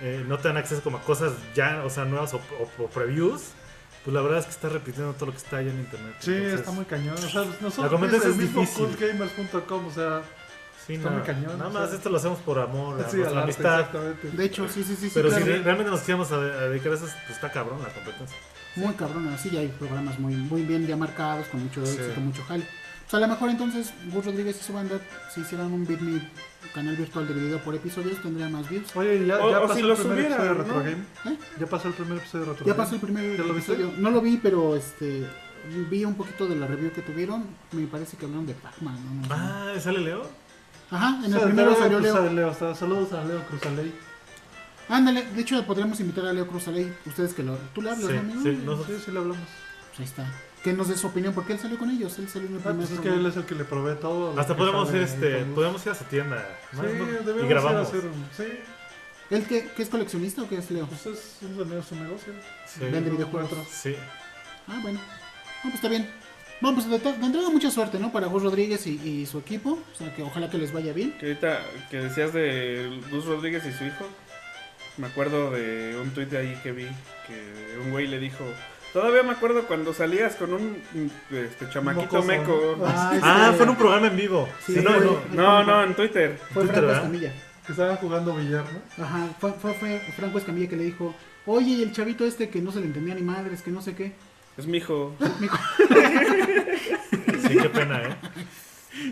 Speaker 5: eh, no te dan acceso como a cosas ya, o sea, nuevas o, o- o previews, pues la verdad es que estás repitiendo todo lo que está allá en internet.
Speaker 1: Sí,
Speaker 5: Entonces,
Speaker 1: está muy cañón. O sea,
Speaker 5: La
Speaker 1: nosotros
Speaker 5: competencia
Speaker 1: el
Speaker 5: es
Speaker 1: mismo
Speaker 5: difícil.
Speaker 1: coolgamers.com, o sea,
Speaker 5: sí,
Speaker 1: está
Speaker 5: no,
Speaker 1: muy cañón,
Speaker 5: Nada
Speaker 1: o
Speaker 5: más
Speaker 1: sea.
Speaker 5: esto lo hacemos por amor, a
Speaker 1: sí,
Speaker 5: nuestra
Speaker 1: al arte,
Speaker 5: amistad.
Speaker 1: exactamente.
Speaker 2: De hecho, sí, sí, sí. sí,
Speaker 5: Pero si
Speaker 2: claro.
Speaker 5: re- realmente nos quisiéramos a de- a dedicar a eso, pues está cabrón la competencia.
Speaker 2: Muy cabrón, así ya hay programas muy, muy bien ya marcados, con mucho
Speaker 5: Sí.
Speaker 2: éxito, mucho jale. O sea, a lo mejor entonces Gus Rodríguez y su banda, si hicieran un Bitme canal virtual dividido por episodios, tendría más views.
Speaker 1: Oye, ya,
Speaker 4: O-
Speaker 1: ya
Speaker 4: o
Speaker 1: pasó
Speaker 4: si
Speaker 1: el
Speaker 4: lo
Speaker 1: primer
Speaker 4: subieran,
Speaker 1: episodio de
Speaker 4: ¿no?
Speaker 1: Retro Game.
Speaker 2: ¿Eh?
Speaker 1: Ya pasó el primer episodio de Retro
Speaker 2: Ya
Speaker 1: Game.
Speaker 2: pasó el primer
Speaker 1: ¿Ya lo viste?
Speaker 2: episodio. No lo vi, pero este vi un poquito de la review que tuvieron. Me parece que hablaron de Pac-Man. ¿no? No sé.
Speaker 5: Ah, ¿sale Leo?
Speaker 2: Ajá, en
Speaker 1: O
Speaker 2: el
Speaker 1: sea,
Speaker 2: primero
Speaker 1: Leo
Speaker 2: salió
Speaker 1: Cruz
Speaker 2: Leo.
Speaker 1: a Leo, o sea, saludos a Leo Cruzaley.
Speaker 2: Ándale, de hecho podríamos invitar a Leo Cruzaley. Ustedes que lo. Tú le hablas,
Speaker 5: Sí,
Speaker 2: ¿no, amigo?
Speaker 5: sí, no-
Speaker 1: Sí, sí le hablamos.
Speaker 2: Pues ahí está. Que nos dé su opinión, porque él salió con ellos. Él salió en el
Speaker 1: Ah,
Speaker 2: primer
Speaker 1: pues es que
Speaker 2: programa.
Speaker 1: él es el que le provee todo. lo
Speaker 5: Hasta
Speaker 1: que
Speaker 5: podemos
Speaker 1: sabe
Speaker 5: ir,
Speaker 1: ahí,
Speaker 5: este,
Speaker 1: todo.
Speaker 5: podemos ir a su tienda. ¿no?
Speaker 1: Sí,
Speaker 5: y
Speaker 1: debemos ir a
Speaker 5: grabamos.
Speaker 1: hacer un... Sí,
Speaker 2: ¿Él qué, qué es coleccionista o qué es Leo?
Speaker 1: pues es un de su negocio.
Speaker 5: Sí.
Speaker 2: Vende videojuegos.
Speaker 5: Sí.
Speaker 2: Ah, bueno. No, pues está bien. Bueno, pues de, to- de entrada mucha suerte, ¿no? Para Gus Rodríguez y, y su equipo. O sea, que ojalá que les vaya bien.
Speaker 4: Que ahorita que decías de Luz Rodríguez y su hijo, me acuerdo de un tuit de ahí que vi que un güey le dijo, todavía me acuerdo cuando salías con un mm, este chamaquito
Speaker 1: Mocoso,
Speaker 4: meco.
Speaker 1: ¿no?
Speaker 4: No,
Speaker 2: este,
Speaker 5: Ah, fue en un programa en vivo.
Speaker 2: Sí,
Speaker 5: Sí, no,
Speaker 2: fue-
Speaker 5: no.
Speaker 4: no, no, en Twitter.
Speaker 2: Fue
Speaker 5: Twitter,
Speaker 2: Franco
Speaker 5: ¿verdad?
Speaker 2: Escamilla.
Speaker 1: Que estaban jugando billar, ¿no?
Speaker 2: Ajá, fue, fue, fue Franco Escamilla que le dijo, oye, y el chavito este que no se le entendía ni madres, que no sé qué.
Speaker 4: Es mi hijo.
Speaker 5: Sí, qué pena, ¿eh?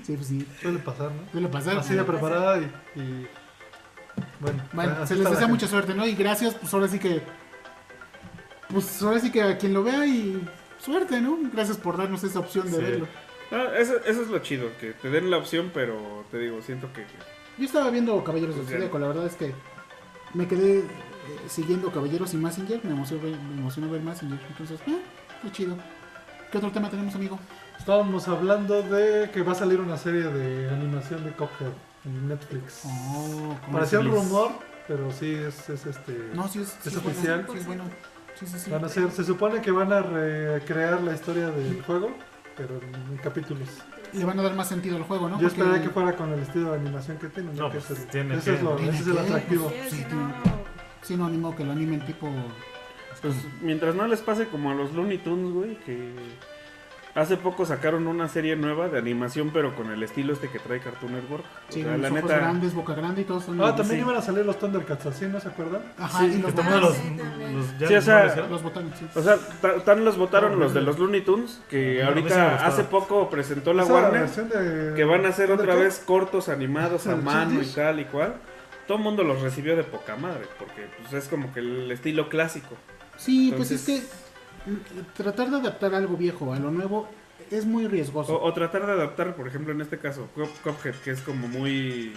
Speaker 2: Sí, pues sí,
Speaker 1: Suele pasar, ¿no?
Speaker 2: suele pasar.
Speaker 1: Así de preparada y. y- Bueno,
Speaker 2: Bueno,
Speaker 1: así
Speaker 2: se les
Speaker 1: está la
Speaker 2: desea
Speaker 1: gente.
Speaker 2: mucha suerte, ¿no? Y gracias, pues ahora sí que. Pues ahora sí que a quien lo vea y suerte, ¿no? Gracias por darnos esa opción de
Speaker 5: Sí.
Speaker 2: verlo.
Speaker 4: No, Ah, eso, eso es lo chido, que te den la opción, pero te digo, siento que...
Speaker 2: Yo estaba viendo Caballeros del
Speaker 4: Pues bien.
Speaker 2: Zodíaco, la verdad es que me quedé eh, siguiendo Caballeros y Massinger, me emocionó, ver- me emocionó ver Massinger, entonces, eh, qué chido. ¿Qué otro tema tenemos, amigo?
Speaker 1: Estábamos hablando de que va a salir una serie de animación de Cuphead en Netflix.
Speaker 2: Oh, ¿cómo
Speaker 1: Parecía un
Speaker 2: se dice?
Speaker 1: rumor, pero sí es, es este.
Speaker 2: No, sí es, sí
Speaker 1: ¿Es
Speaker 2: bueno,
Speaker 1: oficial?
Speaker 2: sí es bueno. Sí, sí, sí.
Speaker 1: Van a ser, se supone que van a recrear la historia del juego, pero en, capítulos.
Speaker 2: Le van a dar más sentido al juego, ¿no?
Speaker 1: Yo
Speaker 2: Porque-
Speaker 1: esperaba que fuera con el estilo de animación que tiene.
Speaker 5: No,
Speaker 1: Que
Speaker 5: pues,
Speaker 1: es el-
Speaker 5: tiene
Speaker 1: ese
Speaker 5: que-
Speaker 1: es, lo-
Speaker 2: tiene
Speaker 1: ese es el
Speaker 2: que-
Speaker 1: atractivo.
Speaker 3: Sí,
Speaker 2: Sí,
Speaker 3: si
Speaker 2: tiene-
Speaker 3: no,
Speaker 2: Sí, no, ni modo que lo animen tipo...
Speaker 4: Pues mientras no les pase como a los Looney Tunes, güey, que hace poco sacaron una serie nueva de animación, pero con el estilo este que trae Cartoon Network. O
Speaker 2: Sí,
Speaker 4: sea,
Speaker 2: los
Speaker 4: la
Speaker 2: ojos
Speaker 4: neta,
Speaker 2: grandes, boca grande y todo son...
Speaker 1: Ah, también
Speaker 4: Sí.
Speaker 1: iban a salir los Thundercats, ¿sí? ¿No se acuerdan?
Speaker 2: Ajá, y los,
Speaker 5: que
Speaker 3: tomaron
Speaker 5: toman
Speaker 2: botones,
Speaker 5: los,
Speaker 3: sí, también.
Speaker 5: los- ya
Speaker 4: Sí, o
Speaker 5: los
Speaker 4: sea,
Speaker 5: nombres, ¿eh?
Speaker 2: los botones, sí.
Speaker 4: O sea, ta- tan los votaron
Speaker 1: No,
Speaker 4: los de
Speaker 1: no.
Speaker 4: los Looney Tunes que
Speaker 5: No, a mí sí me
Speaker 4: ahorita
Speaker 5: gustaba.
Speaker 4: hace poco presentó la
Speaker 1: Esa
Speaker 4: Warner
Speaker 1: versión de-
Speaker 4: que van a hacer otra
Speaker 1: Thundercats.
Speaker 4: vez cortos animados a
Speaker 1: Sí,
Speaker 4: mano y
Speaker 1: sí.
Speaker 4: tal y cual. Todo el mundo los recibió de poca madre porque pues, es como que el estilo clásico.
Speaker 2: Sí, pues es
Speaker 4: Entonces-
Speaker 2: que mm, tratar de adaptar algo viejo a lo nuevo es muy
Speaker 4: O,
Speaker 2: riesgoso.
Speaker 4: o tratar de adaptar, por ejemplo, en este caso, Cup- Cuphead, que es como muy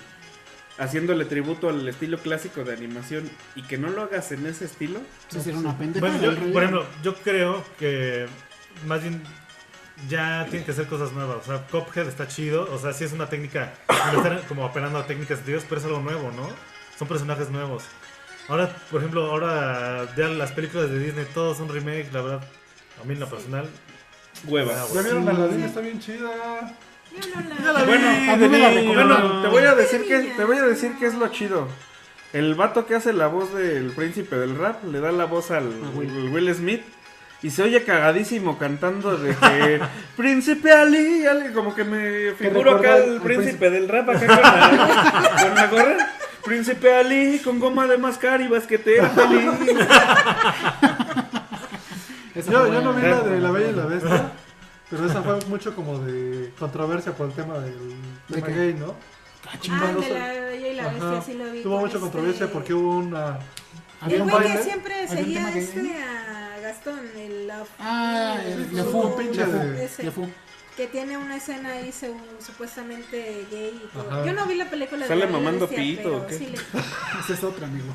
Speaker 4: haciéndole tributo al estilo clásico de animación y que no lo hagas en ese estilo.
Speaker 2: Sí, será una pendejada.
Speaker 5: Bueno, yo-
Speaker 2: en realidad.
Speaker 5: por ejemplo, yo creo que más bien ya tienen que hacer cosas nuevas. O sea, Cophead está chido. O sea, sí es una técnica. le Están como apelando a técnicas antiguas, pero es algo nuevo, ¿no? Son personajes nuevos. Ahora, por ejemplo, ahora ya las películas de Disney, todos son remakes, la verdad. A mí en lo personal. Ah,
Speaker 4: Hueva.
Speaker 1: ¿Ya vieron
Speaker 2: Sí.
Speaker 1: a Aladdin? Está bien chida.
Speaker 3: yo no la-
Speaker 4: Ah,
Speaker 2: a mí me la recomendaron.
Speaker 4: Bueno, te voy a decir que te voy a decir que es lo chido. El vato que hace la voz del príncipe del rap le da la voz al
Speaker 2: A Will.
Speaker 4: Will. Smith y se oye cagadísimo cantando de que Príncipe Ali, Ali", como que me figuro
Speaker 2: recuerda
Speaker 4: acá
Speaker 2: al-
Speaker 4: al
Speaker 2: al
Speaker 4: príncipe del rap acá con la, con la gorra. Príncipe Ali con goma de mascar y basquetera feliz.
Speaker 2: Esa
Speaker 1: Yo,
Speaker 2: fue
Speaker 1: yo no vi
Speaker 2: buena.
Speaker 1: la de La Bella y la Bestia, pero esa fue mucho como de controversia por el tema del
Speaker 2: ¿De
Speaker 1: tema
Speaker 2: qué?
Speaker 1: gay, ¿no?
Speaker 3: Ah,
Speaker 1: Bueno,
Speaker 3: de la bella y la bestia
Speaker 1: Ajá.
Speaker 3: sí lo vi.
Speaker 1: Tuvo
Speaker 3: con
Speaker 1: mucha controversia
Speaker 3: este-
Speaker 1: porque hubo una...
Speaker 2: Había
Speaker 3: el
Speaker 2: un
Speaker 3: güey
Speaker 1: baile,
Speaker 3: que siempre
Speaker 2: había un tema
Speaker 3: seguía
Speaker 2: gay.
Speaker 3: este a Gastón, el la-
Speaker 2: Ah, el-
Speaker 1: Le Fu, un pinche de-
Speaker 3: ese,
Speaker 2: Le Fu.
Speaker 3: que tiene una escena ahí según- supuestamente gay y todo.
Speaker 1: Ajá.
Speaker 3: Yo no vi la película
Speaker 4: ¿Sale
Speaker 3: de la
Speaker 4: mamando
Speaker 3: bestia,
Speaker 4: pito
Speaker 3: pero
Speaker 4: o qué?
Speaker 3: sí le-
Speaker 2: Esa es otra, amigo.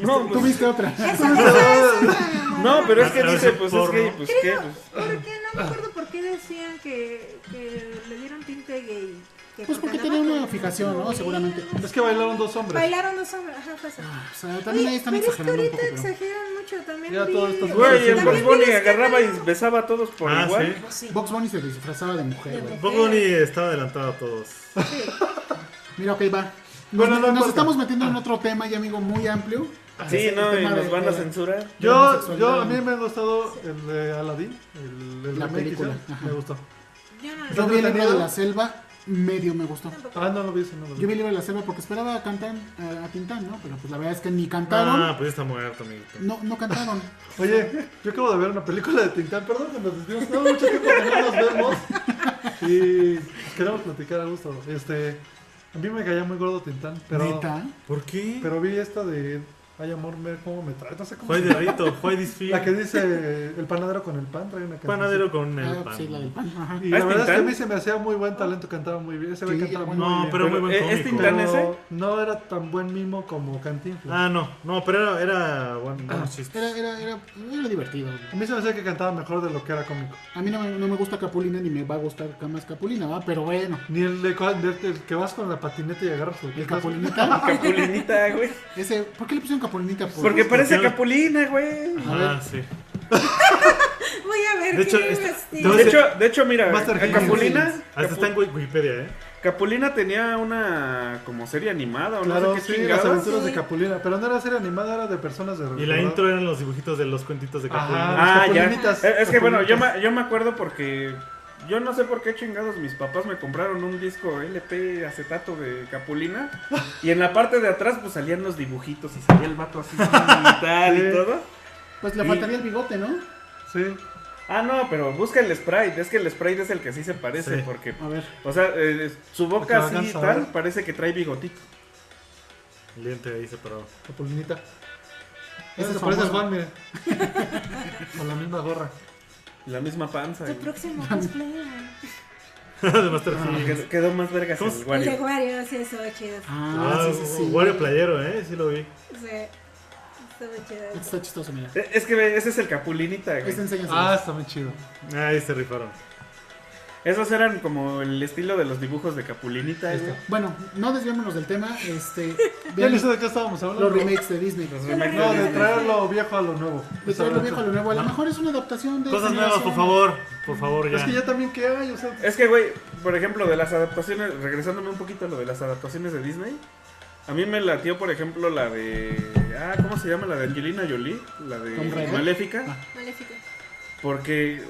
Speaker 4: No,
Speaker 2: Tú
Speaker 4: pues,
Speaker 2: viste otra.
Speaker 3: Esa- esa es otra, mamá.
Speaker 4: no, pero
Speaker 2: Ah,
Speaker 4: es que
Speaker 5: La
Speaker 4: dice,
Speaker 5: versión
Speaker 4: pues es
Speaker 5: porno.
Speaker 4: que pues qué, pues,
Speaker 3: Porque no me acuerdo por qué decían que, que le dieron tinte gay. Que
Speaker 2: Pues porque
Speaker 3: andaba
Speaker 2: tenía
Speaker 3: con
Speaker 2: una fijación, ¿no?
Speaker 3: novia,
Speaker 2: Seguramente.
Speaker 3: no sé.
Speaker 1: Es que bailaron dos hombres.
Speaker 3: Bailaron dos hombres, ajá, fue eso.
Speaker 2: Ah, O sea, también ahí
Speaker 3: Oye,
Speaker 2: están
Speaker 3: pero es que
Speaker 2: exagerando un
Speaker 3: ahorita
Speaker 2: poco. pero-
Speaker 3: exageran mucho también.
Speaker 1: Ya
Speaker 3: vi-
Speaker 1: todos estos
Speaker 4: güey, el Box
Speaker 3: También
Speaker 4: Bunny
Speaker 3: vi este el
Speaker 4: agarraba y
Speaker 3: escándalo.
Speaker 4: besaba a todos por
Speaker 5: Ah,
Speaker 4: igual.
Speaker 5: sí.
Speaker 2: Box Bunny se disfrazaba de mujer, güey.
Speaker 5: Bob Bunny estaba adelantado a todos.
Speaker 3: Sí.
Speaker 2: Mira, ok, va. Nos,
Speaker 1: Bueno, no
Speaker 2: nos
Speaker 1: importa.
Speaker 2: estamos metiendo en otro tema ya, amigo, muy amplio.
Speaker 4: Sí,
Speaker 2: El
Speaker 4: no, y
Speaker 2: tema
Speaker 4: nos
Speaker 2: de-
Speaker 4: van a
Speaker 2: de-
Speaker 4: censurar.
Speaker 2: la
Speaker 1: Yo,
Speaker 2: homosexualidad.
Speaker 1: yo, a mí me ha gustado el de Aladdin, el, el
Speaker 2: La
Speaker 1: remake que
Speaker 2: película,
Speaker 1: hicieron.
Speaker 2: ajá.
Speaker 1: Me gustó.
Speaker 3: Yo no
Speaker 2: Yo
Speaker 3: lo
Speaker 2: vi el libro de la selva, medio me gustó.
Speaker 3: tampoco.
Speaker 1: Ah, no lo vi, sí, no lo vi.
Speaker 2: Yo vi el libro de la selva porque esperaba a, Cantan, a a Tintán, ¿no? Pero pues la verdad es que ni cantaron,
Speaker 5: Ah, pues ya está muerto, amiguito.
Speaker 2: no, no cantaron.
Speaker 1: Oye, yo acabo de ver una película de Tintán, perdón que nos desviamos, no, mucho tiempo que no nos vemos y pues, queremos platicar a gusto. Este, a mí me caía muy gordo Tintán, pero...
Speaker 2: Neta.
Speaker 5: ¿Por qué?
Speaker 1: Pero vi esta de Ay amor, mira cómo me trae. No sé cómo
Speaker 5: Juay
Speaker 1: se
Speaker 5: de
Speaker 1: llama.
Speaker 5: Rito, Juay Disfi.
Speaker 1: La que dice El panadero con el pan trae una canción.
Speaker 5: Panadero con
Speaker 2: Ah,
Speaker 5: el
Speaker 2: pues, sí, la del
Speaker 5: pan.
Speaker 2: pan. Ajá.
Speaker 1: Y
Speaker 4: ¿Ah,
Speaker 1: la
Speaker 4: es
Speaker 1: verdad es que a
Speaker 4: Tintán?
Speaker 1: mí se me hacía muy buen talento, cantaba muy bien. Ese güey
Speaker 2: Sí,
Speaker 1: cantaba muy
Speaker 2: bueno.
Speaker 5: No,
Speaker 1: bien. eh, este
Speaker 5: pero muy buen
Speaker 4: ¿es- ¿Es
Speaker 5: cómico.
Speaker 4: Tintán ese?
Speaker 1: no era tan buen mimo como Cantinflas.
Speaker 5: Ah, no, no, pero era, era buen,
Speaker 1: Ah,
Speaker 5: buenos chistes.
Speaker 2: Era, era, era, era divertido.
Speaker 1: A mí se me hacía que cantaba mejor de lo que era cómico.
Speaker 2: A mí no, me- no me gusta Capulina ni me va a gustar jamás Capulina, ¿va? Pero bueno.
Speaker 1: Ni el, de, cua- de- el que vas con la patineta y agarras su
Speaker 2: El Capulinita.
Speaker 4: Capulinita, güey.
Speaker 1: Pues
Speaker 2: Ese, ¿Por qué le pusieron Capulinita? Por-
Speaker 4: Porque parece
Speaker 5: Porque-
Speaker 4: Capulina, güey.
Speaker 2: A ver.
Speaker 5: Ah, sí.
Speaker 3: Voy a ver
Speaker 5: De hecho,
Speaker 3: qué
Speaker 5: este-
Speaker 3: investigo.
Speaker 4: De hecho, de hecho mira,
Speaker 1: Master Ah,
Speaker 4: a
Speaker 1: Chief.
Speaker 4: Capulina,
Speaker 5: Hasta
Speaker 4: Capu-
Speaker 5: Ah, este está en Wikipedia, ¿eh?
Speaker 4: Capulina tenía una como serie animada o
Speaker 1: Claro,
Speaker 4: no sé qué
Speaker 1: sí,
Speaker 4: chingados.
Speaker 1: las aventuras de
Speaker 3: Sí.
Speaker 1: Capulina. Pero no era serie animada, era de personas de
Speaker 5: Y la
Speaker 1: ¿verdad?
Speaker 5: intro eran los dibujitos de los cuentitos de Capulina.
Speaker 1: Ajá.
Speaker 4: Ah,
Speaker 1: Las
Speaker 4: ya.
Speaker 1: capulinitas.
Speaker 4: Eh, Es que bueno, yo
Speaker 1: Capulinitas.
Speaker 4: me, yo me acuerdo porque yo no sé por qué chingados mis papás me compraron un disco LP acetato de Capulina y en la parte de atrás pues salían los dibujitos y salía el vato así y tal
Speaker 1: Sí.
Speaker 4: y todo.
Speaker 2: Pues le
Speaker 4: Y-
Speaker 2: faltaría el bigote, ¿no?
Speaker 1: Sí.
Speaker 4: Ah, no, pero busca el sprite, es que el sprite es el que sí se parece
Speaker 5: Sí.
Speaker 4: porque
Speaker 2: A ver.
Speaker 4: o sea, eh, su boca
Speaker 1: Porque lo
Speaker 4: así y
Speaker 1: alcanza a
Speaker 4: tal
Speaker 1: ver.
Speaker 4: parece que trae bigotito.
Speaker 5: El diente ahí separado.
Speaker 1: Capulinita.
Speaker 2: Ese
Speaker 1: Ese
Speaker 2: es
Speaker 1: se parece al
Speaker 2: famoso.
Speaker 1: Juan, miren. Con la misma gorra.
Speaker 4: y La misma panza.
Speaker 3: Tu
Speaker 4: y-
Speaker 3: próximo cosplay.
Speaker 5: de Master
Speaker 1: Ah,
Speaker 5: Chief.
Speaker 4: Quedó, quedó más vergas
Speaker 5: ¿Cómo
Speaker 4: el
Speaker 5: se-
Speaker 3: El
Speaker 4: Wario.
Speaker 3: de Wario, sí, estaba chido.
Speaker 2: Ah,
Speaker 5: Ah,
Speaker 2: sí, sí, sí.
Speaker 5: Wario Playero, ¿eh? Sí lo vi.
Speaker 3: Sí, estaba chido.
Speaker 2: Este Está chistoso, mira.
Speaker 4: Eh, Es que ve, ese es el Capulinita, güey.
Speaker 2: Este enseñas.
Speaker 1: Ah, está muy chido.
Speaker 5: Ahí se rifaron.
Speaker 4: Esos eran como el estilo de los dibujos de Capulinita.
Speaker 1: Ahí
Speaker 4: güey.
Speaker 1: está.
Speaker 2: Bueno, no desviémonos del tema. Este,
Speaker 1: Ya
Speaker 2: vean
Speaker 1: ni sé de qué estábamos hablando.
Speaker 2: los remakes de Disney.
Speaker 4: Los
Speaker 2: De
Speaker 4: remakes
Speaker 1: No,
Speaker 4: de
Speaker 1: de
Speaker 4: Disney.
Speaker 1: traer lo viejo a lo nuevo.
Speaker 2: traer lo viejo a lo Pues nuevo. A lo mejor es una adaptación de.
Speaker 5: Cosas nuevas, por
Speaker 2: generación.
Speaker 5: favor. Por favor, ya.
Speaker 1: Es que ya también que hay, o sea.
Speaker 4: Es que, güey, por ejemplo, de las adaptaciones, regresándome un poquito a lo de las adaptaciones de Disney, a mí me latió, por ejemplo, la de. Ah, ¿cómo se llama? La de Angelina Jolie, la de
Speaker 2: Tomb Raider.
Speaker 4: Maléfica.
Speaker 2: Ah.
Speaker 3: Maléfica.
Speaker 4: Porque,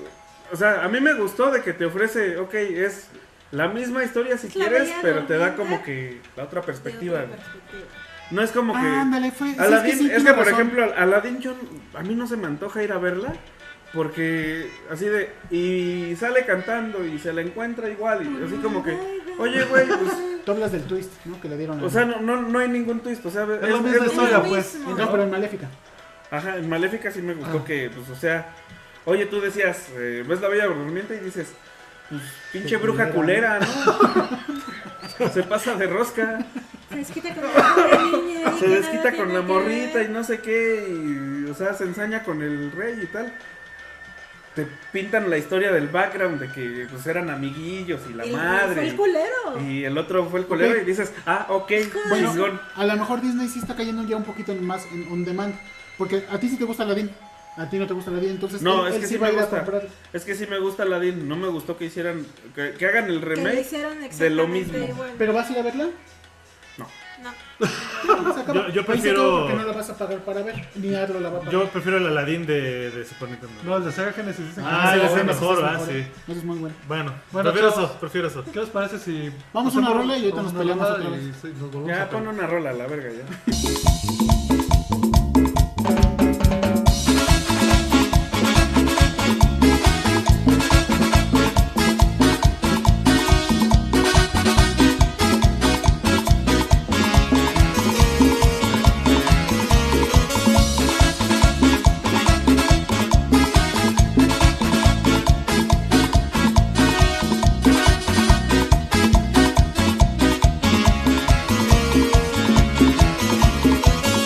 Speaker 4: o sea, a mí me gustó de que te ofrece, ok, es la misma historia si
Speaker 3: Es la
Speaker 4: quieres,
Speaker 3: Bella
Speaker 4: pero te da
Speaker 3: Durmiente.
Speaker 4: como que la otra
Speaker 3: ¿eh? De
Speaker 4: perspectiva.
Speaker 3: otra
Speaker 4: güey.
Speaker 3: perspectiva.
Speaker 4: No es como que.
Speaker 2: Ah, ándale, fue. sí,
Speaker 4: Aladdin,
Speaker 2: sí,
Speaker 4: es que,
Speaker 2: tiene
Speaker 4: por
Speaker 2: razón.
Speaker 4: ejemplo, Al- Aladdin yo, a mí no se me antoja ir a verla porque así de y sale cantando y se la encuentra igual y así como que, oye, güey, pues
Speaker 2: Tú hablas del twist, ¿no? Que le dieron.
Speaker 4: o sea, no, no, no hay ningún twist, o sea, es,
Speaker 1: Es la misma
Speaker 4: es-
Speaker 1: historia,
Speaker 3: mismo.
Speaker 1: pues.
Speaker 2: No, pero en Maléfica.
Speaker 4: Ajá, en Maléfica sí me gustó
Speaker 1: Ah.
Speaker 4: que pues o sea, oye, tú decías, eh, ves la Bella Durmiente y dices, pues, pinche
Speaker 5: Qué
Speaker 4: bruja culera,
Speaker 5: culera,
Speaker 4: ¿no? se pasa de rosca.
Speaker 3: Se desquita con la pobre niña. ahí
Speaker 4: se
Speaker 3: que
Speaker 4: desquita
Speaker 3: nada
Speaker 4: con
Speaker 3: tiene
Speaker 4: la
Speaker 3: que
Speaker 4: morrita y
Speaker 3: ver.
Speaker 4: no sé qué, y, o sea, se ensaña con el rey y tal. Te pintan la historia del background de que pues eran amiguillos y la
Speaker 3: Y pues,
Speaker 4: madre.
Speaker 3: Fue el culero.
Speaker 4: y el otro fue el colero
Speaker 2: Ok.
Speaker 4: y dices, ah, ok,
Speaker 2: Bueno,
Speaker 4: chingón.
Speaker 2: a lo mejor Disney sí está cayendo ya un poquito en más en on demand. Porque a ti sí te gusta Aladdin. A ti no te gusta Aladdin. Entonces
Speaker 4: No,
Speaker 2: él,
Speaker 4: es
Speaker 2: él
Speaker 4: que
Speaker 2: sí
Speaker 4: sí
Speaker 2: va a
Speaker 4: me
Speaker 2: ir a
Speaker 4: gusta.
Speaker 2: comprar.
Speaker 4: Es que sí me gusta Aladdin, no me gustó que hicieran, que, que hagan el
Speaker 3: Que lo
Speaker 4: remake.
Speaker 3: hicieron
Speaker 4: de lo
Speaker 3: exactamente
Speaker 4: mismo.
Speaker 3: igual.
Speaker 2: ¿Pero vas a ir a verla?
Speaker 3: No.
Speaker 2: Se acaba.
Speaker 5: Yo- yo
Speaker 2: Ahí se
Speaker 5: prefiero-
Speaker 2: acaba porque no la vas a pagar para ver. Ni Arlo la va a pagar.
Speaker 5: Yo prefiero el Aladdin de, de Super Nintendo.
Speaker 1: No, el de Sega Genesis dicen que
Speaker 5: Ah,
Speaker 1: no
Speaker 5: ya
Speaker 1: se
Speaker 5: sé
Speaker 1: ve bueno.
Speaker 5: mejor,
Speaker 2: Ese es
Speaker 5: ah, sí.
Speaker 2: Ese es muy bueno.
Speaker 5: Bueno,
Speaker 1: Bueno,
Speaker 5: prefiero
Speaker 1: chavos.
Speaker 5: eso, prefiero eso.
Speaker 1: ¿Qué les parece si.
Speaker 2: Vamos a una
Speaker 1: hacemos
Speaker 2: rola y ahorita nos
Speaker 1: una
Speaker 2: peleamos
Speaker 1: rola
Speaker 2: otra
Speaker 1: y
Speaker 2: vez.
Speaker 1: sí, nos volvemos
Speaker 4: Ya
Speaker 1: a pelear.
Speaker 4: pon una rola, la verga ya.
Speaker 6: Thank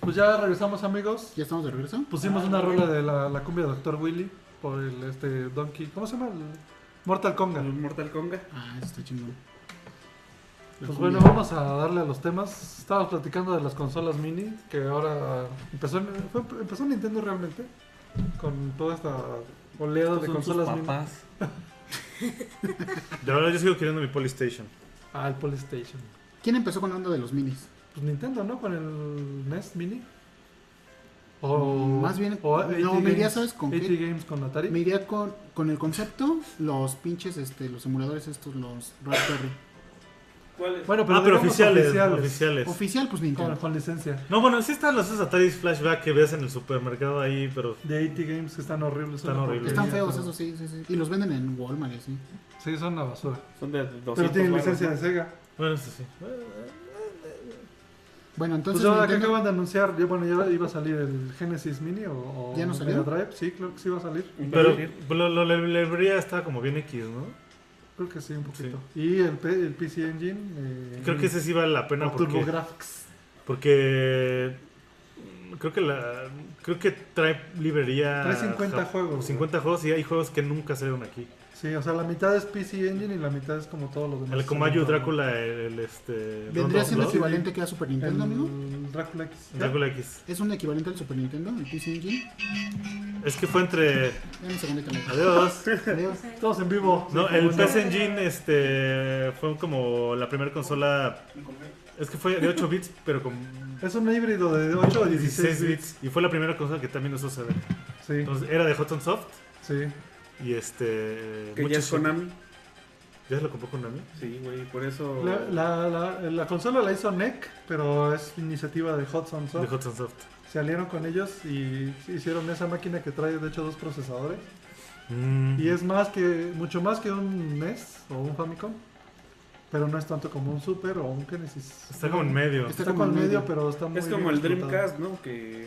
Speaker 1: Pues ya regresamos, amigos.
Speaker 2: Ya estamos de regreso.
Speaker 1: Pusimos una rola de la, la cumbia de Dr. Willy por el este Donkey. ¿Cómo se llama? El Mortal Konga.
Speaker 4: El Mortal Konga.
Speaker 2: Ah, eso está chingón. La
Speaker 1: Pues bueno,
Speaker 2: cumbia.
Speaker 1: vamos a darle a los temas. Estábamos platicando de las consolas mini, que ahora empezó, fue- empezó Nintendo realmente, con toda esta oleada de
Speaker 4: Son sus
Speaker 1: consolas mini.
Speaker 4: papás.
Speaker 5: De verdad, yo sigo queriendo mi Polystation.
Speaker 1: Ah, el Polystation.
Speaker 2: ¿Quién empezó con la onda de los minis?
Speaker 1: Pues Nintendo, ¿no? Con el NES mini. O,
Speaker 2: Más bien,
Speaker 1: o
Speaker 2: no,
Speaker 1: 80
Speaker 2: me iría,
Speaker 1: Games-
Speaker 2: ¿sabes con
Speaker 1: 80
Speaker 2: qué?
Speaker 1: Games con Atari.
Speaker 2: Me iría con, con el concepto, los pinches, este, los emuladores estos, los Raspberry.
Speaker 4: ¿Cuál es?
Speaker 1: Bueno, pero,
Speaker 5: ah, pero
Speaker 1: digamos
Speaker 5: oficiales,
Speaker 1: oficiales,
Speaker 5: oficiales.
Speaker 2: Oficial, pues
Speaker 1: Con,
Speaker 2: Nintendo.
Speaker 1: con licencia.
Speaker 5: No, bueno, sí están los esos Atari Flashback que ves en el supermercado ahí, pero
Speaker 1: De 80 Games que están horribles.
Speaker 5: Están
Speaker 1: una
Speaker 5: horribles.
Speaker 1: porquería,
Speaker 2: Están feos,
Speaker 1: pero-
Speaker 2: eso sí, sí, sí. Y los venden en Walmart y así.
Speaker 1: Sí, son una basura.
Speaker 4: Son de 200
Speaker 1: Pero tienen
Speaker 4: barras,
Speaker 1: licencia
Speaker 4: ¿no?
Speaker 1: de Sega.
Speaker 5: bueno, eso sí.
Speaker 2: Bueno, entonces
Speaker 1: pues ahora que
Speaker 2: Nintendo-
Speaker 1: acaban de anunciar, yo, bueno, ya iba a salir el Genesis Mini o, o
Speaker 2: ¿Ya no salió?
Speaker 1: Mega Drive, sí, creo que sí va a salir.
Speaker 5: Pero lo, lo, la librería está como bien X, ¿no?
Speaker 1: Creo que sí, un poquito. Y el, P- el PC Engine. eh,
Speaker 5: Creo que ese sí vale la pena
Speaker 1: o Turbo
Speaker 5: E porque,
Speaker 1: Graphics.
Speaker 5: porque mm, creo que la creo que trae librería
Speaker 1: Trae 50 juegos,
Speaker 5: 50 juegos y hay juegos que nunca salieron aquí.
Speaker 1: Sí, o sea, la mitad es PC Engine y la mitad es como todos los demás.
Speaker 5: El Comayo Drácula, el, el, este Rondo
Speaker 2: vendría siendo
Speaker 5: Blood,
Speaker 2: equivalente que a Super
Speaker 1: El
Speaker 2: Nintendo, amigo.
Speaker 1: Drácula X.
Speaker 5: Drácula X.
Speaker 2: Es un equivalente al Super Nintendo, el PC Engine.
Speaker 5: Es que fue entre
Speaker 2: Dame un segundito, amigo.
Speaker 5: Adiós.
Speaker 2: Adiós.
Speaker 1: Todos en vivo.
Speaker 5: No,
Speaker 1: Sí,
Speaker 5: el
Speaker 1: como
Speaker 5: PS Engine este fue como la primera consola es que fue de 8 bits, pero con
Speaker 1: Es un híbrido de 8 a 16 bits.
Speaker 5: Y fue la primera consola que también usó CD.
Speaker 1: Sí,
Speaker 5: Entonces era de Hudson Soft
Speaker 1: sí.
Speaker 5: y este.
Speaker 4: Que ya
Speaker 5: muchas-
Speaker 4: es Konami.
Speaker 5: ¿Ya se lo compró Konami?
Speaker 4: Sí, güey, por eso.
Speaker 1: La, la, la, la consola la hizo NEC, pero es iniciativa de Hudson
Speaker 5: De
Speaker 1: Soft.
Speaker 5: Hudson Soft.
Speaker 1: Se aliaron con ellos y hicieron esa máquina que trae, de hecho, dos procesadores. Y es más que, mucho más que un NES o un Famicom. Pero no es tanto como un Super o un Genesis.
Speaker 5: Está como en medio.
Speaker 1: Está como en medio, pero está muy
Speaker 4: es como
Speaker 1: bien
Speaker 4: el
Speaker 1: explotado.
Speaker 4: Dreamcast, ¿no? Que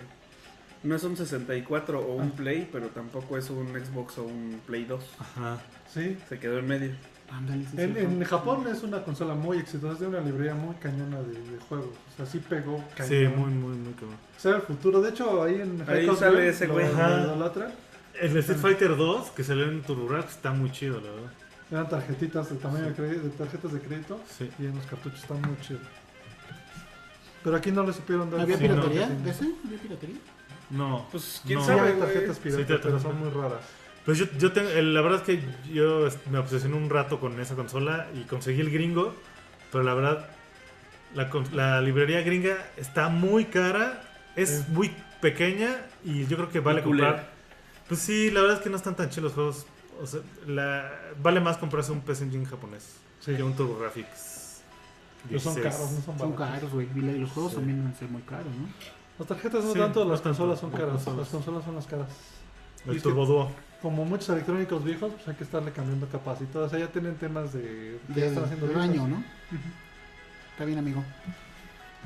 Speaker 4: no es un 64 o un Play, pero tampoco es un Xbox o un Play 2.
Speaker 5: Ajá.
Speaker 1: Sí.
Speaker 4: Se quedó en medio.
Speaker 2: Ándale, sí,
Speaker 1: En,
Speaker 2: sí,
Speaker 1: en
Speaker 2: sí.
Speaker 1: Japón es una consola muy exitosa, es de una librería muy cañona de, de juegos. O sea, sí pegó cañón.
Speaker 5: Sí, muy, muy, muy cabrón.
Speaker 1: O sea, el futuro. De hecho, ahí en
Speaker 4: Ahí
Speaker 1: Hyco's
Speaker 4: sale
Speaker 1: Game
Speaker 4: ese
Speaker 1: lo-
Speaker 4: güey.
Speaker 1: lo
Speaker 5: Ajá.
Speaker 1: idolatra.
Speaker 5: El Street Fighter 2 que salió en Tururax está muy chido, la verdad.
Speaker 1: Eran tarjetitas de tamaño de, crédito, de tarjetas de crédito.
Speaker 5: Sí.
Speaker 1: Y en los cartuchos están muy chidos. Pero aquí no le supieron dar.
Speaker 2: ¿Había
Speaker 5: Sí, no,
Speaker 2: piratería?
Speaker 1: marketing.
Speaker 2: ¿De ese? ¿Había piratería?
Speaker 5: No.
Speaker 4: Pues quién
Speaker 5: No.
Speaker 1: Sí,
Speaker 4: sabe,
Speaker 1: hay
Speaker 4: güey.
Speaker 1: tarjetas
Speaker 5: Sí,
Speaker 1: piratas,
Speaker 5: tarjetas
Speaker 1: pero son muy
Speaker 5: piratas.
Speaker 1: raras.
Speaker 5: Pues yo, yo tengo- eh, la verdad es que yo este, me obsesioné un rato con esa consola y conseguí el gringo, pero la verdad, la, cons- la librería gringa está muy cara, es
Speaker 1: Sí.
Speaker 5: muy pequeña y yo creo que vale
Speaker 4: Y culera.
Speaker 5: comprar. Pues sí, la verdad es que no están tan chidos los juegos. O sea, la- vale más comprarse un PS Engine japonés
Speaker 1: Sí.
Speaker 5: que un TurboGrafx.
Speaker 1: Pero son
Speaker 5: 16.
Speaker 1: caros, no son
Speaker 2: Son
Speaker 1: baratos.
Speaker 2: caros, güey. Y la- y los juegos
Speaker 5: Sí.
Speaker 2: también deben ser muy caros, ¿no?
Speaker 1: Las tarjetas no
Speaker 5: Sí,
Speaker 1: tanto,
Speaker 5: no
Speaker 1: las
Speaker 5: tanto,
Speaker 1: consolas son
Speaker 5: las
Speaker 1: caras.
Speaker 5: consolas.
Speaker 1: Las consolas son las caras. Y
Speaker 5: El
Speaker 1: es que-
Speaker 5: Turbo Duo.
Speaker 1: Como muchos electrónicos viejos, pues hay que estarle cambiando capacidad. O sea, ya tienen temas de. que ya
Speaker 2: De
Speaker 1: están haciendo
Speaker 2: de
Speaker 1: viejos.
Speaker 2: daño, ¿no? Está bien, amigo.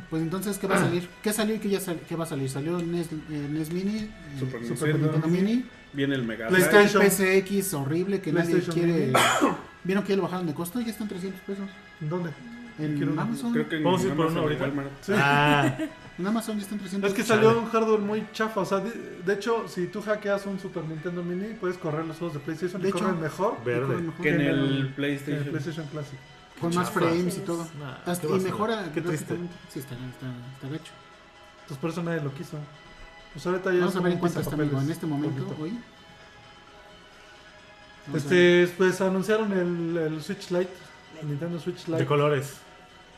Speaker 2: Pues entonces, ¿qué va a salir?
Speaker 1: Ah.
Speaker 2: ¿Qué salió y qué, ya sal- qué va a salir? Salió NES, eh, NES Mini, eh,
Speaker 4: Super
Speaker 2: Super
Speaker 4: Nintendo
Speaker 2: Nintendo Mini,
Speaker 4: Viene el Mega Drive.
Speaker 1: PlayStation.
Speaker 2: PSX horrible que nadie
Speaker 1: PlayStation
Speaker 2: quiere.
Speaker 1: Mini.
Speaker 2: ¿Vieron que ya lo bajaron de costo? Ya están 300 pesos.
Speaker 1: ¿Dónde?
Speaker 2: En
Speaker 1: Quiero una-
Speaker 2: Amazon.
Speaker 4: Creo que en
Speaker 5: Vamos a ir por
Speaker 4: Amazon
Speaker 5: uno
Speaker 4: y
Speaker 5: ahorita.
Speaker 4: Walmart.
Speaker 5: Ah,
Speaker 2: En Amazon ya están 300
Speaker 1: Es que salió un hardware muy chafa. O sea, de, de hecho, si tú hackeas un Super Nintendo Mini, puedes correr los juegos de PlayStation
Speaker 2: De
Speaker 1: y
Speaker 2: hecho,
Speaker 1: corren mejor
Speaker 5: verde.
Speaker 4: Que en el
Speaker 1: que en el
Speaker 4: PlayStation.
Speaker 1: PlayStation Classic.
Speaker 2: Con más
Speaker 5: Chafa.
Speaker 2: frames y todo.
Speaker 5: Nah,
Speaker 2: Hasta-
Speaker 5: qué
Speaker 2: y
Speaker 5: basura.
Speaker 2: mejora.
Speaker 5: Qué triste.
Speaker 2: gráficamente. Sí, está, está, está gacho.
Speaker 1: Entonces, por eso nadie lo quiso. Pues ahorita ya
Speaker 2: Vamos
Speaker 1: es
Speaker 2: a
Speaker 1: como
Speaker 2: ver en
Speaker 1: un
Speaker 2: cuánto está, amigo. En
Speaker 1: pisapapeles.
Speaker 2: este momento,
Speaker 1: Poquito.
Speaker 2: hoy. Vamos a ver.
Speaker 1: Este, pues anunciaron el, el Switch Lite, el Nintendo Switch
Speaker 5: De
Speaker 1: Lite.
Speaker 5: colores.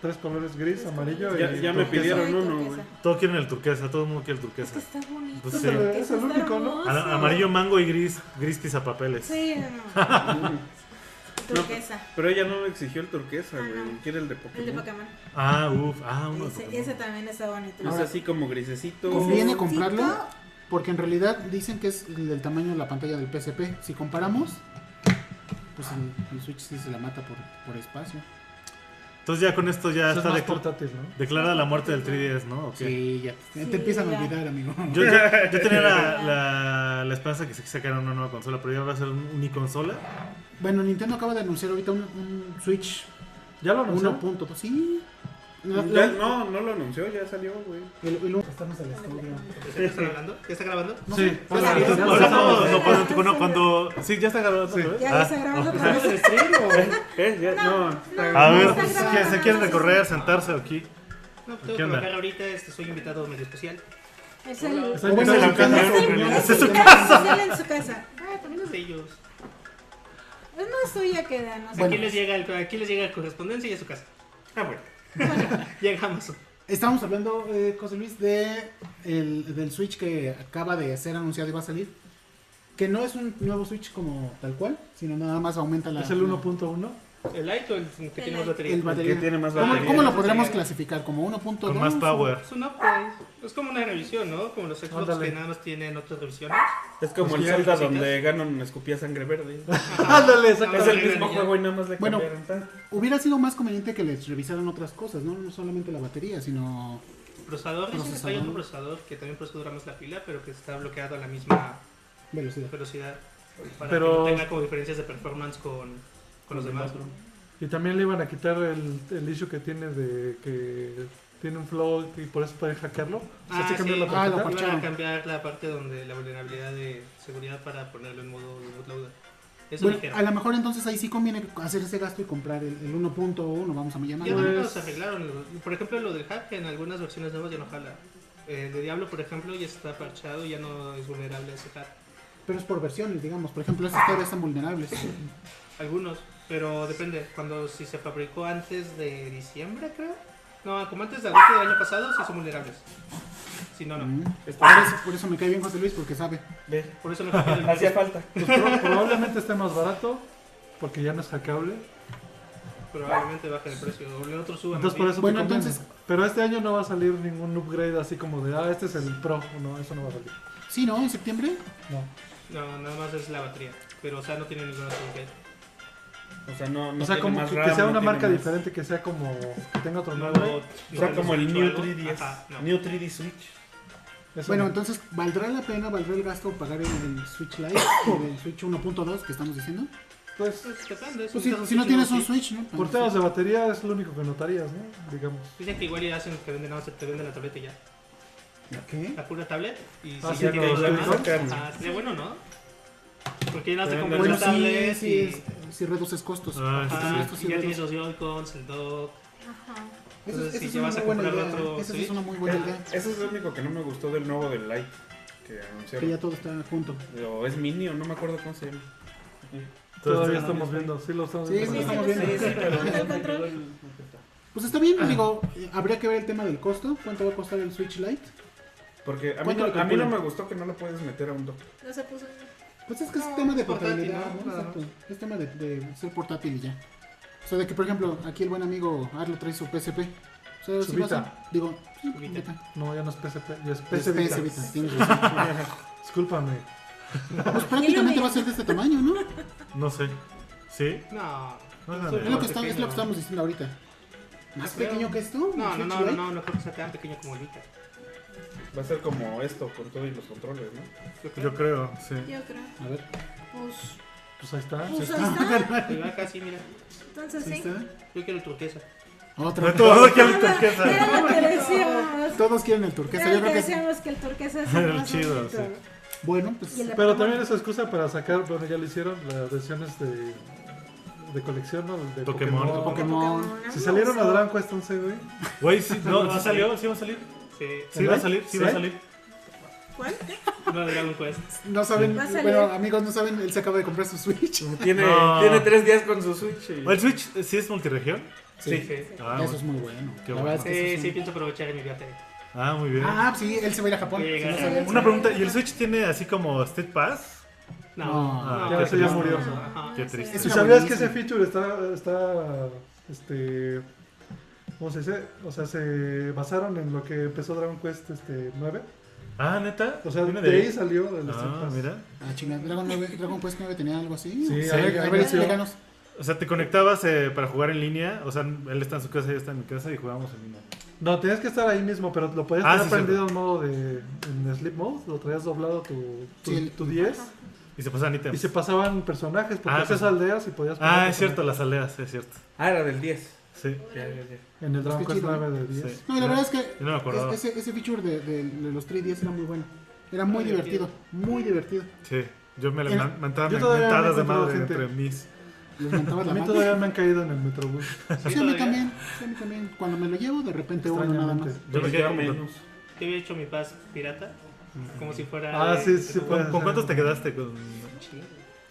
Speaker 1: Tres colores gris, amarillo
Speaker 4: Ya-
Speaker 1: y.
Speaker 4: ya me
Speaker 1: turquesa.
Speaker 4: pidieron
Speaker 3: Ay,
Speaker 4: uno,
Speaker 3: turquesa.
Speaker 4: güey.
Speaker 5: Todos quieren el turquesa, todo el mundo quiere el
Speaker 3: Es que
Speaker 5: turquesa.
Speaker 3: está bonito.
Speaker 5: Pues sí.
Speaker 3: turquesa,
Speaker 1: Es el
Speaker 3: está
Speaker 1: único, ¿no?
Speaker 3: hermoso.
Speaker 5: Ana- Amarillo mango y gris, gris pizapapeles.
Speaker 3: Sí, no. turquesa.
Speaker 4: Pero ella no exigió el turquesa,
Speaker 3: Ah,
Speaker 4: güey.
Speaker 3: no.
Speaker 4: Quiere el de
Speaker 3: El de
Speaker 4: Pokémon.
Speaker 3: Pokémon.
Speaker 5: Ah, uff, ah, uno de
Speaker 3: Ese,
Speaker 5: Pokémon.
Speaker 3: ese también está bonito.
Speaker 4: Es así como grisecito.
Speaker 2: ¿Conviene
Speaker 3: Necesito-
Speaker 2: comprarlo? Porque en realidad dicen que es el del tamaño de la pantalla del PSP. Si comparamos, pues el, el Switch sí se la mata por, por espacio.
Speaker 5: Entonces ya con esto
Speaker 1: Eso
Speaker 5: ya
Speaker 1: es
Speaker 5: está
Speaker 1: más
Speaker 5: decla-
Speaker 1: portátil, ¿no?
Speaker 5: declarada la muerte del 3DS, ¿no? ¿O qué?
Speaker 2: Sí, ya te,
Speaker 3: Sí,
Speaker 2: te empiezan
Speaker 3: ya.
Speaker 2: a olvidar, amigo.
Speaker 5: Yo, yo- yo tenía la, la, la esperanza que se sacaran una nueva consola, pero ya va a ser un- uniconsola.
Speaker 2: Bueno, Nintendo acaba de anunciar ahorita un, un Switch
Speaker 1: Ya lo anunciaron.
Speaker 2: 1.2. Sí. La-
Speaker 4: Ya-
Speaker 2: la-
Speaker 4: no, no lo anunció, ya salió, güey.
Speaker 2: el- el-
Speaker 1: estamos en el estudio.
Speaker 6: ¿Ya está grabando? ¿Ya está grabando?
Speaker 1: Sí,
Speaker 3: Pues, ya
Speaker 5: Entonces,
Speaker 3: está
Speaker 5: por eso,
Speaker 3: grabando.
Speaker 4: ¿eh?
Speaker 5: no, cuando, cuando, cuando- Sí, ya está grabando.
Speaker 1: Sí.
Speaker 5: ¿no?
Speaker 3: Ya
Speaker 5: Ah,
Speaker 3: ya está grabando otra vez.
Speaker 4: ¿Eh? Ya, no.
Speaker 5: A
Speaker 3: No,
Speaker 5: ver,
Speaker 3: está grabando,
Speaker 5: pues, que se quieren
Speaker 3: sí, sí.
Speaker 5: recorrer, sentarse aquí.
Speaker 6: No,
Speaker 5: ¿Qué
Speaker 6: tengo que
Speaker 5: onda?
Speaker 6: trabajar ahorita, este, soy invitado medio especial.
Speaker 3: Es el.
Speaker 1: Está lleno
Speaker 2: Bueno,
Speaker 1: de
Speaker 2: la
Speaker 1: canas.
Speaker 2: cámara.
Speaker 3: Es
Speaker 5: Es su
Speaker 3: su casa. Es en su casa.
Speaker 6: Ah, también es de ellos.
Speaker 3: Es más suya que de nosotros.
Speaker 6: Aquí, les llega el- aquí les llega correspondencia y a su casa.
Speaker 4: Ah, bueno.
Speaker 6: Llega Amazon.
Speaker 2: Estábamos hablando, eh, José Luis, de el- del Switch que acaba de ser anunciado y va a salir. Que no es un nuevo Switch como tal cual, sino nada más aumenta la.
Speaker 1: Es el 1.1.
Speaker 6: ¿El light o el que tiene más batería?
Speaker 2: el batería.
Speaker 4: que tiene más
Speaker 2: ¿Cómo-
Speaker 4: batería.
Speaker 2: ¿Cómo, lo podríamos clasificar? ¿Como 1.2?
Speaker 5: Con más power.
Speaker 6: Es un upgrade. Pues, Es como una revisión, ¿no? Como los Xbox
Speaker 1: Ándale.
Speaker 6: que nada más tienen otras revisiones.
Speaker 4: Es como
Speaker 6: Pues
Speaker 4: el
Speaker 6: ya,
Speaker 4: Zelda
Speaker 6: chicas.
Speaker 4: donde Ganon escupía sangre verde.
Speaker 1: Ándale, saca-
Speaker 6: Ah,
Speaker 4: es el
Speaker 6: bueno,
Speaker 4: mismo
Speaker 6: ya.
Speaker 4: juego y nada más le
Speaker 2: Bueno.
Speaker 4: cambiaron tanto.
Speaker 2: Hubiera sido más conveniente que les revisaran otras cosas, ¿no? No solamente la batería, sino.
Speaker 6: Procesador, dicen que trae
Speaker 2: Procesador.
Speaker 6: otro procesador que también por eso dura más la pila, pero que está bloqueado a la misma
Speaker 2: Velocidad.
Speaker 6: velocidad. Para
Speaker 1: Pero-
Speaker 6: que no tenga como diferencias de performance con, con los demás. ¿no?
Speaker 1: Y también le iban a quitar el, el issue que tiene de que tiene un flow y por eso pueden hackearlo. O sea,
Speaker 6: Ah,
Speaker 1: sí cambió
Speaker 6: sí.
Speaker 1: la
Speaker 2: Ah, la
Speaker 1: tarjeta.
Speaker 2: por-
Speaker 6: Iban
Speaker 2: parcharon.
Speaker 6: a cambiar la parte donde la vulnerabilidad de seguridad para ponerlo en modo boot loader. Eso
Speaker 2: Bueno,
Speaker 6: dijeron.
Speaker 2: a lo mejor entonces ahí sí conviene hacer ese gasto y comprar el, el 1.1, vamos a
Speaker 6: Ya
Speaker 2: llamarlo.
Speaker 6: también
Speaker 1: Pues-
Speaker 6: los arreglaron. lo- Por ejemplo, lo del hack en algunas versiones nuevas ya no jala. El de Diablo, por ejemplo, ya está parchado, ya no es vulnerable a ese hack.
Speaker 2: Pero es por versiones, digamos. Por ejemplo, estos todavía están vulnerables.
Speaker 6: Algunos, pero depende. Cuando si se fabricó antes de diciembre, creo. No, como antes de agosto del año pasado, sí son vulnerables. Si no, no.
Speaker 2: Mm. Por
Speaker 4: Está-
Speaker 2: eso, por eso me cae bien José Luis, porque sabe.
Speaker 4: ve,
Speaker 6: Por eso no cambiaron el
Speaker 4: Hacía falta.
Speaker 1: Pues pro- probablemente esté más barato porque ya no es hackeable.
Speaker 6: Probablemente baje el precio. O el otro suba. más
Speaker 1: Entonces por
Speaker 6: bien.
Speaker 1: eso
Speaker 2: Bueno,
Speaker 1: te conviene.
Speaker 2: entonces-
Speaker 1: Pero este año no va a salir ningún upgrade así como de, ah, este es el pro. No, eso no va a salir.
Speaker 2: Sí, ¿no? En septiembre.
Speaker 1: No.
Speaker 6: No, nada más es la batería. Pero, o sea, no tiene ningún otro upgrade.
Speaker 4: O sea, no, no
Speaker 1: o sea,
Speaker 4: tiene
Speaker 1: como
Speaker 4: más
Speaker 1: que, que
Speaker 4: RAM,
Speaker 1: sea
Speaker 4: no
Speaker 1: una
Speaker 4: tiene
Speaker 1: marca
Speaker 4: más-
Speaker 1: diferente, que sea como que tenga otro
Speaker 6: No,
Speaker 1: nombre.
Speaker 4: O sea, como el
Speaker 6: no-
Speaker 4: New
Speaker 6: algo.
Speaker 4: 3DS.
Speaker 6: Ajá, no.
Speaker 4: New 3D Switch.
Speaker 1: Eso
Speaker 2: Bueno,
Speaker 1: no.
Speaker 2: entonces, ¿valdrá la pena, valdrá el gasto pagar el, el Switch Lite o el Switch 1.2 que estamos diciendo?
Speaker 1: Pues,
Speaker 6: Pues, depende, es
Speaker 2: Pues si,
Speaker 6: un caso
Speaker 2: si no
Speaker 6: chico,
Speaker 2: tienes
Speaker 6: sí.
Speaker 2: un Switch, ¿no?
Speaker 1: por temas de batería es lo único que notarías, ¿no? Digamos.
Speaker 6: Dicen que igual y hacen que venden, nada más te venden la tableta y ya.
Speaker 2: ¿Qué?
Speaker 6: La pura tablet. Y
Speaker 1: Ah,
Speaker 6: si
Speaker 1: sí,
Speaker 6: ya tienes
Speaker 1: los
Speaker 6: la demás,
Speaker 4: Joy-Con.
Speaker 6: ah, sería bueno, ¿no? Porque ya no te
Speaker 4: Bueno,
Speaker 6: compras
Speaker 2: Bueno,
Speaker 6: la tablet
Speaker 2: sí, sí,
Speaker 6: y,
Speaker 2: es- sí reduces costos.
Speaker 5: Ah,
Speaker 6: ajá,
Speaker 2: También
Speaker 6: y
Speaker 2: esto sí
Speaker 6: ya
Speaker 2: reduce.
Speaker 6: tienes los Joy-Cons, el dock.
Speaker 3: Ajá.
Speaker 2: Eso es-
Speaker 6: Entonces,
Speaker 2: eso
Speaker 6: si
Speaker 2: es
Speaker 6: ya
Speaker 2: una
Speaker 6: vas a
Speaker 2: muy buena
Speaker 6: comprar
Speaker 2: idea, Eso
Speaker 6: otro
Speaker 2: sí es
Speaker 6: Switch.
Speaker 2: una muy buena idea.
Speaker 4: Eh, Eso es lo único que no me gustó del nuevo del Lite que
Speaker 2: Que ya
Speaker 4: anunciaron.
Speaker 2: todo está junto.
Speaker 4: O es mini o no me acuerdo cómo se llama.
Speaker 1: Todavía
Speaker 5: Entonces,
Speaker 1: estamos viendo, sí lo estamos
Speaker 2: Sí,
Speaker 1: viendo.
Speaker 2: sí,
Speaker 3: Sí,
Speaker 2: estamos
Speaker 3: sí,
Speaker 2: viendo.
Speaker 3: sí, sí, pero el control.
Speaker 2: Pues está bien,
Speaker 6: Ah.
Speaker 2: digo, eh, habría que ver el tema del costo. ¿Cuánto va a costar el Switch Lite?
Speaker 4: Porque a mí,
Speaker 2: ¿Cuánto
Speaker 4: no,
Speaker 2: le
Speaker 4: a mí no
Speaker 2: calculan?
Speaker 4: me gustó que no lo puedes meter a un dock.
Speaker 3: No se puso.
Speaker 2: Pues es que es
Speaker 6: No,
Speaker 2: tema de
Speaker 6: Ah, es portátil,
Speaker 2: portabilidad,
Speaker 6: ¿no?
Speaker 2: ¿no?
Speaker 6: Nada
Speaker 2: Exacto. Es tema de, de ser portátil y ya. O sea, de que, por ejemplo, aquí el buen amigo Arlo trae su PSP. O sea,
Speaker 1: Su
Speaker 2: si vas a-
Speaker 1: Vita.
Speaker 2: Digo, sí,
Speaker 6: Su Vita.
Speaker 2: Vita.
Speaker 1: No, ya no es PSP, ya es
Speaker 2: Es
Speaker 1: PS Vita.
Speaker 2: PS Vita, tienes razón.
Speaker 1: Discúlpame.
Speaker 2: Pues prácticamente va a ser de este tamaño, ¿no?
Speaker 5: No sé. ¿Sí?
Speaker 6: No.
Speaker 5: No, no,
Speaker 6: es
Speaker 5: no.
Speaker 6: un
Speaker 2: Es lo que, está-
Speaker 6: pequeño.
Speaker 2: es lo que estamos diciendo ahorita. ¿Más
Speaker 6: Creo.
Speaker 2: pequeño que esto? ¿Un
Speaker 6: No,
Speaker 2: Switch
Speaker 6: no,
Speaker 2: ¿eh?
Speaker 6: no, no,
Speaker 2: Lite?
Speaker 6: no, no creo que sea tan pequeño como el Vita.
Speaker 4: Va a ser como esto, con todo y los controles, ¿no?
Speaker 6: Yo creo
Speaker 5: Yo creo, sí.
Speaker 3: Yo creo.
Speaker 2: A ver,
Speaker 3: Pues,
Speaker 1: Pues ahí está.
Speaker 3: pues ahí está.
Speaker 6: que va casi, mira.
Speaker 3: Entonces
Speaker 2: ahí
Speaker 3: sí.
Speaker 2: está.
Speaker 6: Yo quiero el turquesa.
Speaker 2: Otra.
Speaker 5: Todo que el
Speaker 3: Era
Speaker 5: turquesa.
Speaker 3: lo que decíamos.
Speaker 2: Todos quieren el turquesa,
Speaker 3: Era
Speaker 2: yo
Speaker 3: lo
Speaker 2: creo
Speaker 3: que
Speaker 2: que sí.
Speaker 3: decíamos que el turquesa es
Speaker 5: El
Speaker 3: el más
Speaker 5: chido,
Speaker 3: bonito.
Speaker 5: sí.
Speaker 2: Bueno, pues
Speaker 3: Y el
Speaker 1: Pero
Speaker 3: Pokémon.
Speaker 1: también es excusa para sacar, bueno, ya lo hicieron, las versiones de, de colección, ¿no? De
Speaker 5: Pokémon.
Speaker 1: Pokémon.
Speaker 2: Pokémon.
Speaker 1: Si salieron a Dragon Quest 11, güey.
Speaker 5: Güey, sí, no, sí salió, sí va a salir.
Speaker 6: Sí.
Speaker 5: Sí va a salir, sí va a salir.
Speaker 3: ¿Cuál?
Speaker 6: No, Dragon Quest.
Speaker 2: No saben,
Speaker 3: Va a salir.
Speaker 2: bueno, amigos, no saben, él se acaba de comprar su Switch.
Speaker 4: Tiene,
Speaker 5: No.
Speaker 4: tiene tres días con su Switch. y-
Speaker 5: ¿El Switch eh, sí es multiregión?
Speaker 6: Sí, sí.
Speaker 2: Eso
Speaker 5: Ah, bueno.
Speaker 2: es muy bueno.
Speaker 5: Qué
Speaker 2: La verdad es que
Speaker 6: Sí,
Speaker 2: eso
Speaker 6: sí,
Speaker 2: sí.
Speaker 6: pienso aprovechar mi viaje.
Speaker 5: Ah, muy bien.
Speaker 2: Ah, sí, él se va a ir a Japón.
Speaker 6: Sí,
Speaker 2: si no
Speaker 6: gracias.
Speaker 2: sabían.
Speaker 5: Una pregunta, ¿y el Switch tiene así como State Pass?
Speaker 6: No,
Speaker 2: No,
Speaker 5: Ah,
Speaker 6: no,
Speaker 1: ya,
Speaker 6: creo
Speaker 1: eso
Speaker 6: que
Speaker 1: ya
Speaker 6: no.
Speaker 1: murió.
Speaker 6: Ajá.
Speaker 5: Qué
Speaker 3: no sé.
Speaker 5: triste.
Speaker 1: ¿Y
Speaker 2: Está
Speaker 1: sabías que
Speaker 2: buenísimo.
Speaker 1: ese feature está, está, este, ¿cómo se dice? O sea, se basaron en lo que empezó Dragon Quest este, 9.
Speaker 5: Ah, neta.
Speaker 1: O sea,
Speaker 5: ¿Viene
Speaker 1: de ahí salió el Street
Speaker 5: Ah,
Speaker 1: Pass.
Speaker 5: mira.
Speaker 2: Ah, chingada. Dragon, 9 Dragon Quest 9 tenía algo así.
Speaker 1: Sí,
Speaker 2: a ver,
Speaker 1: ahí-
Speaker 2: a
Speaker 1: ahí
Speaker 2: ver,
Speaker 1: nació.
Speaker 2: explícanos.
Speaker 5: O sea, te conectabas eh, para jugar en línea. O sea, él está en su casa, yo está en mi casa y jugábamos en línea.
Speaker 1: No, tenías que estar ahí mismo, pero lo podías
Speaker 5: Ah,
Speaker 1: tener
Speaker 5: sí,
Speaker 1: prendido en modo de en sleep mode, lo traías doblado tu, tu,
Speaker 2: Sí, el-
Speaker 1: tu 10
Speaker 5: Y se pasaban
Speaker 1: y
Speaker 5: ítems.
Speaker 1: se pasaban personajes porque
Speaker 5: Ah,
Speaker 1: hacías
Speaker 5: sí.
Speaker 1: aldeas y podías
Speaker 5: Ah,
Speaker 1: poner
Speaker 5: es cierto, las aldeas, es cierto.
Speaker 4: Ah, era del 10.
Speaker 5: Sí.
Speaker 3: Ya, ya,
Speaker 1: En el Dragon
Speaker 2: Qué
Speaker 1: Quest
Speaker 2: chido,
Speaker 1: 9 de 10.
Speaker 5: Sí.
Speaker 2: No, y la
Speaker 5: Ya.
Speaker 2: verdad es que
Speaker 5: Yo no me acordaba.
Speaker 2: es- ese, ese feature de, de- de los 3DS era muy bueno. Era muy
Speaker 6: Muy
Speaker 2: divertido, muy divertido.
Speaker 5: Sí. Yo me
Speaker 2: Era-
Speaker 5: la mentaba
Speaker 1: Yo todavía
Speaker 5: mentadas
Speaker 1: me
Speaker 5: de
Speaker 1: encuentro
Speaker 5: madre
Speaker 1: gente.
Speaker 5: entre mis.
Speaker 2: Les mentaba
Speaker 1: A
Speaker 2: la
Speaker 1: mí
Speaker 2: madre.
Speaker 1: todavía me han caído en el Metrobús.
Speaker 6: Sí,
Speaker 2: Sí, a mí
Speaker 6: todavía.
Speaker 2: también, sí, a mí también. Cuando me lo llevo, de repente uno nada más.
Speaker 1: Extrañamente.
Speaker 5: Yo me quedé como con,
Speaker 4: menos.
Speaker 6: Yo había hecho mi paz pirata, como si fuera.
Speaker 1: Ah,
Speaker 6: de-
Speaker 1: sí,
Speaker 6: de
Speaker 1: sí,
Speaker 6: juego.
Speaker 1: pues.
Speaker 5: ¿con- ¿con cuántos te quedaste con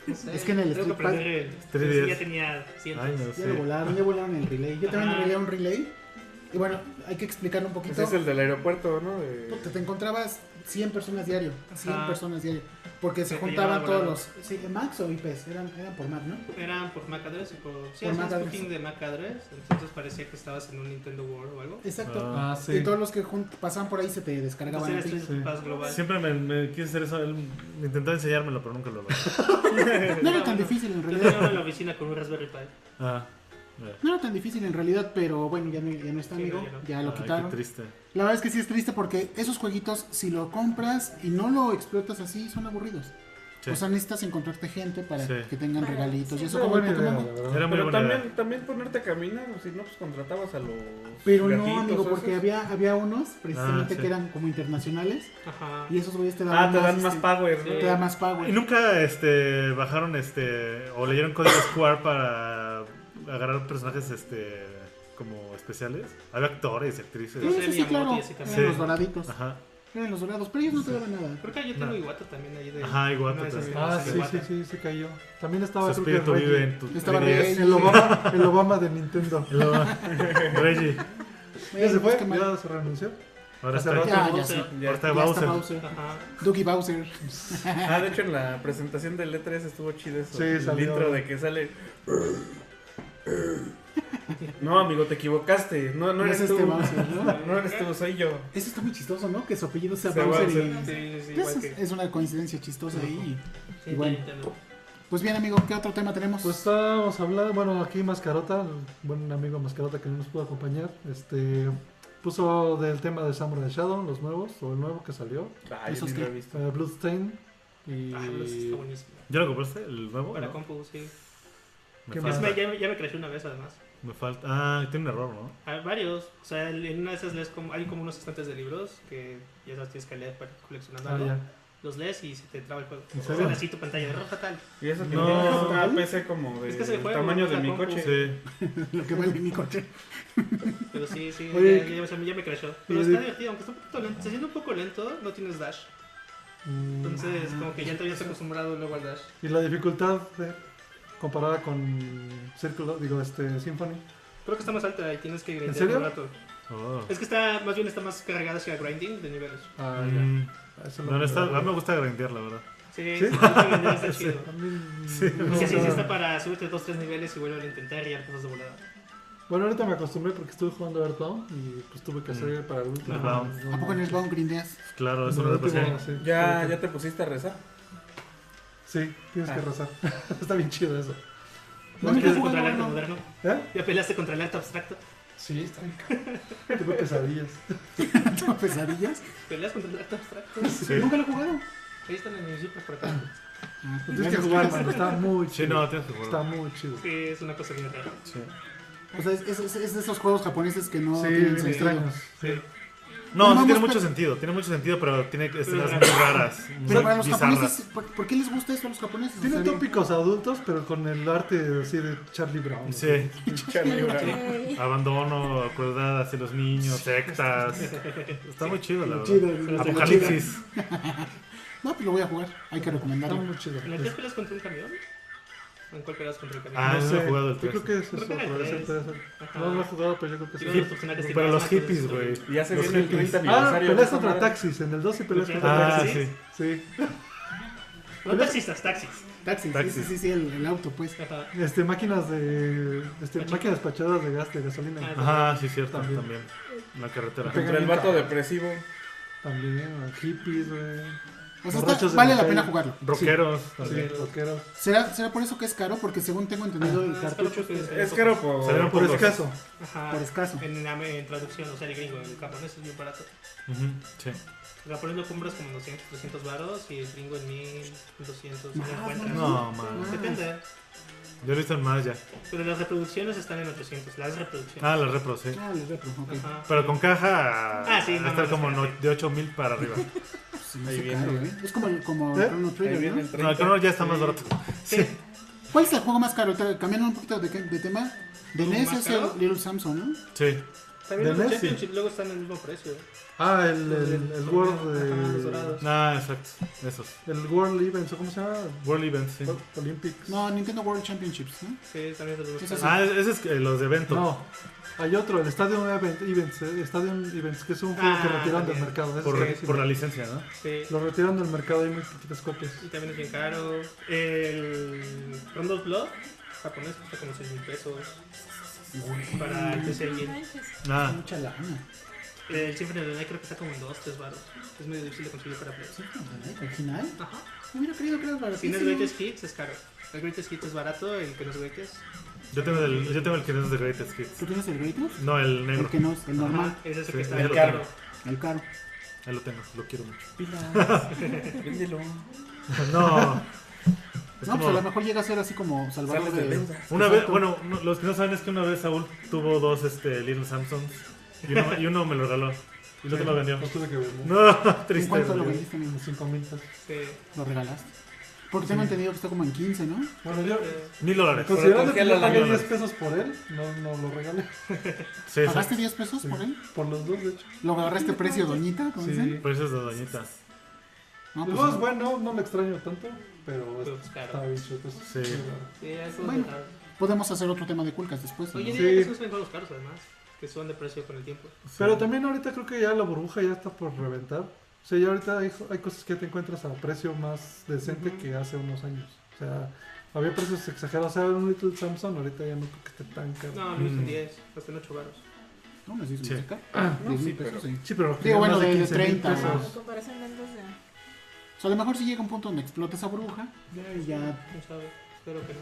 Speaker 6: Sí, no sé.
Speaker 2: Es que en el
Speaker 6: Tengo que
Speaker 2: Street Pass-
Speaker 6: aprender el.
Speaker 5: Street
Speaker 6: sí,
Speaker 5: Pass.
Speaker 6: ya tenía cientos.
Speaker 5: Ay, no
Speaker 2: Ya lo
Speaker 5: sé.
Speaker 2: volaron, ya volaron el relay. Yo también
Speaker 6: Ajá.
Speaker 2: relé un relay. Y bueno, hay que explicarlo un poquito.
Speaker 4: Ese Pues es el del aeropuerto, ¿no? De-
Speaker 2: Puta, te encontrabas 100 personas diario, 100
Speaker 6: Ajá.
Speaker 2: personas diario, porque se
Speaker 6: Se te
Speaker 2: juntaban
Speaker 6: llevaban
Speaker 2: todos
Speaker 6: volados.
Speaker 2: los... Sí, Max o IPs, eran, eran por Mac, ¿no?
Speaker 6: Eran por MAC address y por. Sí,
Speaker 2: Por
Speaker 6: hacías
Speaker 2: MAC address.
Speaker 6: booking de MAC address, entonces parecía que estabas en un Nintendo World o algo.
Speaker 2: Exacto.
Speaker 5: Ah,
Speaker 1: Ah, sí.
Speaker 2: Y todos los que jun- pasaban por ahí se te
Speaker 6: Entonces
Speaker 2: descargaban.
Speaker 6: era
Speaker 2: a ti.
Speaker 6: Street
Speaker 1: sí.
Speaker 6: Pass global.
Speaker 5: Siempre me, me quise hacer eso. Él intentó enseñármelo, pero nunca lo logré.
Speaker 2: No era tan difícil en
Speaker 6: Yo
Speaker 2: realidad.
Speaker 6: tenía en la oficina con un Raspberry Pi.
Speaker 5: Ah, ya.
Speaker 2: No era tan difícil en realidad, pero bueno, ya no, ya no está
Speaker 6: Sí,
Speaker 2: amigo,
Speaker 6: ya no.
Speaker 2: ya lo
Speaker 5: Ay,
Speaker 2: quitaron.
Speaker 5: ah, Qué triste.
Speaker 2: La verdad es que sí es triste porque esos jueguitos, si lo compras y no lo explotas así, son aburridos.
Speaker 5: Sí.
Speaker 2: O sea, necesitas encontrarte gente para
Speaker 5: Sí.
Speaker 2: que tengan
Speaker 3: Para-
Speaker 2: regalitos. Y eso
Speaker 1: Era
Speaker 2: como
Speaker 1: buena
Speaker 2: el
Speaker 1: idea,
Speaker 2: Pokémon.
Speaker 1: la
Speaker 2: Go.
Speaker 1: verdad.
Speaker 5: Era muy
Speaker 4: Pero
Speaker 5: buena idea.
Speaker 4: también, también ponerte a caminar, si no, pues contratabas a los.
Speaker 2: Pero
Speaker 4: gatitos,
Speaker 2: no, amigo,
Speaker 4: esos.
Speaker 2: porque había, había unos precisamente
Speaker 5: Ah, sí.
Speaker 2: que eran como internacionales
Speaker 6: Ajá.
Speaker 2: y esos güeyes te daban
Speaker 4: Ah, te dan más
Speaker 2: este,
Speaker 4: power, ¿no?
Speaker 6: Sí.
Speaker 2: Te dan más
Speaker 5: ¿Y
Speaker 2: power.
Speaker 5: nunca este, bajaron este, o leyeron código Square para agarrar personajes este, como especiales? Había actores y actrices.
Speaker 2: Sí,
Speaker 6: No sé,
Speaker 2: sí, sí,
Speaker 6: Miyamoto
Speaker 2: claro.
Speaker 6: y así
Speaker 2: Eran
Speaker 6: también.
Speaker 2: los
Speaker 5: Sí.
Speaker 2: doraditos.
Speaker 5: Ajá,
Speaker 2: Eran los dorados, pero ellos no te daban nada.
Speaker 6: Creo que yo tengo
Speaker 5: No.
Speaker 6: Iguata también ahí de.
Speaker 5: Ajá, Iwata
Speaker 6: una de esas
Speaker 5: también.
Speaker 1: Ah,
Speaker 6: tiendas de
Speaker 1: sí,
Speaker 6: Iwata.
Speaker 1: sí, sí, se cayó. También
Speaker 5: su
Speaker 1: estaba creo que
Speaker 5: espíritu
Speaker 1: Reggie.
Speaker 5: vive en tu
Speaker 2: Estaba
Speaker 5: 3DS.
Speaker 1: El Obama, el Obama de Nintendo.
Speaker 5: El Obama. Reggie,
Speaker 1: ¿Ya se
Speaker 2: Bueno,
Speaker 1: fue?
Speaker 2: pues, qué mal.
Speaker 1: ¿Ya se renunció?
Speaker 5: ahora
Speaker 1: Hace
Speaker 5: está,
Speaker 1: rato.
Speaker 2: Ah, Ya, ya, sí.
Speaker 6: Bowser.
Speaker 5: ahora está
Speaker 2: Ya está
Speaker 5: Bowser.
Speaker 2: Bowser.
Speaker 6: Ajá.
Speaker 2: Dougie Bowser.
Speaker 4: Ah, de hecho en la presentación del E3 estuvo chido eso.
Speaker 1: Sí,
Speaker 4: el
Speaker 1: salió.
Speaker 4: intro de que sale. No, amigo, te equivocaste. No, no
Speaker 2: No
Speaker 4: eres
Speaker 2: es este
Speaker 4: tú.
Speaker 2: Bowser, ¿no?
Speaker 4: No eres tú, soy yo.
Speaker 2: Eso está muy chistoso, ¿no? Que su apellido sea
Speaker 4: Se va a
Speaker 2: Bowser.
Speaker 4: hacer-
Speaker 2: y-
Speaker 4: sí, sí, sí,
Speaker 2: Pues
Speaker 4: igual
Speaker 2: es,
Speaker 4: que-
Speaker 2: es una coincidencia chistosa ahí.
Speaker 6: Sí,
Speaker 2: Y bueno.
Speaker 6: Nintendo.
Speaker 2: Pues bien, amigo, ¿qué otro tema tenemos?
Speaker 1: Pues estábamos hablando, bueno, aquí Mascarota, el buen amigo Mascarota que no nos pudo acompañar, este puso del tema de Samurai Shadow, los nuevos, o el nuevo que salió,
Speaker 4: Ah, yo
Speaker 2: Esos
Speaker 4: ni lo he
Speaker 2: que-
Speaker 4: visto.
Speaker 1: eh, Bloodstain y...
Speaker 6: Ah, pero sí está buenísimo.
Speaker 5: ¿Ya lo compraste? ¿El nuevo?
Speaker 6: Para
Speaker 5: ¿No?
Speaker 6: compu, sí.
Speaker 5: Me,
Speaker 1: ¿Qué
Speaker 6: Es
Speaker 1: más?
Speaker 5: falta,
Speaker 6: que ya, ya me creció una vez además.
Speaker 5: me falta. Ah, tiene un error, ¿no?
Speaker 6: Hay varios. O sea, en en una de esas lees como, hay como unos estantes de libros que ya sabes tienes que leer para ir coleccionando.
Speaker 1: Ah,
Speaker 6: algo.
Speaker 1: ya.
Speaker 6: Los lees y se te traba el juego.
Speaker 1: ¿En
Speaker 6: O sea,
Speaker 1: serio?
Speaker 6: así tu pantalla de roja tal.
Speaker 4: Y eso que
Speaker 5: No.
Speaker 4: tienes una PC como de
Speaker 6: Es que se
Speaker 4: el
Speaker 6: fue,
Speaker 4: tamaño
Speaker 6: güey,
Speaker 4: de
Speaker 6: la
Speaker 4: mi
Speaker 6: compu.
Speaker 4: coche.
Speaker 5: Sí.
Speaker 2: Lo que vale mi coche.
Speaker 6: Pero sí, sí,
Speaker 1: Oye,
Speaker 6: ya, ya- o sea, ya me creció. Pero
Speaker 1: y
Speaker 6: está
Speaker 1: de-
Speaker 6: divertido, aunque está un poquito lento. Se siente un poco lento, no tienes dash.
Speaker 1: Mm,
Speaker 6: Entonces,
Speaker 5: pues,
Speaker 6: como que ya te habías acostumbrado luego al dash.
Speaker 1: y la dificultad eh, comparada con Círculo, digo, este, Symphony.
Speaker 6: Creo que está más alta y tienes que grindear
Speaker 1: serio?
Speaker 6: un rato.
Speaker 5: Oh.
Speaker 6: Es que está, más bien está más cargada hacia grinding de niveles.
Speaker 1: Ah,
Speaker 5: Mm.
Speaker 1: ya. Eso
Speaker 5: No, no está, a mí me
Speaker 1: no,
Speaker 5: gusta grandear, la verdad.
Speaker 6: Sí,
Speaker 1: ¿Sí?
Speaker 6: sí, sí, está chido.
Speaker 1: a mí-
Speaker 5: Sí.
Speaker 1: no,
Speaker 6: Es que sí,
Speaker 1: o
Speaker 6: sí
Speaker 1: sea,
Speaker 6: está para subirte dos, tres niveles y vuelvo a intentar y ya cosas de volada.
Speaker 1: Bueno, ahorita me acostumbré porque estuve jugando Earthbound y pues tuve
Speaker 5: Mm.
Speaker 1: que hacer para el último.
Speaker 5: Earthbound.
Speaker 1: No,
Speaker 2: ¿A poco en
Speaker 1: no,
Speaker 2: el Bound grindeas?
Speaker 5: Claro,
Speaker 1: no,
Speaker 5: eso no
Speaker 1: el
Speaker 5: lo pasé.
Speaker 1: último, sí.
Speaker 4: Ya, ya te pusiste a rezar.
Speaker 1: Sí, tienes que
Speaker 4: Ah.
Speaker 1: rezar. Está bien chido eso.
Speaker 2: No,
Speaker 6: ¿Ya
Speaker 2: nunca he
Speaker 6: peleaste
Speaker 2: jugado
Speaker 6: contra el arte
Speaker 2: uno.
Speaker 6: moderno?
Speaker 1: ¿Eh?
Speaker 6: ¿Ya peleaste contra el arte abstracto?
Speaker 1: Sí, está bien. caro. Tuve pesadillas.
Speaker 2: ¿Tengo pesadillas?
Speaker 6: ¿Peleas contra el arte abstracto?
Speaker 5: Sí.
Speaker 2: Nunca lo he jugado.
Speaker 6: Ahí están en mis por acá.
Speaker 2: Ah,
Speaker 1: Lo tienes que
Speaker 2: ya
Speaker 1: jugar,
Speaker 2: lo
Speaker 1: mano. Está muy chido.
Speaker 5: Sí, no, tienes que jugar.
Speaker 1: Está muy chido.
Speaker 6: Sí, es una cosa bien rara.
Speaker 2: O sea, es, es- es- es de esos juegos japoneses que no
Speaker 1: sí,
Speaker 2: tienen
Speaker 1: bien
Speaker 2: sentido.
Speaker 1: extraños.
Speaker 6: Sí.
Speaker 5: No,
Speaker 2: No,
Speaker 5: sí tiene
Speaker 2: vamos,
Speaker 5: mucho
Speaker 2: pero-
Speaker 5: sentido, tiene mucho sentido, pero tiene escenas
Speaker 6: Pero-
Speaker 5: muy raras,
Speaker 2: Pero
Speaker 5: muy
Speaker 2: para los
Speaker 5: bizarras.
Speaker 2: japoneses, ¿por, por qué les gusta eso a los japoneses?
Speaker 1: Tiene
Speaker 2: O sea,
Speaker 1: tópicos adultos, pero con el arte así de Charlie Brown.
Speaker 5: Sí,
Speaker 4: Chale, bravo.
Speaker 3: Ay,
Speaker 5: abandono, crueldad hacia los niños, sectas. Está muy chido, la
Speaker 2: bien
Speaker 5: verdad.
Speaker 2: chido, bien chido.
Speaker 5: Apocalipsis.
Speaker 2: No, pues lo voy a jugar. Hay que
Speaker 1: Está
Speaker 2: recomendarlo.
Speaker 1: muy chido.
Speaker 6: ¿En el 3 peleas contra un camión? ¿O en cuál peleas contra el camión?
Speaker 5: Ah,
Speaker 1: No
Speaker 5: no
Speaker 1: sé,
Speaker 5: he jugado el
Speaker 1: yo creo que es
Speaker 6: Creo
Speaker 1: eso,
Speaker 6: que era el
Speaker 1: puede ser,
Speaker 6: tres.
Speaker 1: puede ser.
Speaker 6: Ajá.
Speaker 1: No lo he jugado, pero yo creo que
Speaker 6: Sí,
Speaker 1: sí.
Speaker 6: uno de los personajes que
Speaker 5: Para
Speaker 6: más
Speaker 5: los
Speaker 6: matas
Speaker 5: hippies,
Speaker 6: es-
Speaker 5: güey.
Speaker 4: Y ya se
Speaker 5: Los
Speaker 4: viene el
Speaker 5: hippies.
Speaker 4: 30
Speaker 1: Ah,
Speaker 4: aniversario.
Speaker 1: peleas
Speaker 4: de esa
Speaker 1: contra
Speaker 4: madre.
Speaker 1: taxis. En el 2 sí peleas contra
Speaker 5: Ah,
Speaker 1: taxis.
Speaker 5: sí.
Speaker 1: Sí.
Speaker 6: No taxistas, taxis.
Speaker 2: Taxi, sí,
Speaker 5: Taxi.
Speaker 2: sí, sí, sí, el, el auto, pues.
Speaker 6: Ajá.
Speaker 1: Este, máquinas de. Este,
Speaker 6: Pacheco.
Speaker 1: máquinas pachadas de gas, de gasolina.
Speaker 6: Ah,
Speaker 5: Ajá, sí, cierto,
Speaker 1: También.
Speaker 5: también. En la carretera.
Speaker 1: Pe-
Speaker 4: Contra el vato depresivo.
Speaker 1: También, hippies, güey.
Speaker 2: O sea, está-
Speaker 1: Borrachos de
Speaker 2: vale la
Speaker 1: calle.
Speaker 2: pena jugarlo.
Speaker 5: Rockeros.
Speaker 1: Sí,
Speaker 5: también.
Speaker 1: rockeros.
Speaker 2: ¿Será, ¿Será por eso que es caro? Porque según tengo entendido, el
Speaker 6: Ah, Es caro
Speaker 2: cartucho
Speaker 6: porque es-
Speaker 4: Es caro por,
Speaker 5: Se ven
Speaker 1: Por
Speaker 5: pocos.
Speaker 1: escaso.
Speaker 6: Ajá.
Speaker 2: por escaso.
Speaker 6: En, en- en traducción, o sea, el gringo, el japonés es bien barato.
Speaker 5: Ujú, sí.
Speaker 6: El japonés lo compras como en 200, 300 varos y el gringo en 1200,
Speaker 2: Más,
Speaker 5: Ah,
Speaker 6: 1050.
Speaker 5: No, man.
Speaker 6: Depende,
Speaker 5: Yo lo he visto en más ya.
Speaker 6: pero las reproducciones están en 800, las reproducciones.
Speaker 5: Ah, la repro, sí.
Speaker 2: Ah, les repro, ok.
Speaker 6: Ajá.
Speaker 5: Pero con caja
Speaker 6: Ah, sí,
Speaker 5: va a
Speaker 6: no,
Speaker 5: estar
Speaker 6: no,
Speaker 5: como
Speaker 6: sí,
Speaker 5: no-
Speaker 6: sí.
Speaker 5: de 8 mil para arriba.
Speaker 2: Se me
Speaker 4: Ahí
Speaker 2: hace
Speaker 4: viene.
Speaker 2: caro, ¿eh? Es como, el- como
Speaker 1: ¿Eh?
Speaker 2: el Chrono
Speaker 4: Ahí
Speaker 2: Trigger,
Speaker 4: viene el
Speaker 2: ¿no?
Speaker 4: 30.
Speaker 5: No, el Chrono ya está más barato.
Speaker 6: Sí.
Speaker 2: ¿Cuál es el juego más caro? Tra- Cambiando un poquito de, de tema. De
Speaker 6: ¿Juego
Speaker 2: NES
Speaker 6: más
Speaker 2: es el
Speaker 6: caro?
Speaker 2: Little Samsung, ¿no?
Speaker 5: Sí.
Speaker 1: De
Speaker 6: También los
Speaker 1: Messi.
Speaker 6: Championship luego están al mismo precio. ¿eh?
Speaker 1: Ah, el, el, el
Speaker 6: Ajá, los
Speaker 1: World.
Speaker 6: dorados.
Speaker 5: Ah, exacto. Esos.
Speaker 1: eh, el World Events, ¿o ¿cómo se llama?
Speaker 5: World Events, sí.
Speaker 1: World Olympics.
Speaker 2: No, Nintendo World Championships, ¿no?
Speaker 6: Sí, también es de los
Speaker 2: Eso
Speaker 6: más
Speaker 5: Ah,
Speaker 6: caros.
Speaker 5: esos es eh, los de eventos.
Speaker 1: No, hay otro, el Stadium Event- Events, eh, Stadium Events, que es un juego que
Speaker 6: Ah,
Speaker 1: retiraron del
Speaker 6: también.
Speaker 1: mercado. ese es
Speaker 5: Por,
Speaker 1: carísimo.
Speaker 5: por la licencia, ¿no?
Speaker 6: Sí.
Speaker 1: Lo retiraron del mercado, hay muy poquitas copias.
Speaker 6: Y también es bien caro. El Rondo of Blood japonés cuesta como 6 mil pesos para el PC
Speaker 3: Mm.
Speaker 6: Engine.
Speaker 5: Ah,
Speaker 2: Mucha lana.
Speaker 6: El Symphony of the Night creo que está como en 2, 3 baros. Es medio difícil de conseguir para Play.
Speaker 2: Sí, ¿verdad? Original.
Speaker 6: Ajá.
Speaker 2: Me hubiera creído que era
Speaker 6: Si no es
Speaker 2: baratísimo.
Speaker 6: Greatest Hits es caro. El Greatest Hits es barato, el que no es Greatest.
Speaker 5: yo tengo el, yo tengo el que no es de Greatest Hits.
Speaker 2: ¿Tú tienes el Greatest?
Speaker 5: No, el negro.
Speaker 2: El que no es el normal,
Speaker 6: Ajá, Ese es
Speaker 5: Sí,
Speaker 6: el que está
Speaker 5: el
Speaker 6: bien
Speaker 5: caro.
Speaker 6: caro.
Speaker 2: el caro.
Speaker 5: Ahí lo tengo, lo quiero mucho.
Speaker 4: Véndelo.
Speaker 5: No. Es
Speaker 2: No,
Speaker 5: como-
Speaker 2: pues a lo mejor llega a ser así como salvarlo
Speaker 4: Sales de
Speaker 2: de...
Speaker 4: venta.
Speaker 5: Una vez,
Speaker 2: Exacto.
Speaker 5: bueno, no, los que no saben es que una vez Saúl tuvo dos este, Little Samsons y uno, y uno me lo regaló y el otro lo vendió.
Speaker 1: No tuve que ver, ¿no?
Speaker 5: No,
Speaker 2: ¿En
Speaker 5: triste.
Speaker 2: cuánto lo
Speaker 5: güey.
Speaker 2: vendiste? amigo?
Speaker 1: 5 mil pesos.
Speaker 6: Sí.
Speaker 2: ¿Lo regalaste? Porque tengo entendido que está como en 15, ¿no?
Speaker 1: Bueno, yo,
Speaker 6: Eh,
Speaker 5: Mil dólares.
Speaker 1: considerando que
Speaker 4: congélalo,
Speaker 1: yo pagué
Speaker 5: no, no.
Speaker 1: 10 pesos por él, no, no lo regalé.
Speaker 5: Sí,
Speaker 2: ¿Pagaste
Speaker 5: exacto.
Speaker 2: 10 pesos por él?
Speaker 1: Por los dos, de hecho.
Speaker 2: ¿Lo agarraste precio doñita? como dicen?
Speaker 1: Sí.
Speaker 5: Precios de doñita.
Speaker 2: No,
Speaker 1: El
Speaker 2: pues
Speaker 1: juego es
Speaker 2: no.
Speaker 1: bueno, no me extraño tanto, pero
Speaker 6: Pero es
Speaker 1: está
Speaker 6: caro.
Speaker 1: bien chido. pues,
Speaker 5: Sí.
Speaker 6: Sí, eso es
Speaker 2: Bueno.
Speaker 6: caro.
Speaker 2: Podemos hacer otro tema de culcas después. ¿no?
Speaker 6: Oye,
Speaker 1: Sí.
Speaker 6: día que se usan juegos caros además, que suban de precio con el tiempo.
Speaker 1: Pero también ahorita creo que ya la burbuja ya está por reventar. O sea, ya ahorita hay, hay cosas que te encuentras a precio más decente que hace unos años. O sea, había precios exagerados. O sea, un Little Samsung ahorita ya no creo que esté tan caro.
Speaker 6: No, no en
Speaker 5: Mm.
Speaker 6: 10, hasta en 8 baros.
Speaker 2: No, nos hizo
Speaker 5: Sí.
Speaker 2: música.
Speaker 4: no,
Speaker 2: Diez
Speaker 4: sí,
Speaker 2: mil pesos,
Speaker 4: pero-
Speaker 2: sí.
Speaker 1: Sí, pero
Speaker 2: Digo, bueno, de- de 30,
Speaker 1: pesos.
Speaker 3: En comparación de antes de.
Speaker 2: O sea, a lo mejor si llega un punto donde explota esa burbuja, ya, ya
Speaker 6: No sabe, espero que no.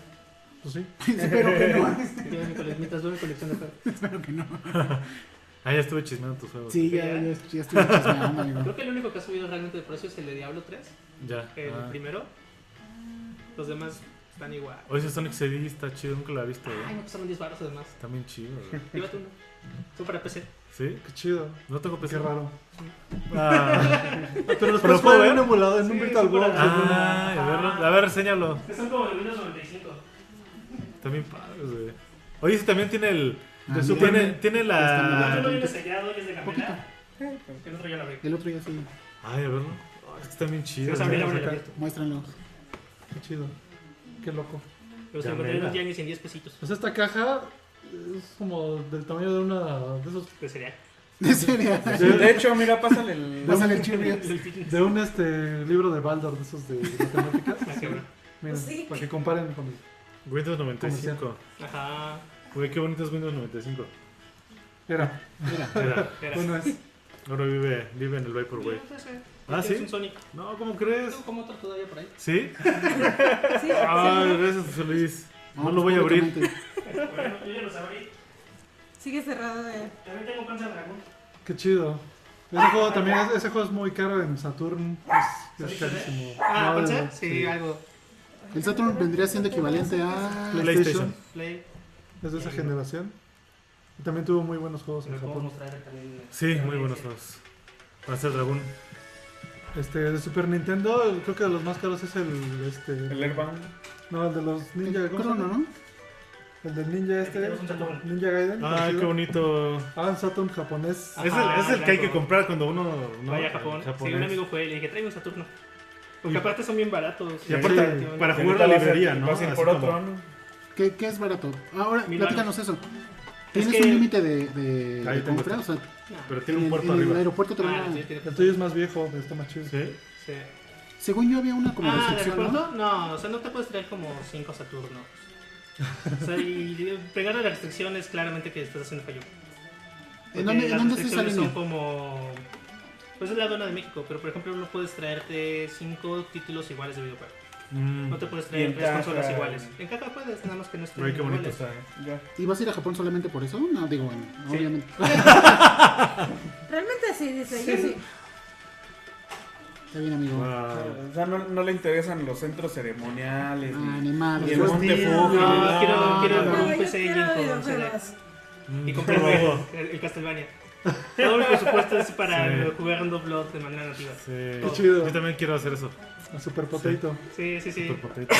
Speaker 1: Pues sí.
Speaker 2: espero que no,
Speaker 6: Yo mi cole- Mientras dure mi colección de juegos.
Speaker 2: espero que no.
Speaker 5: Ah, ya estuve chismeando tus juegos.
Speaker 2: Sí, Pues, ya, ya, ya estoy chismeando, amigo.
Speaker 6: Creo que el único que ha subido realmente de precio es el de Diablo 3,
Speaker 5: Ya.
Speaker 6: el
Speaker 5: ah.
Speaker 6: primero. Los demás están igual.
Speaker 5: Oye, ese Sonic CD está chido, nunca lo he visto.
Speaker 6: Ay, pues
Speaker 5: güey.
Speaker 6: me costaron 10 baros además.
Speaker 5: Está bien chido. güey.
Speaker 6: Llévate uno. Tú para PC.
Speaker 5: ¿Sí?
Speaker 1: Qué chido.
Speaker 5: No tengo PC.
Speaker 1: Qué raro.
Speaker 5: Ah,
Speaker 1: Pero
Speaker 2: Pues
Speaker 1: los
Speaker 5: Pero
Speaker 1: puedes
Speaker 5: puedo
Speaker 1: poner
Speaker 5: ver.
Speaker 1: en un emulador, en un
Speaker 6: Sí,
Speaker 1: Virtual
Speaker 6: por
Speaker 1: Box.
Speaker 6: ahí.
Speaker 5: ah, a ver, a ver, enséñalo.
Speaker 6: Son como de Windows 95.
Speaker 5: Está bien padre, güey. Oye, ese también tiene el.
Speaker 2: Ah,
Speaker 5: tiene,
Speaker 2: mira.
Speaker 5: tiene
Speaker 1: Este
Speaker 2: Está
Speaker 5: la.
Speaker 2: muy bien.
Speaker 6: sellado y es de
Speaker 2: Poquito.
Speaker 6: El otro ya lo abrí.
Speaker 2: El otro ya sí,
Speaker 5: Ay, a verlo. Ay, es que está bien
Speaker 6: Sí,
Speaker 5: chido.
Speaker 6: los abrí,
Speaker 5: güey.
Speaker 6: lo abrí,
Speaker 1: saca.
Speaker 6: lo abrí.
Speaker 2: muéstranlo.
Speaker 1: Qué chido. Qué loco.
Speaker 6: Los encontré en un Yankees en 10 pesitos.
Speaker 1: Pues esta caja es como del tamaño de una de esos
Speaker 6: De cereal.
Speaker 2: De serio.
Speaker 4: De hecho, mira, pásale el.
Speaker 2: Pásale el Cheerios.
Speaker 1: de un este libro de Baldor de esos de matemáticas.
Speaker 6: La quebra.
Speaker 1: Miren,
Speaker 3: Sí.
Speaker 1: para que comparen con el-
Speaker 5: Windows 95.
Speaker 6: Ajá.
Speaker 5: Güey, qué bonito es Windows 95.
Speaker 1: Era,
Speaker 5: Era,
Speaker 6: Era.
Speaker 1: bueno es.
Speaker 5: ahora vive, vive en el Vaporwave. Ah,
Speaker 6: Tienes
Speaker 5: ¿sí?
Speaker 6: un Sonic.
Speaker 5: No, ¿cómo crees?
Speaker 6: Tengo como otro todavía por ahí.
Speaker 5: ¿Sí?
Speaker 3: Sí,
Speaker 5: Ay,
Speaker 3: seguro.
Speaker 5: gracias, José Luis. No
Speaker 2: pues,
Speaker 5: lo voy a abrir.
Speaker 2: públicamente.
Speaker 6: Bueno, yo ya los abrí.
Speaker 3: Sigue cerrado de.
Speaker 6: También tengo panza de dragón.
Speaker 1: Qué chido.
Speaker 6: Ah,
Speaker 1: Ese juego también es, ese juego es muy caro en Saturn. Es, es carísimo.
Speaker 6: Ah,
Speaker 1: No,
Speaker 6: ¿panza?
Speaker 1: no,
Speaker 6: Sí, algo.
Speaker 2: El Saturn vendría siendo equivalente a...
Speaker 1: PlayStation.
Speaker 5: PlayStation.
Speaker 6: Play.
Speaker 1: Es de esa generación. Y también tuvo muy buenos juegos en
Speaker 6: Pero puedo
Speaker 1: Japón.
Speaker 6: mostrar también.
Speaker 5: Sí, muy buenos juegos. Para ser dragón.
Speaker 1: Este, de Super Nintendo, el- creo que de los más caros es el este.
Speaker 4: El Airbound.
Speaker 1: No, el de los
Speaker 2: El
Speaker 1: Ninja. ¿cómo se
Speaker 2: Crono,
Speaker 1: llama?
Speaker 2: ¿no?
Speaker 1: El del Ninja este.
Speaker 6: Tenemos un Saturn.
Speaker 1: Ninja Gaiden.
Speaker 5: Ah, qué
Speaker 1: chido.
Speaker 5: bonito.
Speaker 1: Ah, un Saturn japonés.
Speaker 6: Ah,
Speaker 5: Es el, es el que hay que comprar cuando uno no,
Speaker 6: Vaya a Japón. Sí,
Speaker 5: japonés.
Speaker 6: un amigo fue y le dije, tráeme un Saturno. Porque
Speaker 5: Y-
Speaker 6: aparte son bien baratos.
Speaker 5: Y aparte,
Speaker 6: Sí.
Speaker 5: para
Speaker 4: Que
Speaker 5: jugar la
Speaker 4: ahorita vas a-
Speaker 5: librería, ¿no?
Speaker 4: Vas a ir
Speaker 5: Así
Speaker 4: por otro.
Speaker 5: como-
Speaker 4: ¿no?
Speaker 2: ¿Qué, qué es barato? Ahora,
Speaker 6: Mil
Speaker 2: platícanos eso. ¿Tienes
Speaker 6: que-
Speaker 2: un límite de, de,
Speaker 5: Ahí
Speaker 2: de
Speaker 5: tengo
Speaker 2: compra? O sea,
Speaker 5: Pero tiene
Speaker 2: en el,
Speaker 5: un puerto
Speaker 2: en el
Speaker 5: arriba.
Speaker 2: aeropuerto te van
Speaker 6: Ah,
Speaker 2: a...
Speaker 6: sí, tiene-
Speaker 1: El tuyo es más viejo, está más chido.
Speaker 5: ¿Sí?
Speaker 6: sí.
Speaker 2: Según yo había una como
Speaker 6: Ah, ¿de
Speaker 2: restricción, ¿no?
Speaker 6: acuerdo? No, o sea, no te puedes traer como 5 Saturnos. O sea, y pegar a la restricción es claramente que estás haciendo fallo.
Speaker 2: ¿En dónde,
Speaker 6: Porque
Speaker 2: ¿en
Speaker 6: las
Speaker 2: dónde está esa línea?
Speaker 6: restricciones Son como Pues es la aduana de México, pero por ejemplo no puedes traerte cinco títulos iguales de videojuego.
Speaker 5: Mm.
Speaker 6: No te puedes
Speaker 7: Y
Speaker 6: traer
Speaker 7: en
Speaker 6: tres
Speaker 7: caja.
Speaker 6: consolas iguales. En caja puedes, nada más que no estén
Speaker 5: Ay, qué bonito
Speaker 6: iguales.
Speaker 5: está, ¿eh?
Speaker 7: Ya.
Speaker 2: ¿Y vas a ir a Japón solamente por eso? No, digo, bueno,
Speaker 6: Sí.
Speaker 2: obviamente.
Speaker 3: Realmente sí, dice. Yo sí.
Speaker 2: Está bien, amigo.
Speaker 5: Wow.
Speaker 7: O sea, no, no le interesan los centros ceremoniales.
Speaker 2: Ah,
Speaker 7: ni-
Speaker 2: ni madre.
Speaker 7: Y el Monte
Speaker 1: Pues,
Speaker 7: Fuji.
Speaker 6: Ah, No,
Speaker 7: ni
Speaker 6: quiero,
Speaker 7: nada.
Speaker 6: quiero
Speaker 3: Pero
Speaker 6: un
Speaker 3: yo
Speaker 6: PC
Speaker 3: quiero
Speaker 6: gaming con CD.
Speaker 3: videojuegos.
Speaker 5: Mm.
Speaker 6: Y compré
Speaker 5: Luego,
Speaker 6: el, el Castlevania. Todo mi presupuesto es para
Speaker 5: Sí.
Speaker 6: jugar un Blood de manera nativa.
Speaker 5: sí.
Speaker 1: Qué chido.
Speaker 5: Yo también quiero hacer eso.
Speaker 1: A Super Potato.
Speaker 6: Sí, sí, sí.
Speaker 5: Super Potato.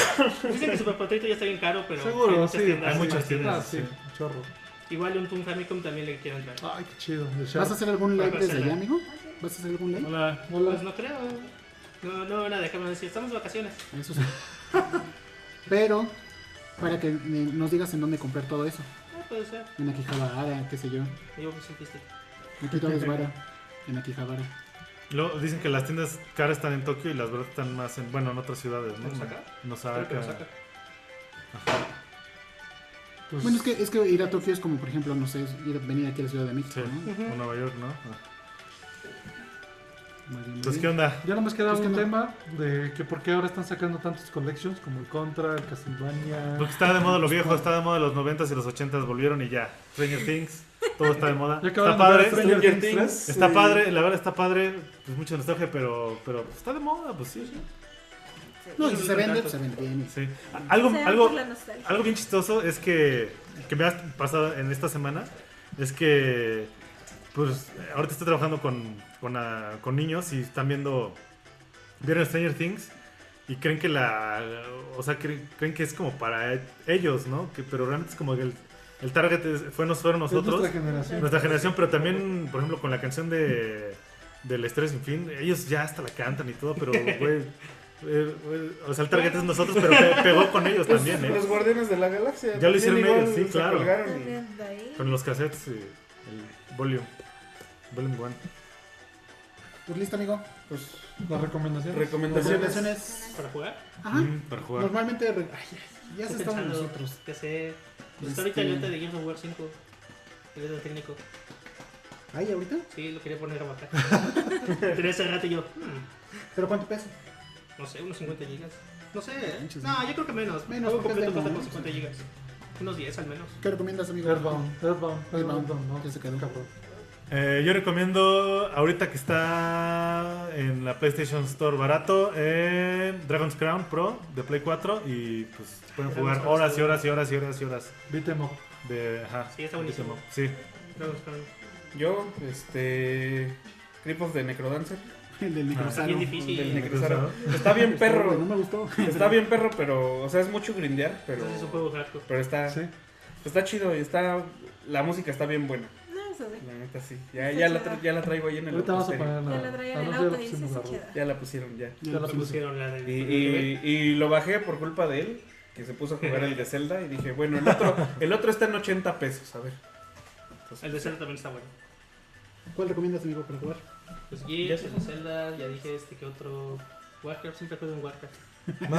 Speaker 6: Dicen que Super Potato ya está bien caro, pero
Speaker 1: Seguro,
Speaker 6: hay muchas
Speaker 1: sí.
Speaker 6: tiendas.
Speaker 5: Hay muchas tiendas,
Speaker 1: Ah, sí,
Speaker 5: sí.
Speaker 1: un chorro.
Speaker 6: Igual un, un Famicom también le quiero entrar.
Speaker 1: Ay, qué chido. pues, de
Speaker 2: ¿Vas a
Speaker 1: Sharp.
Speaker 2: hacer algún live
Speaker 6: Para
Speaker 2: desde
Speaker 6: hacerla.
Speaker 2: allá, amigo? ¿Vas a hacer algún live?
Speaker 5: Hola.
Speaker 6: Pues no creo. No, no van a dejarme decir, estamos de vacaciones.
Speaker 2: Eso sí. Pero, para que eh, nos digas en dónde comprar todo eso.
Speaker 6: Ah, puede ser.
Speaker 2: En Akihabara, qué sé yo.
Speaker 6: Yo pues insistí.
Speaker 2: Aquí todo es vara. En Akihabara.
Speaker 5: Luego dicen que las tiendas caras están en Tokio y las verdaderas están más en, bueno, en otras ciudades, ¿no?
Speaker 6: ¿En Osaka?
Speaker 5: No
Speaker 6: Creo que lo
Speaker 5: sabe.
Speaker 6: saca.
Speaker 1: Pues,
Speaker 2: Bueno, es que, es que ir a Tokio es como, por ejemplo, no sé, es ir, venir aquí a la Ciudad de México,
Speaker 5: Sí,
Speaker 2: ¿no?
Speaker 6: Ujú.
Speaker 5: o Nueva York, ¿no?
Speaker 2: Muy bien, muy
Speaker 5: Pues, ¿qué
Speaker 2: bien.
Speaker 5: onda?
Speaker 1: Ya nomás queda
Speaker 2: Pues,
Speaker 1: un
Speaker 2: ¿qué
Speaker 1: tema de que por qué ahora están sacando tantos collections como el Contra, el Castlevania.
Speaker 5: Porque está de moda lo viejo, está de moda los 90s y los 80s, volvieron y ya. Stranger Things, todo está de moda.
Speaker 1: Ya
Speaker 5: Está
Speaker 1: acabaron de ver
Speaker 5: padre,
Speaker 1: Stranger
Speaker 7: Stranger
Speaker 1: Things
Speaker 7: Things.
Speaker 1: 3.
Speaker 5: está
Speaker 7: Sí.
Speaker 5: padre, la verdad está padre, pues mucha nostalgia, pero, pero pues, está de moda, pues sí.
Speaker 2: No, y si se vende, pues se vende bien.
Speaker 5: sí. Algo,
Speaker 3: Se van
Speaker 5: algo,
Speaker 3: por la nostalgia.
Speaker 5: Algo bien chistoso es que, que me ha pasado en esta semana es que, pues, ahorita estoy trabajando con, con, ah, con niños y están viendo, vieron Stranger Things y creen que la, o sea, cre- creen, que es como para e- ellos, ¿no? Que, pero realmente es como que el, el target es- fue, nos fueron
Speaker 1: Es nuestra
Speaker 5: nosotros,
Speaker 1: generación.
Speaker 5: nuestra generación, pero también, por ejemplo, con la canción de del Estrés Sin Fin, ellos ya hasta la cantan y todo, pero, güey, eh, güey, o sea, el target es nosotros, pero pe- pegó con ellos
Speaker 7: Pues,
Speaker 5: también, ¿eh?
Speaker 7: Los Guardianes de la Galaxia.
Speaker 5: Ya lo
Speaker 7: también
Speaker 5: hicieron
Speaker 7: igual
Speaker 5: ellos, sí,
Speaker 7: se
Speaker 5: claro.
Speaker 7: colgaron y-
Speaker 3: También de ahí.
Speaker 5: Con los cassettes, eh, el volume. Volume one.
Speaker 2: Pues listo, amigo.
Speaker 7: pues,
Speaker 1: Las recomendaciones.
Speaker 7: recomendaciones.
Speaker 2: Recomendaciones.
Speaker 6: ¿Para jugar?
Speaker 2: Ajá.
Speaker 5: Pues, Mm, para jugar.
Speaker 2: Normalmente, re- ay, ya- ya se
Speaker 6: Estoy
Speaker 2: estamos
Speaker 6: pensando,
Speaker 2: nosotros.
Speaker 6: Ya sé. Pues está
Speaker 2: Este-
Speaker 6: ahorita el lente de Gears of War 5. El lente técnico.
Speaker 2: Ahí, ahorita.
Speaker 6: Sí, lo quería poner a bajar. Pero ese rato yo, hmm,
Speaker 2: ¿Pero cuánto pesa?
Speaker 6: no sé, unos 50 gigas. No sé. ¿eh?
Speaker 2: Manches,
Speaker 6: No, yo creo que menos.
Speaker 2: Menos,
Speaker 6: Algo
Speaker 2: porque es
Speaker 6: completo cuesta
Speaker 2: demo,
Speaker 6: como
Speaker 2: ¿no?
Speaker 6: 50 gigas. Unos 10 al menos.
Speaker 2: ¿Qué recomiendas, amigo?
Speaker 1: Earthbound, Earthbound,
Speaker 2: Earthbound,
Speaker 1: Earthbound, no,
Speaker 2: ya se quedó.
Speaker 1: cabrón.
Speaker 5: Eh, yo recomiendo, ahorita que está en la PlayStation Store barato, eh, Dragon's Crown Pro de Play 4 y pues pueden jugar horas y horas y horas y horas y horas
Speaker 1: Vitemo.
Speaker 5: de... Ajá,
Speaker 6: Sí, está buenísimo.
Speaker 5: sí.
Speaker 6: Voy a buscar uno.
Speaker 7: Yo, este. Creep of the Necrodancer.
Speaker 2: El
Speaker 5: Ah,
Speaker 2: del
Speaker 6: Está
Speaker 2: necrosano.
Speaker 6: bien
Speaker 7: Del
Speaker 6: difícil.
Speaker 7: Necrosaro. Está bien
Speaker 2: Pero No
Speaker 7: perro.
Speaker 2: me gustó.
Speaker 7: Está bien perro, pero. O sea, es mucho grindear, pero.
Speaker 6: Entonces es un juego hardcore.
Speaker 7: Pero está.
Speaker 1: Sí.
Speaker 7: Está chido y está. La música está bien buena.
Speaker 3: No, eso sí.
Speaker 7: La neta sí. Ya,
Speaker 3: Está
Speaker 7: ya, la,
Speaker 3: chida.
Speaker 7: tra- ya la traigo ahí en el
Speaker 1: Ahorita vamos a
Speaker 7: estéreo.
Speaker 1: poner
Speaker 3: Ya
Speaker 1: la.
Speaker 3: la traía
Speaker 1: ah,
Speaker 3: en el
Speaker 1: no,
Speaker 3: auto
Speaker 1: ya
Speaker 3: y
Speaker 1: la
Speaker 3: se
Speaker 1: pusimos, la rola.
Speaker 3: queda.
Speaker 7: Ya la pusieron ya.
Speaker 1: Ya la
Speaker 6: Me
Speaker 1: puse.
Speaker 6: pusieron la del
Speaker 7: Y,
Speaker 6: primer nivel.
Speaker 7: y- y lo bajé por culpa de él, que se puso a jugar el de Zelda y dije, bueno, el otro, el otro está en 80 pesos, a ver.
Speaker 6: El de Zelda también está bueno.
Speaker 2: ¿Cuál recomiendas, amigo, para jugar?
Speaker 6: Pues Gears, el de Zelda, ya dije este que otro. Warcraft, siempre juego en Warcraft.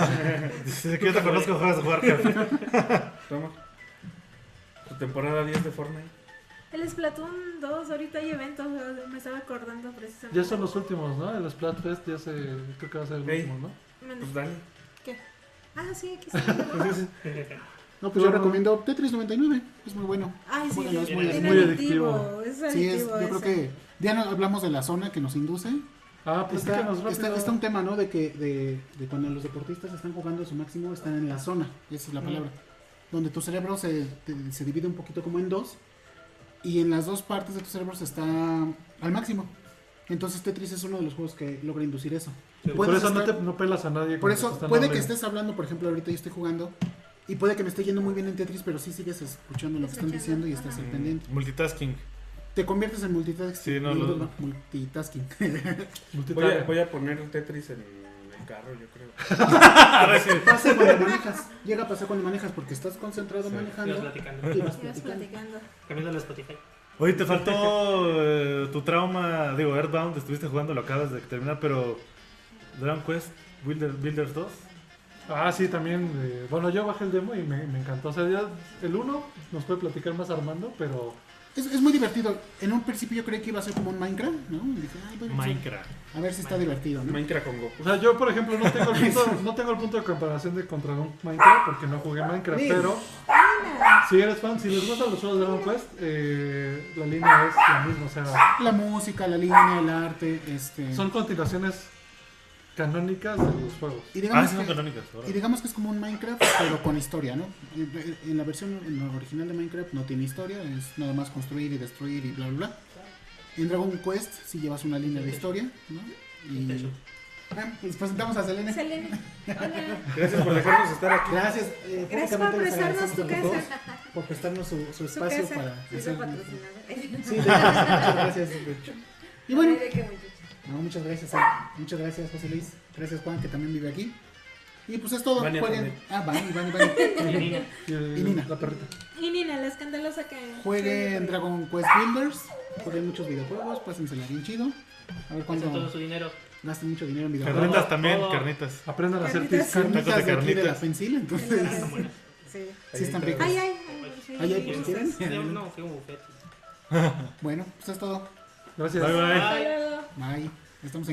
Speaker 5: Dice que yo te conozco juegas de Warcraft.
Speaker 7: Toma. Tu temporada 10 de Fortnite.
Speaker 3: El Splatoon 2, ahorita hay eventos, me estaba acordando precisamente.
Speaker 1: Ya son los últimos, ¿no? El Splatfest ya se. Creo que va a ser el
Speaker 7: Ey.
Speaker 1: último, ¿no?
Speaker 3: Mande.
Speaker 7: Pues dale.
Speaker 3: ¿Qué? Ah, sí, aquí está.
Speaker 2: No, pues yo recomiendo Tetris 99. Es muy bueno.
Speaker 3: Ay, sí,
Speaker 2: Bueno,
Speaker 3: es,
Speaker 2: es muy-
Speaker 3: bien
Speaker 1: muy
Speaker 3: adictivo.
Speaker 1: adictivo.
Speaker 3: Es
Speaker 2: Sí, es,
Speaker 3: adictivo
Speaker 2: yo creo
Speaker 3: ese.
Speaker 2: que ya no hablamos de la zona que nos induce.
Speaker 1: Ah, pues
Speaker 2: Está,
Speaker 1: díganos
Speaker 2: está-
Speaker 1: rápido.
Speaker 2: está un tema, ¿no? De que de, de cuando los deportistas están jugando a su máximo, están en la zona, esa es la palabra. Donde tu cerebro se, te- se divide un poquito como en dos. Y en las dos partes de tu cerebro se está al máximo. Entonces Tetris es uno de los juegos que logra inducir eso.
Speaker 1: Por
Speaker 2: Puedes
Speaker 1: eso no,
Speaker 2: estar-
Speaker 1: te, no pelas a nadie.
Speaker 2: Por
Speaker 1: cuando te
Speaker 2: eso,
Speaker 1: están
Speaker 2: puede que
Speaker 1: hablando.
Speaker 2: estés hablando, por ejemplo, ahorita yo estoy jugando. Y puede que me esté yendo muy bien en Tetris, pero sí sigues escuchando lo que están
Speaker 3: Escuchando,
Speaker 2: diciendo y estás al
Speaker 3: ajá.
Speaker 2: pendiente.
Speaker 5: Mm, Multitasking.
Speaker 2: Te conviertes en multitasking.
Speaker 5: Sí, no, lo-
Speaker 2: multitasking.
Speaker 7: Voy a,
Speaker 1: Multitarea.
Speaker 7: voy a poner el Tetris en el carro, yo creo.
Speaker 2: Pasa cuando manejas. Llega a pasar cuando manejas porque estás concentrado
Speaker 6: Ibas
Speaker 2: manejando.
Speaker 6: platicando.
Speaker 2: y vas
Speaker 3: Y vas
Speaker 2: platicando.
Speaker 3: platicando.
Speaker 6: Cambiando a Spotify.
Speaker 5: Oye, te faltó eh, tu trauma, digo, Earthbound, estuviste jugando, lo acabas de terminar, pero Dragon Quest Builder, Builders 2.
Speaker 1: Ah, sí, también. eh, bueno, yo bajé el demo y me, me encantó. O sea, ya el uno nos puede platicar más Armando, pero
Speaker 2: Es, es muy divertido. En un principio yo creí que iba a ser como un Minecraft, ¿no? Y dije, "Ay, bueno, pues,
Speaker 5: Minecraft.
Speaker 2: A ver si está divertido, ¿no?
Speaker 7: Minecraft con Goku.
Speaker 1: O sea, yo por ejemplo no tengo el punto, no tengo el punto de comparación de contra un Minecraft porque no jugué Minecraft, pero si eres fan, si les gustan los juegos de Dragon Quest, eh, la línea es la misma, o sea,
Speaker 2: La música, la línea, el arte, este...
Speaker 1: son continuaciones canónicas de los juegos.
Speaker 2: Y
Speaker 5: Ah,
Speaker 2: digamos,
Speaker 5: sí, son
Speaker 2: que,
Speaker 5: canónicas. ahora.
Speaker 2: y digamos que es como un Minecraft, pero con historia, ¿no? En en la versión en la original de Minecraft no tiene historia, es nada más construir y destruir y bla, bla, bla. En Dragon Quest sí llevas una línea de historia, ¿no? Y... Ah, pues presentamos a Selene.
Speaker 3: Selene, hola.
Speaker 7: Gracias por dejarnos estar aquí.
Speaker 2: Gracias. eh,
Speaker 3: Gracias por
Speaker 2: públicamente les
Speaker 3: prestarnos tu
Speaker 2: agradecemos a los
Speaker 3: casa.
Speaker 2: dos Por prestarnos su, su
Speaker 3: Su
Speaker 2: espacio
Speaker 3: casa.
Speaker 2: para
Speaker 3: Sí,
Speaker 2: hacer-
Speaker 3: su patrocinador.
Speaker 2: Sí, de hecho, muchas gracias. de hecho. Y bueno,
Speaker 3: Ay, de qué muchacho.
Speaker 2: no, muchas gracias. eh. Muchas gracias, José Luis. Gracias, Juan, que también vive aquí. Y pues es todo.
Speaker 7: Vania
Speaker 2: jueguen.
Speaker 7: también.
Speaker 2: Ah, Vani, Vani, Vani.
Speaker 1: Y, el-
Speaker 2: Y Nina.
Speaker 1: la perrita.
Speaker 3: Y Nina, la escandalosa que.
Speaker 2: Jueguen Dragon Quest Builders. Jueguen muchos videojuegos. Pásensela bien chido. A ver
Speaker 6: Hacen todo
Speaker 2: cuándo
Speaker 6: su dinero.
Speaker 2: gasten mucho dinero en videojuegos.
Speaker 5: Carnitas también,
Speaker 6: Todo.
Speaker 5: carnitas.
Speaker 1: Aprendan a hacer
Speaker 3: Carnitas.
Speaker 1: tis.
Speaker 5: Tacos de
Speaker 2: Carnitas de aquí de la
Speaker 5: carnitas.
Speaker 2: Pensil, entonces
Speaker 3: Entonces, Sí.
Speaker 2: sí están ricas.
Speaker 3: Ay, ay, ay. sí,
Speaker 2: Ay, ay,
Speaker 3: sí,
Speaker 2: pues,
Speaker 3: sí.
Speaker 2: ¿quieren?
Speaker 6: Sí, No, que un buffet.
Speaker 2: Bueno, pues es todo.
Speaker 1: Gracias.
Speaker 5: Bye bye.
Speaker 3: Hasta luego.
Speaker 2: Bye. Estamos en